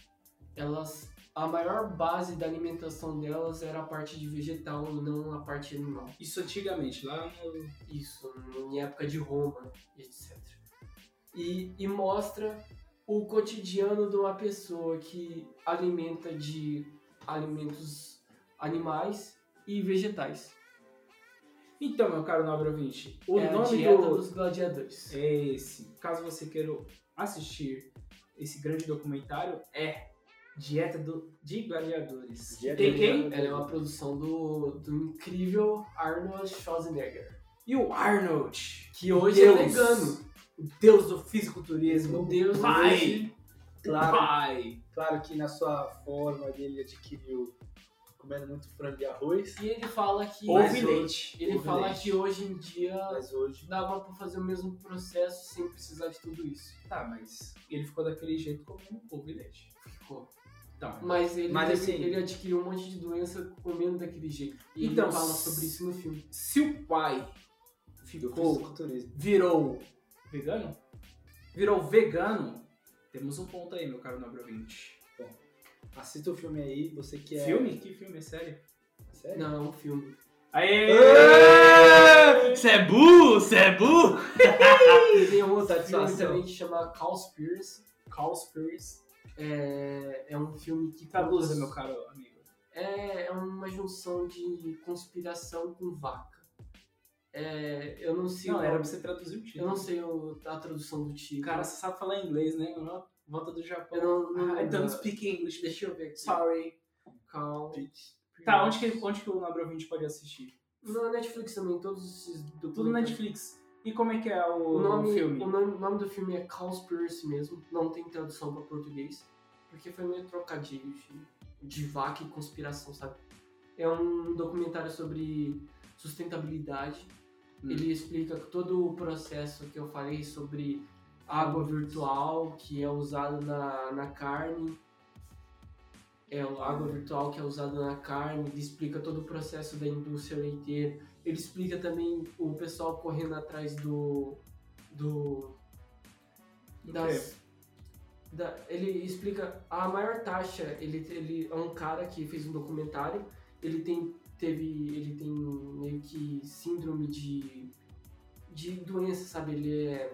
S5: elas, a maior base da alimentação delas era a parte de vegetal e não a parte animal.
S1: Isso antigamente, lá no.
S5: Isso, em época de Roma, etc. E, e mostra o cotidiano de uma pessoa que alimenta de alimentos animais e vegetais.
S1: Então, meu caro nobre ouvinte, o
S5: é a
S1: nome
S5: dieta
S1: do.
S5: dos gladiadores.
S1: é esse. Caso você queira assistir esse grande documentário, é Dieta do, de Gladiadores.
S3: Dieta
S1: Tem
S3: de
S1: quem?
S3: Gladiadores.
S5: Ela é uma produção do, do incrível Arnold Schwarzenegger,
S1: E o Arnold.
S5: que hoje
S1: Deus.
S5: é vegano.
S1: O deus do fisiculturismo.
S5: O deus
S1: pai.
S5: hoje-
S3: Claro.
S1: Pai.
S3: Claro que na sua forma dele adquiriu comendo muito frango e arroz,
S5: E ele fala que
S1: Ovo e
S5: mas hoje-
S1: leite.
S5: Ele
S3: Ovo e
S5: fala
S3: leite.
S5: que hoje em dia
S3: mas hoje.
S5: dava pra fazer o mesmo processo sem precisar de tudo isso.
S1: Tá, mas ele ficou daquele jeito comendo ovo e leite.
S5: Ficou.
S1: Tá.
S5: Mas ele,
S3: Mas,
S5: teve-
S3: assim-
S5: ele adquiriu um monte de doença comendo daquele jeito. E
S1: Então,
S5: ele fala sobre isso no filme.
S1: Se o pai
S3: Do
S1: ficou,
S3: fisiculturismo.
S1: virou vegano, virou vegano, temos um ponto aí, meu caro nobre ouvinte.
S3: Assista o filme aí, você que é.
S1: Filme? Que filme? É sério?
S3: Sério?
S5: Não, é um filme.
S1: Aê! Cê é burro, cê é burro!
S5: Tem um outro filme
S3: Satisfação.
S5: também que chama Cowspiracy.
S1: Cowspiracy.
S5: É, é um filme que
S1: Traduza, né, meu caro amigo.
S5: É, é uma junção de conspiração com vaca. É, eu não sei. o
S1: Não, era pra
S5: nome-
S1: você traduzir o
S5: Eu
S1: título.
S5: não sei o- a tradução do título.
S1: Cara, você sabe falar inglês, né? Não, Volta do Japão.
S5: eu não, não
S1: I don't speak English.
S5: Deixa eu ver aqui.
S1: Sorry.
S5: Cal-
S1: Tá, onde que, onde que o nobre ouvinte pode assistir?
S5: Na Netflix também, todos esses documentários.
S1: Tudo na Netflix. E como é que é o,
S5: O nome,
S1: filme?
S5: o nome, o nome do filme é Cowspiracy mesmo, não tem tradução pra português, porque foi meio trocadilho de, de vaca e conspiração, sabe? É um documentário sobre sustentabilidade.
S1: Hum.
S5: Ele explica todo o processo que eu falei sobre água virtual que é usada na, na carne. é o água
S1: Hum.
S5: virtual que é usada na carne, ele explica todo o processo da indústria leiteira, ele explica também o pessoal correndo atrás do. do. das. da- ele explica a maior taxa, ele, ele é um cara que fez um documentário, ele tem. teve. ele tem meio que síndrome de. de doença, sabe? Ele é.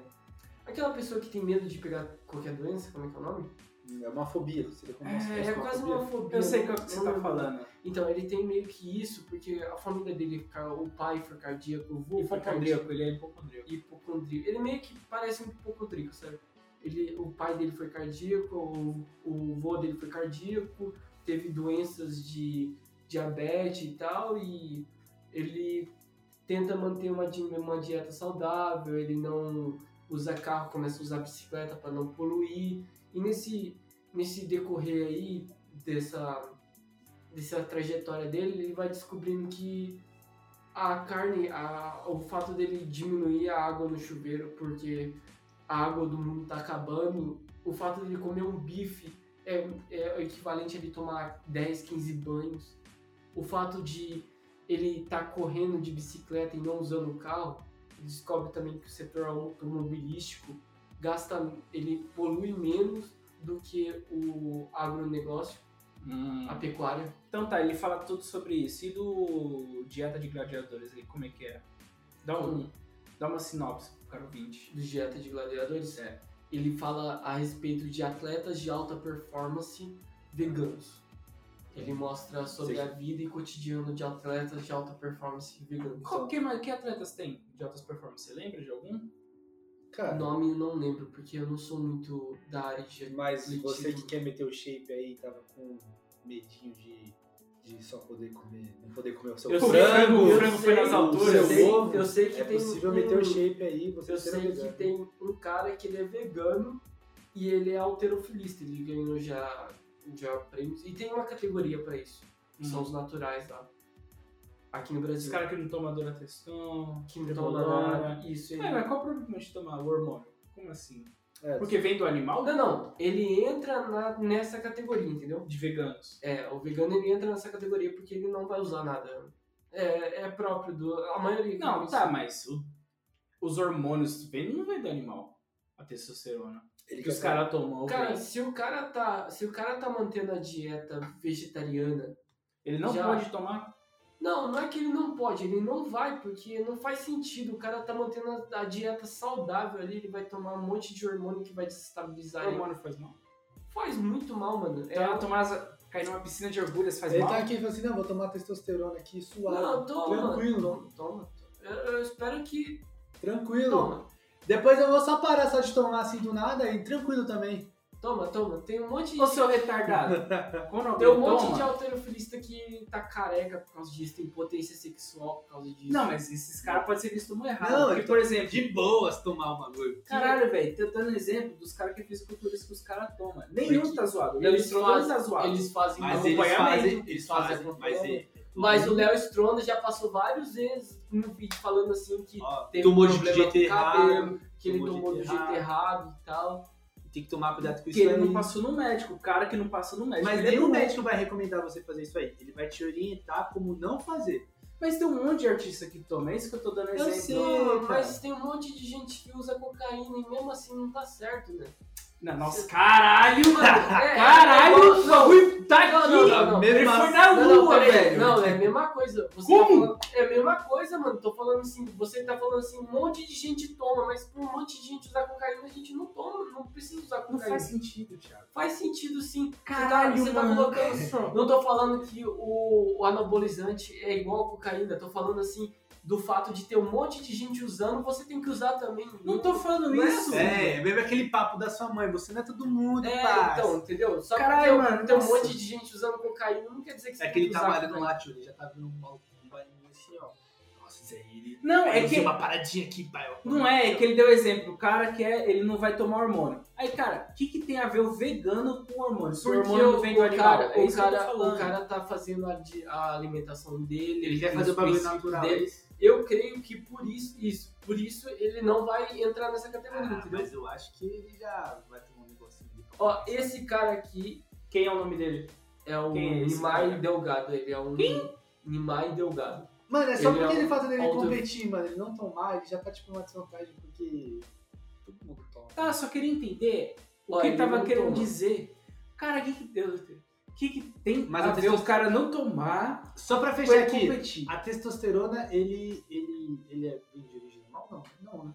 S5: Aquela pessoa que tem medo de pegar qualquer doença, como é que é o nome?
S3: É uma fobia. Seria como se
S5: É,
S3: fosse
S5: é quase
S3: fobia.
S5: uma fobia. né?
S1: Eu sei o
S5: não-
S1: que você
S5: não
S1: tá
S5: lembro.
S1: falando.
S5: Então, ele tem meio que isso, porque a família dele, fica- o pai foi cardíaco, o vô foi cardíaco,
S1: Hipocondríaco, ele é hipocondríaco.
S5: hipocondríaco. Ele meio que parece um hipocondríaco, sabe? Ele, o pai dele foi cardíaco, o, o vô dele foi cardíaco, teve doenças de diabetes e tal, e ele tenta manter uma, di- uma dieta saudável, ele não usa carro, começa a usar bicicleta para não poluir. E nesse, nesse decorrer aí dessa, dessa trajetória dele, ele vai descobrindo que a carne, a- o fato dele diminuir a água no chuveiro porque a água do mundo tá acabando, o fato dele comer um bife é, é o equivalente a ele tomar 10, 15 banhos, o fato de ele estar correndo de bicicleta e não usando o carro, ele descobre também que o setor automobilístico gasta, ele polui menos do que o agronegócio, a pecuária.
S1: Hum. Então tá, ele fala tudo sobre isso. E do Dieta de Gladiadores, ele, como é que é? Dá, um, dá uma sinopse pro cara ouvinte.
S5: do Dieta de Gladiadores, é. ele fala a respeito de atletas de alta performance veganos. Ele mostra sobre
S3: Sim.
S5: a vida e cotidiano de atletas de alta performance veganos.
S1: Qual, que, mais- que atletas tem de altas performances? Você lembra de algum?
S5: O
S3: Cara,
S5: nome eu não lembro, porque eu não sou muito da área de...
S3: mas você que
S5: atletismo.
S3: quer meter o shape aí, tava com medinho de, de só poder comer, não poder comer o seu
S1: Eu sei,
S3: frango.
S1: o frango foi nas alturas,
S5: eu sei,
S3: ovo.
S5: eu sei um que
S3: É
S5: tem
S3: possível
S5: um-
S3: meter o shape aí, você
S5: Eu
S3: ser
S5: sei que
S3: vegano.
S5: tem um cara que ele é vegano e ele é alterofilista, ele ganhou já, já prêmios. E tem uma categoria pra isso, que
S1: Uhum.
S5: são os naturais lá. Aqui no
S1: Os
S5: Brasil.
S1: caras que é um não tomam Dorateston.
S5: que não toma nada. Isso, ele...
S1: É, mas qual o problema de tomar o hormônio? Como assim?
S3: É,
S1: Porque vem do animal
S5: Não, não. Ele entra na- nessa categoria, entendeu?
S1: de veganos.
S5: É, o vegano ele entra nessa categoria porque ele não vai usar nada. É, é próprio do. A maioria.
S1: Não, tá, mas o- os hormônios vêm, não vem do animal. A testosterona.
S3: ele
S1: Que os
S3: quer-
S1: caras tomam.
S5: Cara,
S1: vem.
S5: se o cara tá. Se o cara tá mantendo a dieta vegetariana
S1: ele não
S5: já-
S1: pode tomar.
S5: Não, não é que ele não pode, ele não vai, porque não faz sentido. O cara tá mantendo a, a dieta saudável ali, ele vai tomar um monte de hormônio que vai
S1: O
S5: desestabilizar ele.
S1: hormônio faz mal.
S5: Faz muito mal, mano. É,
S1: tá Então, tomar as- cair numa piscina de orgulhas faz
S3: Ele
S1: mal.
S3: tá aqui e fala assim, não, vou tomar testosterona aqui, suave.
S5: não, toma.
S3: tranquilo.
S5: Toma, toma. Eu, eu espero que.
S3: Tranquilo.
S5: Toma,
S3: Depois eu vou só parar só de tomar assim do nada e tranquilo também.
S5: toma, toma. Tem um monte de.
S1: Ô seu retardado.
S3: *laughs*
S1: Quando alguém
S5: tem um monte
S1: toma-
S5: de alterofilista que tá careca por causa disso, tem potência sexual por causa disso.
S1: Não, mas esses caras podem ser vistos como errado.
S3: Não,
S1: porque,
S3: eu tô-
S1: por exemplo,
S3: De boas tomar o bagulho.
S1: caralho, velho, tô dando exemplo dos caras que é fisiculturista que os caras tomam. Nenhum
S3: Porque
S1: tá zoado.
S5: eles
S1: Eles Stronda
S5: fazem-
S1: tá zoado.
S5: Eles fazem
S1: Mas
S5: mal.
S1: eles acompanhamento,
S3: eles
S5: fazem
S8: é
S5: acompanhamento. Mas o Léo Stronda já passou vários vezes no vídeo falando assim que
S8: Ó,
S5: teve
S8: tomou
S5: um
S8: de
S5: problema
S8: jeito
S5: com o cabelo,
S8: errado,
S5: que ele
S8: tomou de
S5: tomou do
S8: jeito
S5: jeito errado e tal.
S8: tem que tomar cuidado com
S1: Porque
S8: isso né?
S1: ele
S8: aí.
S1: não passou no médico. O cara que não passou no médico.
S8: Mas
S1: ele é
S8: nenhum
S1: burro.
S8: médico vai recomendar você fazer isso aí. Ele vai te orientar como não fazer.
S1: Mas tem um monte de artista que toma. É isso que eu tô dando
S5: Eu
S1: exemplo.
S5: sei,
S1: cara.
S5: né? mas tem um monte de gente que usa cocaína e mesmo assim não tá certo, né?
S1: Não, nossa, caralho! *laughs*
S5: é,
S1: Caralho!
S5: não,
S1: O bagulho tá aqui!
S5: Não, não, não, não.
S1: Ele foi na
S5: Não, não,
S1: lua,
S5: peraí.
S1: velho!
S5: Não, é a mesma coisa. Você tá
S1: Como?
S5: falando- é a mesma coisa, mano. Tô falando assim, você tá falando assim, um monte de gente toma, mas pra um monte de gente usar cocaína, a gente não toma, não precisa usar
S1: Não
S5: cocaína.
S1: faz
S5: Faz,
S1: sentido, Thiago.
S5: sentido sim. Você tá-
S1: Caralho,
S5: você tá,
S1: mano.
S5: colocando Não tô falando que o, o anabolizante é igual a cocaína, tô falando assim do fato de ter um monte de gente usando, você tem que usar também.
S1: Não tô falando
S5: Não é
S1: isso!
S8: É, mesmo aquele papo da sua mãe, você não é todo mundo,
S5: É,
S8: pá.
S5: então, entendeu? Só
S1: Caralho,
S5: que tem,
S1: mano,
S5: tem um
S1: nossa.
S5: monte de gente usando cocaína, não quer dizer que você
S8: É
S5: tem
S8: aquele
S5: que usar
S8: trabalhando
S5: cocaína.
S8: lá, tio, ele já tá vendo um balcão balinho assim, ó. Nossa, isso aí, ele...
S1: Não, é
S8: Eu
S1: que.
S8: fiz uma paradinha aqui, pai. ó.
S1: Não é, é que ele deu exemplo, o cara que é, ele não vai tomar hormônio. Aí, cara, o que, que tem a ver o vegano com o hormônio? Se o
S5: Porque
S1: hormônio não
S5: o,
S1: vem do
S5: o,
S1: animal,
S5: cara,
S1: é
S5: o,
S1: isso que eu tô
S5: cara,
S1: falando.
S5: o cara tá fazendo a, di- a alimentação dele,
S8: Ele quer
S5: tem
S8: fazer o
S5: os
S8: bagulho
S5: princípios
S8: natural.
S5: dele. Eu creio que por isso, isso, por isso ele não vai entrar nessa categoria,
S8: Ah,
S5: entendeu?
S8: mas eu acho que ele já vai tomar um negocinho ali.
S5: Ó, esse cara aqui
S1: Quem é o nome dele?
S5: É o
S1: Quem é esse
S5: Nimai
S1: cara?
S5: Delgado. Ele é um. Nimai Delgado.
S8: Mano, é só
S5: Ele é
S8: porque ele
S5: um
S8: faz ele
S5: alto-
S8: competir, mano. Ele não tomar, ele já tá tipo numa desvantagem porque todo mundo toma.
S1: Tá, só queria entender o
S5: Ó,
S1: que
S5: ele
S1: tava
S5: não
S1: querendo
S5: toma.
S1: dizer. Cara, o que que deu? O que que tem
S8: Mas
S1: a
S8: a
S1: ver
S8: testosterona-
S1: o cara não tomar
S8: Só pra
S1: pra
S8: fechar
S1: ele
S8: aqui,
S1: competir?
S8: a testosterona, ele, ele, ele é vindo de origem animal? Não, não, né?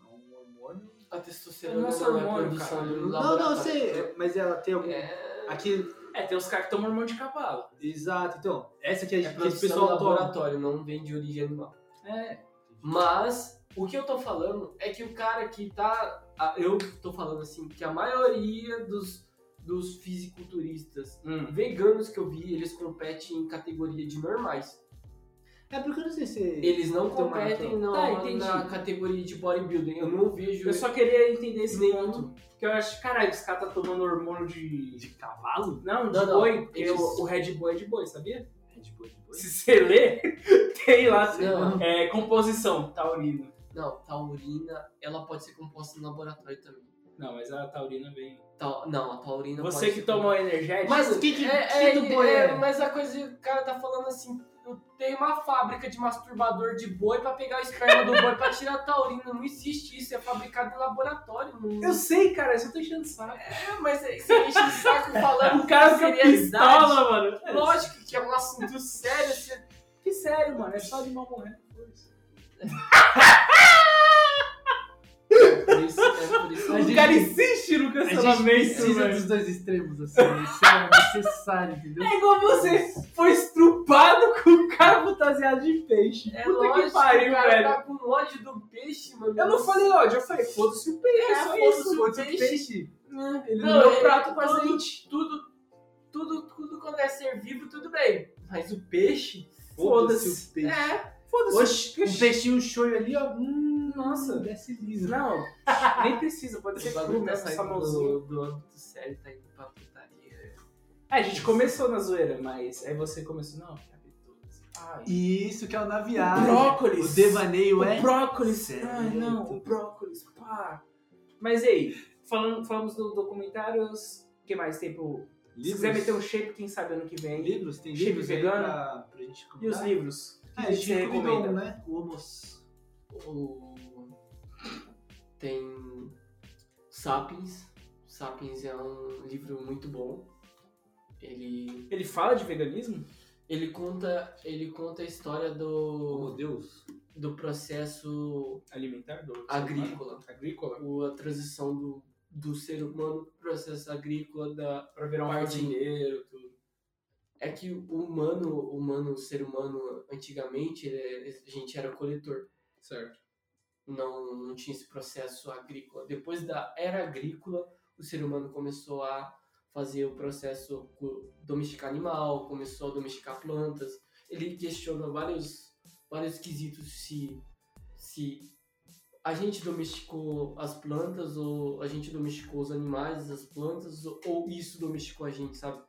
S8: É um hormônio.
S5: A testosterona
S1: Nossa,
S5: não é
S1: hormônio,
S5: produção
S1: cara.
S5: do
S8: Não, não, eu
S5: laboratório.
S8: sei. é, Mas ela tem algum.
S5: né? É...
S8: Aqui,
S1: É, tem uns caras que tomam hormônio de cavalo.
S8: exato. Então, essa que, a
S5: É
S8: gente- que esse
S5: produção do
S8: pessoal toma.
S5: laboratório, não vem de origem animal.
S1: É,
S5: Mas o que eu tô falando é que o cara que tá. a- Eu tô falando assim, que a maioria dos, dos fisiculturistas
S1: Hum.
S5: veganos que eu vi, eles competem em categoria de normais.
S8: É porque eu não sei se.
S5: Eles não
S8: Então,
S5: competem na,
S1: Tá, entendi.
S5: na categoria de bodybuilding. Eu não vejo
S1: eu só queria entender esse
S5: nenhum.
S1: ponto. Porque eu acho, caralho, esse cara tá tomando hormônio de. De cavalo? Não, de
S5: Não, não.
S1: boi. Porque
S5: Eles-
S1: o, o Red Bull é de boi, sabia?
S5: Red Bull, Red Bull.
S1: Se você ler, *laughs* tem lá
S5: Não.
S1: é, composição taurina.
S5: Não, taurina, ela pode ser composta no laboratório também.
S1: Não, mas a taurina vem.
S5: Ta- não, a taurina
S1: Você
S5: pode
S1: que
S5: ser
S1: toma o energético.
S5: Mas
S8: o que que-
S5: é,
S8: que
S5: é,
S8: do
S5: ele-
S8: boi
S5: é,
S8: é?
S5: Mas a coisa, que o cara tá falando assim, tem uma fábrica de masturbador de boi pra pegar o esperma do boi pra tirar a taurina. Não existe isso, é fabricado em laboratório. Não...
S1: Eu sei, cara, eu só tô enchendo o saco.
S5: É, mas é- você enche o
S1: *laughs*
S5: saco falando
S1: O cara
S5: com
S1: fica
S5: seriedade.
S1: pistola, mano.
S5: Lógico que é um assunto sério. assim, Você...
S1: Que sério, mano. É só animal morrendo. foda-se.
S5: É por isso, é por isso.
S8: A
S1: O
S8: gente-
S1: cara insiste no
S8: A gente
S1: cancelamento,
S8: precisa
S1: velho.
S8: dos dois extremos, assim. Isso é necessário, entendeu?
S1: É igual você foi estrupado com o cara fantasiado de peixe.
S5: É
S1: Puta
S5: lógico
S1: que pariu,
S5: o cara
S1: velho.
S5: tá com ódio do peixe, mano.
S1: Eu não falei ódio, eu falei foda-se o peixe.
S5: É,
S1: só
S5: foda-se
S1: isso.
S5: o peixe.
S1: Né? Ele
S5: Não,
S1: não deu
S5: ele-
S1: prato com
S5: todo-
S1: azeite.
S5: tudo, tudo, tudo quando é ser vivo, tudo bem. Mas o peixe,
S1: Foda-se.
S8: o peixe.
S5: é.
S1: Foda-se o
S8: Um
S1: peixe.
S8: peixinho shoyu ali, ó. Hum,
S1: Nossa.
S8: Desce liso.
S1: Não, nem precisa. Pode ser
S5: O
S1: que
S5: bagulho tá
S1: começa é essa
S5: saindo
S1: mãozinha.
S5: do, do âmbito sério, tá indo pra putaria.
S1: É, a gente começou na zoeira, mas aí você começou, não, é quero ver todas. Ai.
S8: Isso que é o
S1: O
S8: naviário.
S1: brócolis.
S8: O devaneio
S1: O
S8: é.
S1: brócolis.
S8: certo.
S1: Ai, não, o brócolis. Pá. Mas e aí, falando, falamos do documentários. O que mais tem pro. Se quiser meter um shape, quem sabe ano que vem.
S8: livros, tem
S1: Shape
S8: livros aí
S1: vegano.
S8: pra, pra gente
S1: E os
S8: comentar.
S1: livros?
S8: Ah,
S1: que
S8: a gente
S1: você
S8: recomendou
S1: recomenda?
S8: um, né?
S1: *laughs*
S8: O Homos.
S5: O... Tem Sapiens. Sapiens é um livro muito bom. Ele,
S1: Ele fala de veganismo?
S5: ele, conta, ele conta a história do,
S8: Deus.
S5: do processo
S1: Alimentar do.
S5: agrícola.
S1: Agrícola.
S5: o- a transição do, do ser humano pro processo agrícola da
S1: Pra virar um
S5: Parte-
S1: jardineiro, tudo.
S5: é que o humano, o humano, o ser humano antigamente, ele é- a gente era coletor,
S1: Certo.
S5: não não tinha esse processo agrícola. Depois da era agrícola, o ser humano começou a fazer o processo co- domesticar animal, começou a domesticar plantas. Ele questiona vários vários quesitos se se a gente domesticou as plantas ou a gente domesticou os animais, as plantas ou- ou isso domesticou a gente, sabe?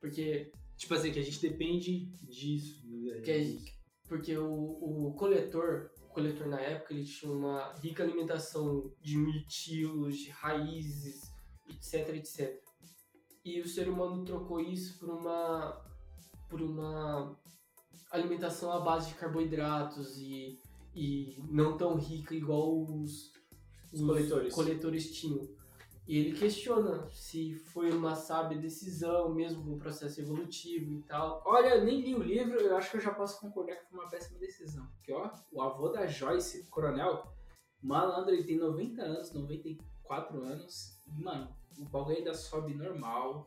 S5: Porque
S8: Tipo assim, que a gente depende disso. né?
S5: que é- porque o, o coletor, o coletor na época, ele tinha uma rica alimentação de mirtilos, de raízes, etc, etc. E o ser humano trocou isso por uma por uma alimentação à base de carboidratos e, e não tão rica igual os,
S1: Os coletores.
S5: coletores tinham. E ele questiona se foi uma sábia decisão mesmo no processo evolutivo e tal.
S1: Olha, eu nem li o livro, eu acho que eu já posso concordar que foi uma péssima decisão. Porque, ó, o avô da Joyce, coronel, malandro, ele tem 90 anos, 94 anos, e, mano, o bagulho ainda sobe normal.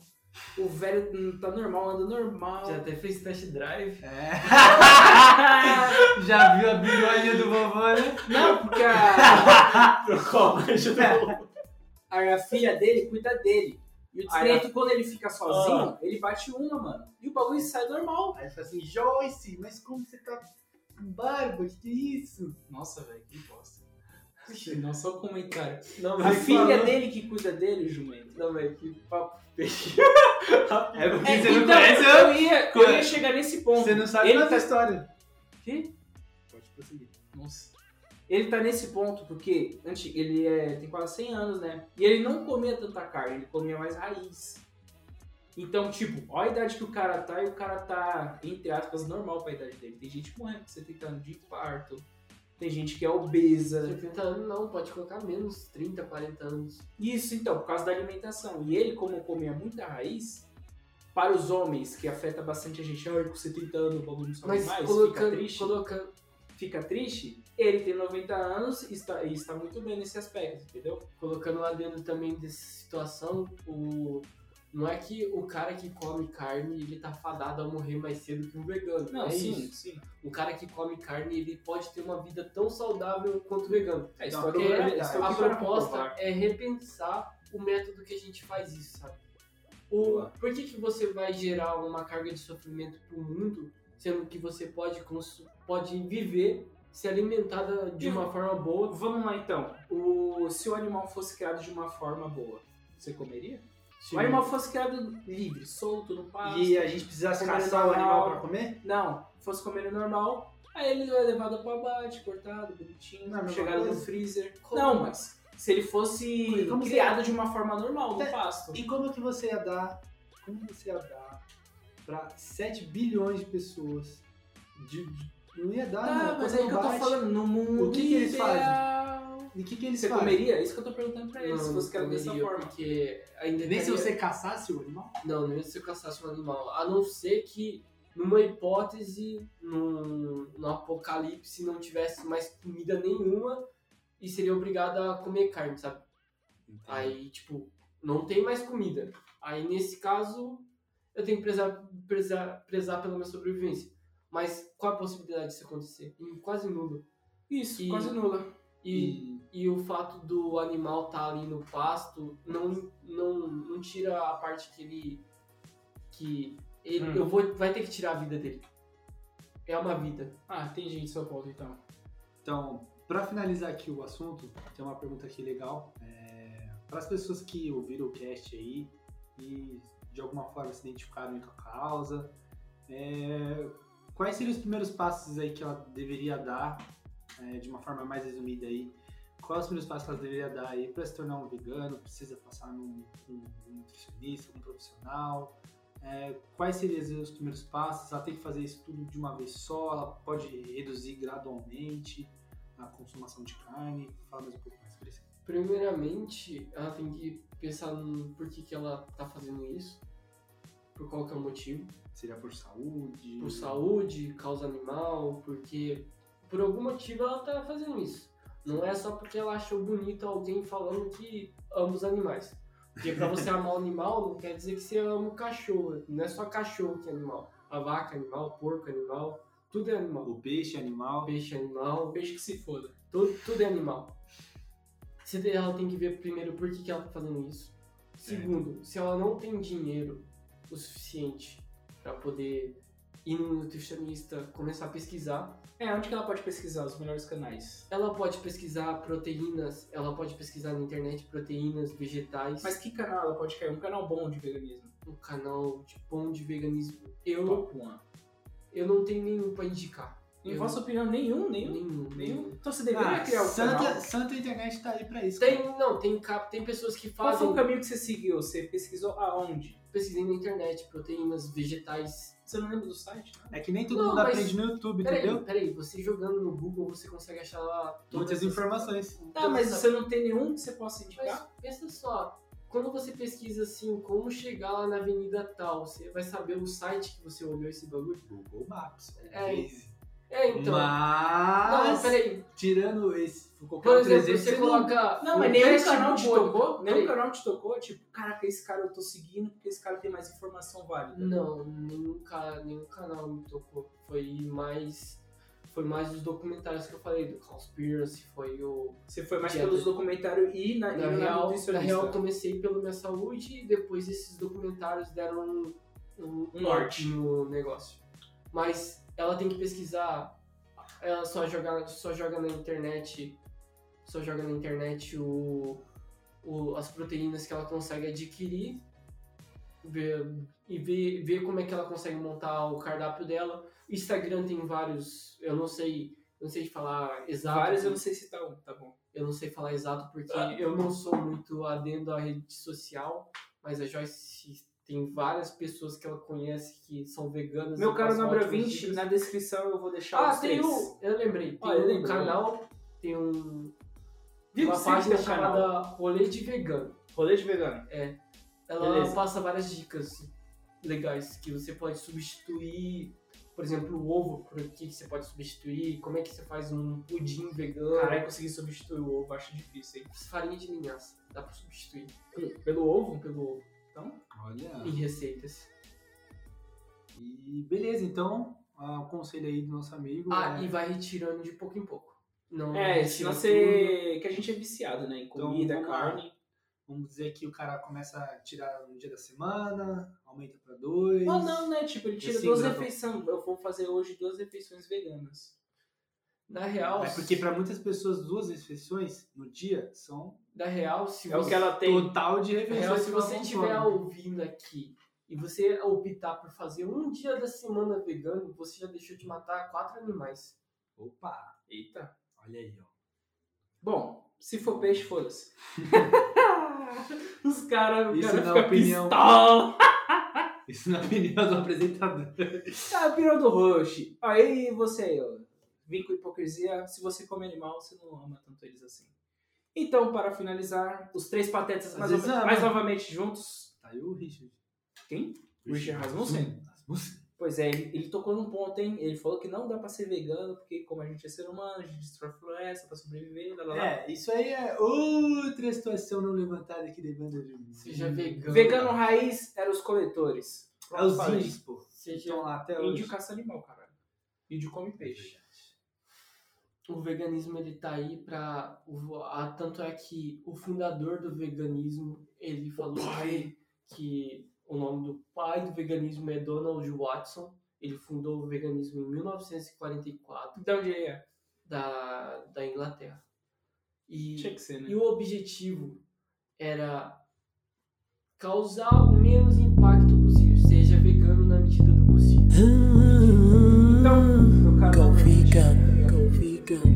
S1: O velho hum, tá normal, anda normal.
S5: Já até fez test drive.
S8: É. *laughs* Já viu a bilholinha do vovô, né?
S1: Não, porque a, *laughs* É.
S5: Trocou a marcha do
S1: a filha dele cuida dele. E o direito, quando ele fica
S5: Ah.
S1: sozinho, ele bate uma, mano. E o bagulho sai normal.
S8: Aí ele fala assim, Joyce, mas como você tá com barba? Que é isso?
S1: Nossa, velho, que bosta. Não só comentário.
S5: Não,
S1: A
S5: mas
S1: filha
S5: falou-
S1: dele que cuida dele, jumento.
S5: Não, mas que papo feio.
S8: É porque
S1: É,
S8: você
S1: então,
S8: não conhece,
S1: eu ia, eu
S8: Quando-
S1: ia chegar nesse ponto.
S8: você não sabe
S1: Ele
S8: nada
S1: tá-
S8: da história.
S1: Que?
S8: Pode prosseguir.
S1: Nossa. Ele tá nesse ponto porque anti- ele é- tem quase 100 anos, né? E ele não comia tanta carne, ele comia mais raiz. Então, tipo, olha a idade que o cara tá e o cara tá, entre aspas, normal pra idade dele. Tem gente morrendo com 70 anos de infarto, tem gente que é obesa.
S5: 70 anos não, pode colocar menos, 30, 40 anos.
S1: Isso, então, por causa da alimentação. E ele, como comia muita raiz, para os homens, que afeta bastante a gente, "Ai, com 70 anos o bagulho não sobe
S5: Mas
S1: mais, fica
S5: colocando,
S1: triste.
S5: colocando.
S1: Fica triste, ele tem 90 anos e está, e está muito bem nesse aspecto, entendeu?
S5: colocando lá dentro também dessa situação, o não é que o cara que come carne ele tá fadado a morrer mais cedo que um vegano.
S1: Não,
S5: é
S1: sim,
S5: isso.
S1: sim.
S5: O cara que come carne ele pode ter uma vida tão saudável quanto o vegano.
S1: É,
S5: Só
S1: isso
S5: que
S1: que eu-
S5: é-
S1: isso que eu
S5: a
S1: quis falar.
S5: proposta é repensar o método que a gente faz isso, sabe? O, por que, que você vai gerar uma carga de sofrimento pro mundo, sendo que você pode, cons- pode viver, se alimentar da- de
S1: E-
S5: uma forma boa?
S1: Vamos lá então. O, se o animal fosse criado de uma forma boa, você comeria? Se
S5: Sim.
S1: o animal fosse criado livre, solto, no pasto.
S8: E a gente precisasse
S1: Ah, Comendo
S8: caçar o animal
S1: animal.
S8: pra comer?
S1: Não, fosse comer normal, aí ele é levado pra abate, cortado, bonitinho,
S8: Não é a mesma
S1: chegado no
S8: coisa?
S1: freezer.
S8: Como?
S1: Não, mas se ele fosse
S8: Porque como
S5: é?
S1: criado de uma forma normal, no
S8: Tá.
S1: pasto.
S8: E como que você ia dar? Como você ia dar pra 7 bilhões de pessoas? De, de- não ia dar,
S1: Tá,
S8: não.
S1: mas
S8: Quando
S1: é que eu tô
S8: bate-
S1: falando no mundo.
S8: que que eles fazem?
S1: ideal.
S8: E o que, que eles
S1: Você
S8: fazem?
S1: comeria? É Isso que eu tô perguntando pra ele, se fosse criado dessa
S5: comeria,
S1: forma.
S5: Porque ainda
S8: Nem se
S5: teria-
S8: você caçasse o animal?
S5: Não, nem se eu caçasse um animal. A não ser que, numa hipótese, num, num apocalipse, não tivesse mais comida nenhuma e seria obrigado a comer carne, sabe? Aí, tipo, não tem mais comida. Aí, nesse caso, eu tenho que prezar, prezar, prezar pela minha sobrevivência. Mas qual a possibilidade disso acontecer? Hum, Quase nula.
S1: Isso,
S5: E-
S1: quase nula.
S5: E, e o fato do animal estar ali no pasto não, não, não tira a parte que ele que ele,
S1: Hum.
S5: eu vou vai ter que tirar a vida dele é uma vida
S1: Ah, tem gente em São Paulo então.
S8: Então, pra finalizar aqui o assunto, tem uma pergunta aqui legal. É, para as pessoas que ouviram o cast aí e de alguma forma se identificaram com a causa, é, quais seriam os primeiros passos aí que ela deveria dar, é, de uma forma mais resumida aí? Quais os primeiros passos que ela deveria dar aí para se tornar um vegano? Precisa passar num, num- num nutricionista, num profissional? É, quais seriam os primeiros passos? Ela tem que fazer isso tudo de uma vez só? Ela pode reduzir gradualmente a consumação de carne? Fala mais um pouco mais sobre isso.
S5: primeiramente ela tem que pensar no por que, que ela tá fazendo isso por qual que é o motivo
S8: Seria por saúde?
S5: por saúde causa animal porque por algum motivo ela tá fazendo isso não é só porque ela achou bonito alguém falando que ama os animais Porque pra você amar o animal, não quer dizer que você ama o cachorro. Não é só cachorro que é animal. A vaca é animal, o porco é animal, tudo é animal.
S8: O peixe,
S5: O
S8: animal.
S5: peixe é animal,
S1: Peixe que se foda.
S5: tudo, tudo é animal. Se der- ela tem que ver primeiro por que, que ela tá fazendo isso. Segundo, se ela não tem dinheiro o suficiente pra poder ir no nutricionista, começar a pesquisar,
S1: É, onde que ela pode pesquisar os melhores canais?
S5: ela pode pesquisar proteínas, ela pode pesquisar na internet proteínas vegetais.
S1: Mas que canal ela pode cair? Um canal bom de veganismo.
S5: um canal de pão de veganismo. Eu,
S1: Top one.
S5: eu não tenho nenhum pra indicar.
S1: Em
S5: Eu-
S1: vossa opinião, nenhum, nenhum,
S5: Nenhum,
S1: nenhum.
S5: nenhum.
S1: Então você
S8: Ah,
S1: deveria criar o
S8: Santa,
S1: canal.
S8: Santa Internet tá aí pra isso. cara.
S5: Tem, não, tem, cap- tem pessoas que
S1: Qual foi
S5: fazem,
S1: o caminho que você seguiu? Você pesquisou aonde?
S5: pesquisei na internet, proteínas, vegetais.
S1: Você não lembra do site? né?
S8: É que nem todo
S5: Não,
S8: mundo
S5: mas-
S8: aprende no YouTube,
S5: Peraí,
S8: entendeu?
S5: peraí, você jogando no Google, você consegue achar lá todas
S8: Muitas
S5: essas-
S8: informações.
S1: Tá, mas
S5: todas
S1: você não tem nenhum que você possa
S5: essas-
S1: indicar?
S5: Mas pensa só, quando você pesquisa assim, como chegar lá na avenida tal, você vai saber o site que você olhou esse bagulho?
S8: Google Maps.
S5: É.
S8: Waze.
S5: É, então... Não,
S8: Mas,
S5: não, peraí.
S8: tirando esse. Qualquer
S5: Por
S8: outro
S5: exemplo, você
S8: não-
S5: coloca...
S1: Não,
S5: o
S1: mas nenhum
S5: teste
S1: canal te
S5: Google.
S1: tocou? Nenhum
S5: Peraí.
S1: canal te tocou? Tipo, caraca, esse cara eu tô seguindo porque esse cara tem mais informação válida.
S5: Não, nenhum, ca- nenhum canal me tocou. Foi mais. Foi mais os documentários que eu falei, do Conspiracy, foi o.
S1: Você foi mais
S5: Dieta.
S1: pelos documentários e na, e
S5: Na real, na
S1: nutricionista.
S5: real, eu comecei pelo Minha Saúde e depois esses documentários deram um, um-
S1: Um norte.
S5: no negócio. Mas ela tem que pesquisar, ela só joga, só joga na internet. Só joga na internet o, o- as proteínas que ela consegue adquirir ver- e ver, ver como é que ela consegue montar o cardápio dela. Instagram tem vários, eu não sei, eu não sei falar exato.
S1: Vários eu não sei citar um, tá bom.
S5: Eu não sei
S1: Ah.
S5: falar exato porque eu não sou muito adendo à rede social, mas a Joyce Tem várias pessoas que ela conhece que são veganas.
S1: Meu
S5: e
S1: caro
S5: passam
S1: Nobra
S5: ótimos
S1: 20,
S5: dias.
S1: na descrição eu vou deixar
S5: Ah,
S1: os
S5: tem
S1: três.
S5: um. Eu lembrei. Tem
S1: Ah, eu
S5: um
S1: lembrei.
S5: canal, tem um.
S1: Viu que
S5: uma
S1: sempre
S5: página
S1: tem um canal.
S5: chamada Rolê de Vegano.
S1: Rolê de vegano.
S5: Ela
S1: Beleza.
S5: passa várias dicas legais que você pode substituir, por exemplo, o ovo, por que, que você pode substituir, como é que você faz um pudim vegano.
S1: Caralho, consegui substituir o ovo, acho difícil, hein?
S5: Farinha de linhaça, dá pra substituir
S1: Pelo ovo?
S5: pelo ovo
S1: Ah.
S8: Olha.
S5: em receitas.
S8: E beleza, então, ah, o conselho aí do nosso amigo.
S5: Ah,
S8: é-
S5: e vai retirando de pouco em pouco. Não
S1: né? É, se
S5: retira
S1: você. que a gente é viciado, né? Em
S8: Então,
S1: comida,
S8: vamos lá.
S1: carne.
S8: Vamos dizer que o cara começa a tirar um dia da semana, aumenta pra dois.
S1: Ou não, né? Tipo, ele tira
S8: Assim,
S1: duas
S8: né?
S1: refeições. Eu vou fazer hoje duas refeições veganas.
S5: tudo. Na real,
S8: É porque pra muitas pessoas duas refeições no dia são
S5: na real, se
S1: É o
S5: você-
S1: que ela tem.
S8: total de
S5: Na
S8: refeições.
S5: real,
S8: que
S5: se
S8: ela
S5: você
S8: consome.
S5: estiver ouvindo aqui e você optar por fazer um dia da semana vegano, você já deixou de matar quatro animais.
S8: Opa,
S1: Eita.
S8: olha aí, ó.
S1: Bom, se for peixe, foda-se. Os caras.
S8: Isso
S1: cara
S8: na
S1: fica
S8: opinião.
S1: Pistola.
S8: *laughs* Isso na opinião do apresentador.
S1: Ah, pirou do roxo. Aí você aí, ó. Vim com hipocrisia. Se você come animal, você não ama tanto eles assim. Então, para finalizar, os três patetas
S8: Às
S1: mais,
S8: vezes
S1: nova-
S8: ama.
S1: mais novamente juntos.
S8: Tá aí o Richard.
S1: Quem? Richard Rasmussen.
S8: Rasmussen.
S1: Pois é, ele, ele tocou num ponto, hein? Ele falou que não dá pra ser vegano, porque como a gente é ser humano, a gente destrói a floresta pra sobreviver, lá, lá, lá.
S8: É, isso aí é outra situação não levantada aqui de banda de mim.
S5: Seja vegano.
S1: Vegano raiz eram os coletores.
S8: Hum. É os
S1: Falei.
S8: índios, pô. que
S5: Seja
S8: Estão lá até hoje.
S1: Índio caça animal, caralho. Índio come peixe.
S5: o veganismo ele tá aí pra o- a- tanto é que o fundador do veganismo ele falou que, que o nome do pai do veganismo é Donald Watson ele fundou o veganismo em 1944
S1: Então, de é.
S5: da, da Inglaterra e
S1: Tinha que ser, né?
S5: e o objetivo era causar o menos impacto possível, seja vegano na medida do possível.
S1: Então, meu caro
S4: Go
S1: ouvinte,
S4: vegan, go vegan.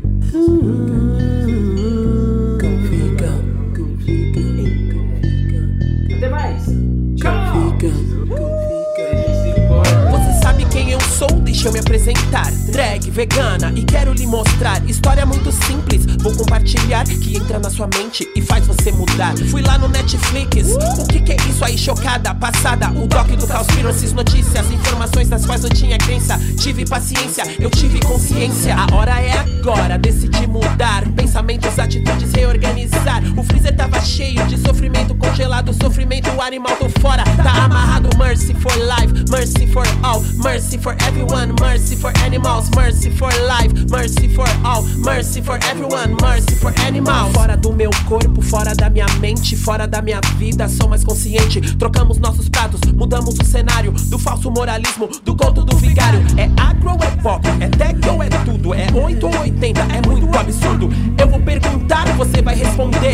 S4: Uhum. Go vegan, go vegan, go vegan.
S1: Até mais!
S4: Go
S1: Tchau!
S4: vegan, go vegan.
S1: Você
S4: Você sabe quem eu sou? Deixa eu me apresentar. Drag vegana e quero lhe mostrar. História muito simples, vou compartilhar. Que entra na sua mente e faz você mudar. Fui lá no Netflix, o que, que é isso aí? Chocada, passada. O doc do Conspiracies, notícias, informações das quais eu tinha crença. Tive paciência, eu tive consciência. A hora é agora, decidi mudar. Pensamentos, atitudes, reorganizar. O freezer tava cheio de sofrimento congelado. Sofrimento animal tô fora, tá amarrado. Mercy for life, mercy for all, mercy for everyone, mercy for animals, mercy for life, mercy for all, mercy for everyone, mercy for animals. Fora do meu corpo, fora da minha mente, fora da minha vida, sou mais consciente. Trocamos nossos pratos, mudamos o cenário do falso moralismo, do conto do vigário. É agro, é pop, é techno, é tudo, é 8 ou 80, é muito absurdo. Eu vou perguntar, você vai responder.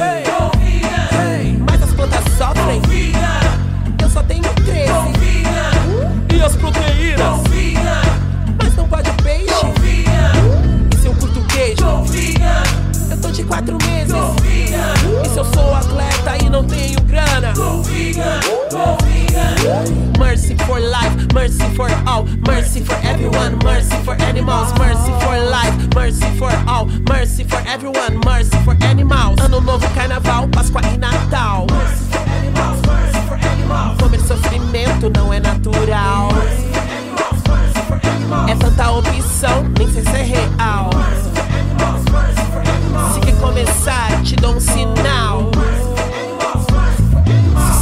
S4: Hey, hey, mas as plantas sofrem. Eu só tenho 13 E as proteínas Mas não pode peixe E se eu curto queijo Eu tô de 4 meses E se eu sou atleta e não tenho grana Mercy for life, mercy for all, mercy for everyone, mercy for animals, mercy for life, mercy for all, mercy for everyone, mercy for animals. Ano novo, carnaval, Páscoa e Natal. Mercy for animals, mercy for animals. Comer sofrimento não é natural. É tanta opção, nem sei se é real. Se quer começar, te dou um sinal.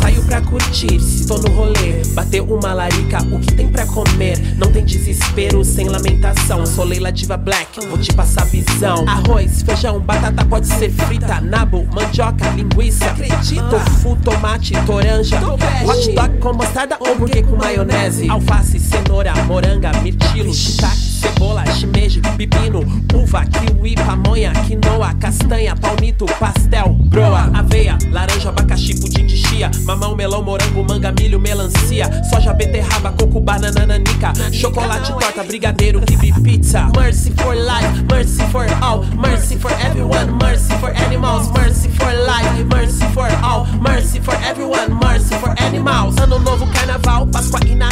S4: Saio pra curtir, se tô no rolê. Bateu uma larica, o que tem pra comer? Não tem desespero, sem lamentação. Sou Leila Diva Black, vou te passar visão. Arroz, feijão, batata pode ser frita. Nabo, mandioca, linguiça. Acredito. Tofu, tomate, toranja. Hot dog com mostarda ou hambúrguer com maionese. Alface, cenoura, moranga, mirtilo. Shiitake, cebola, shimeji, pepino, uva, kiwi, pamonha, quinoa, castanha, palmito, pastel, broa, aveia, laranja, abacaxi, pudim de chia, mamão, melão, morango, manga, milho, melancia, soja, beterraba, coco, banana, nanica, chocolate, torta, brigadeiro, kibe, pizza. Mercy for life, mercy for all, mercy for everyone, mercy for animals, mercy for life, mercy for all, mercy for everyone, mercy for animals. maus. Ano novo, carnaval, Páscoa e Natal. é É um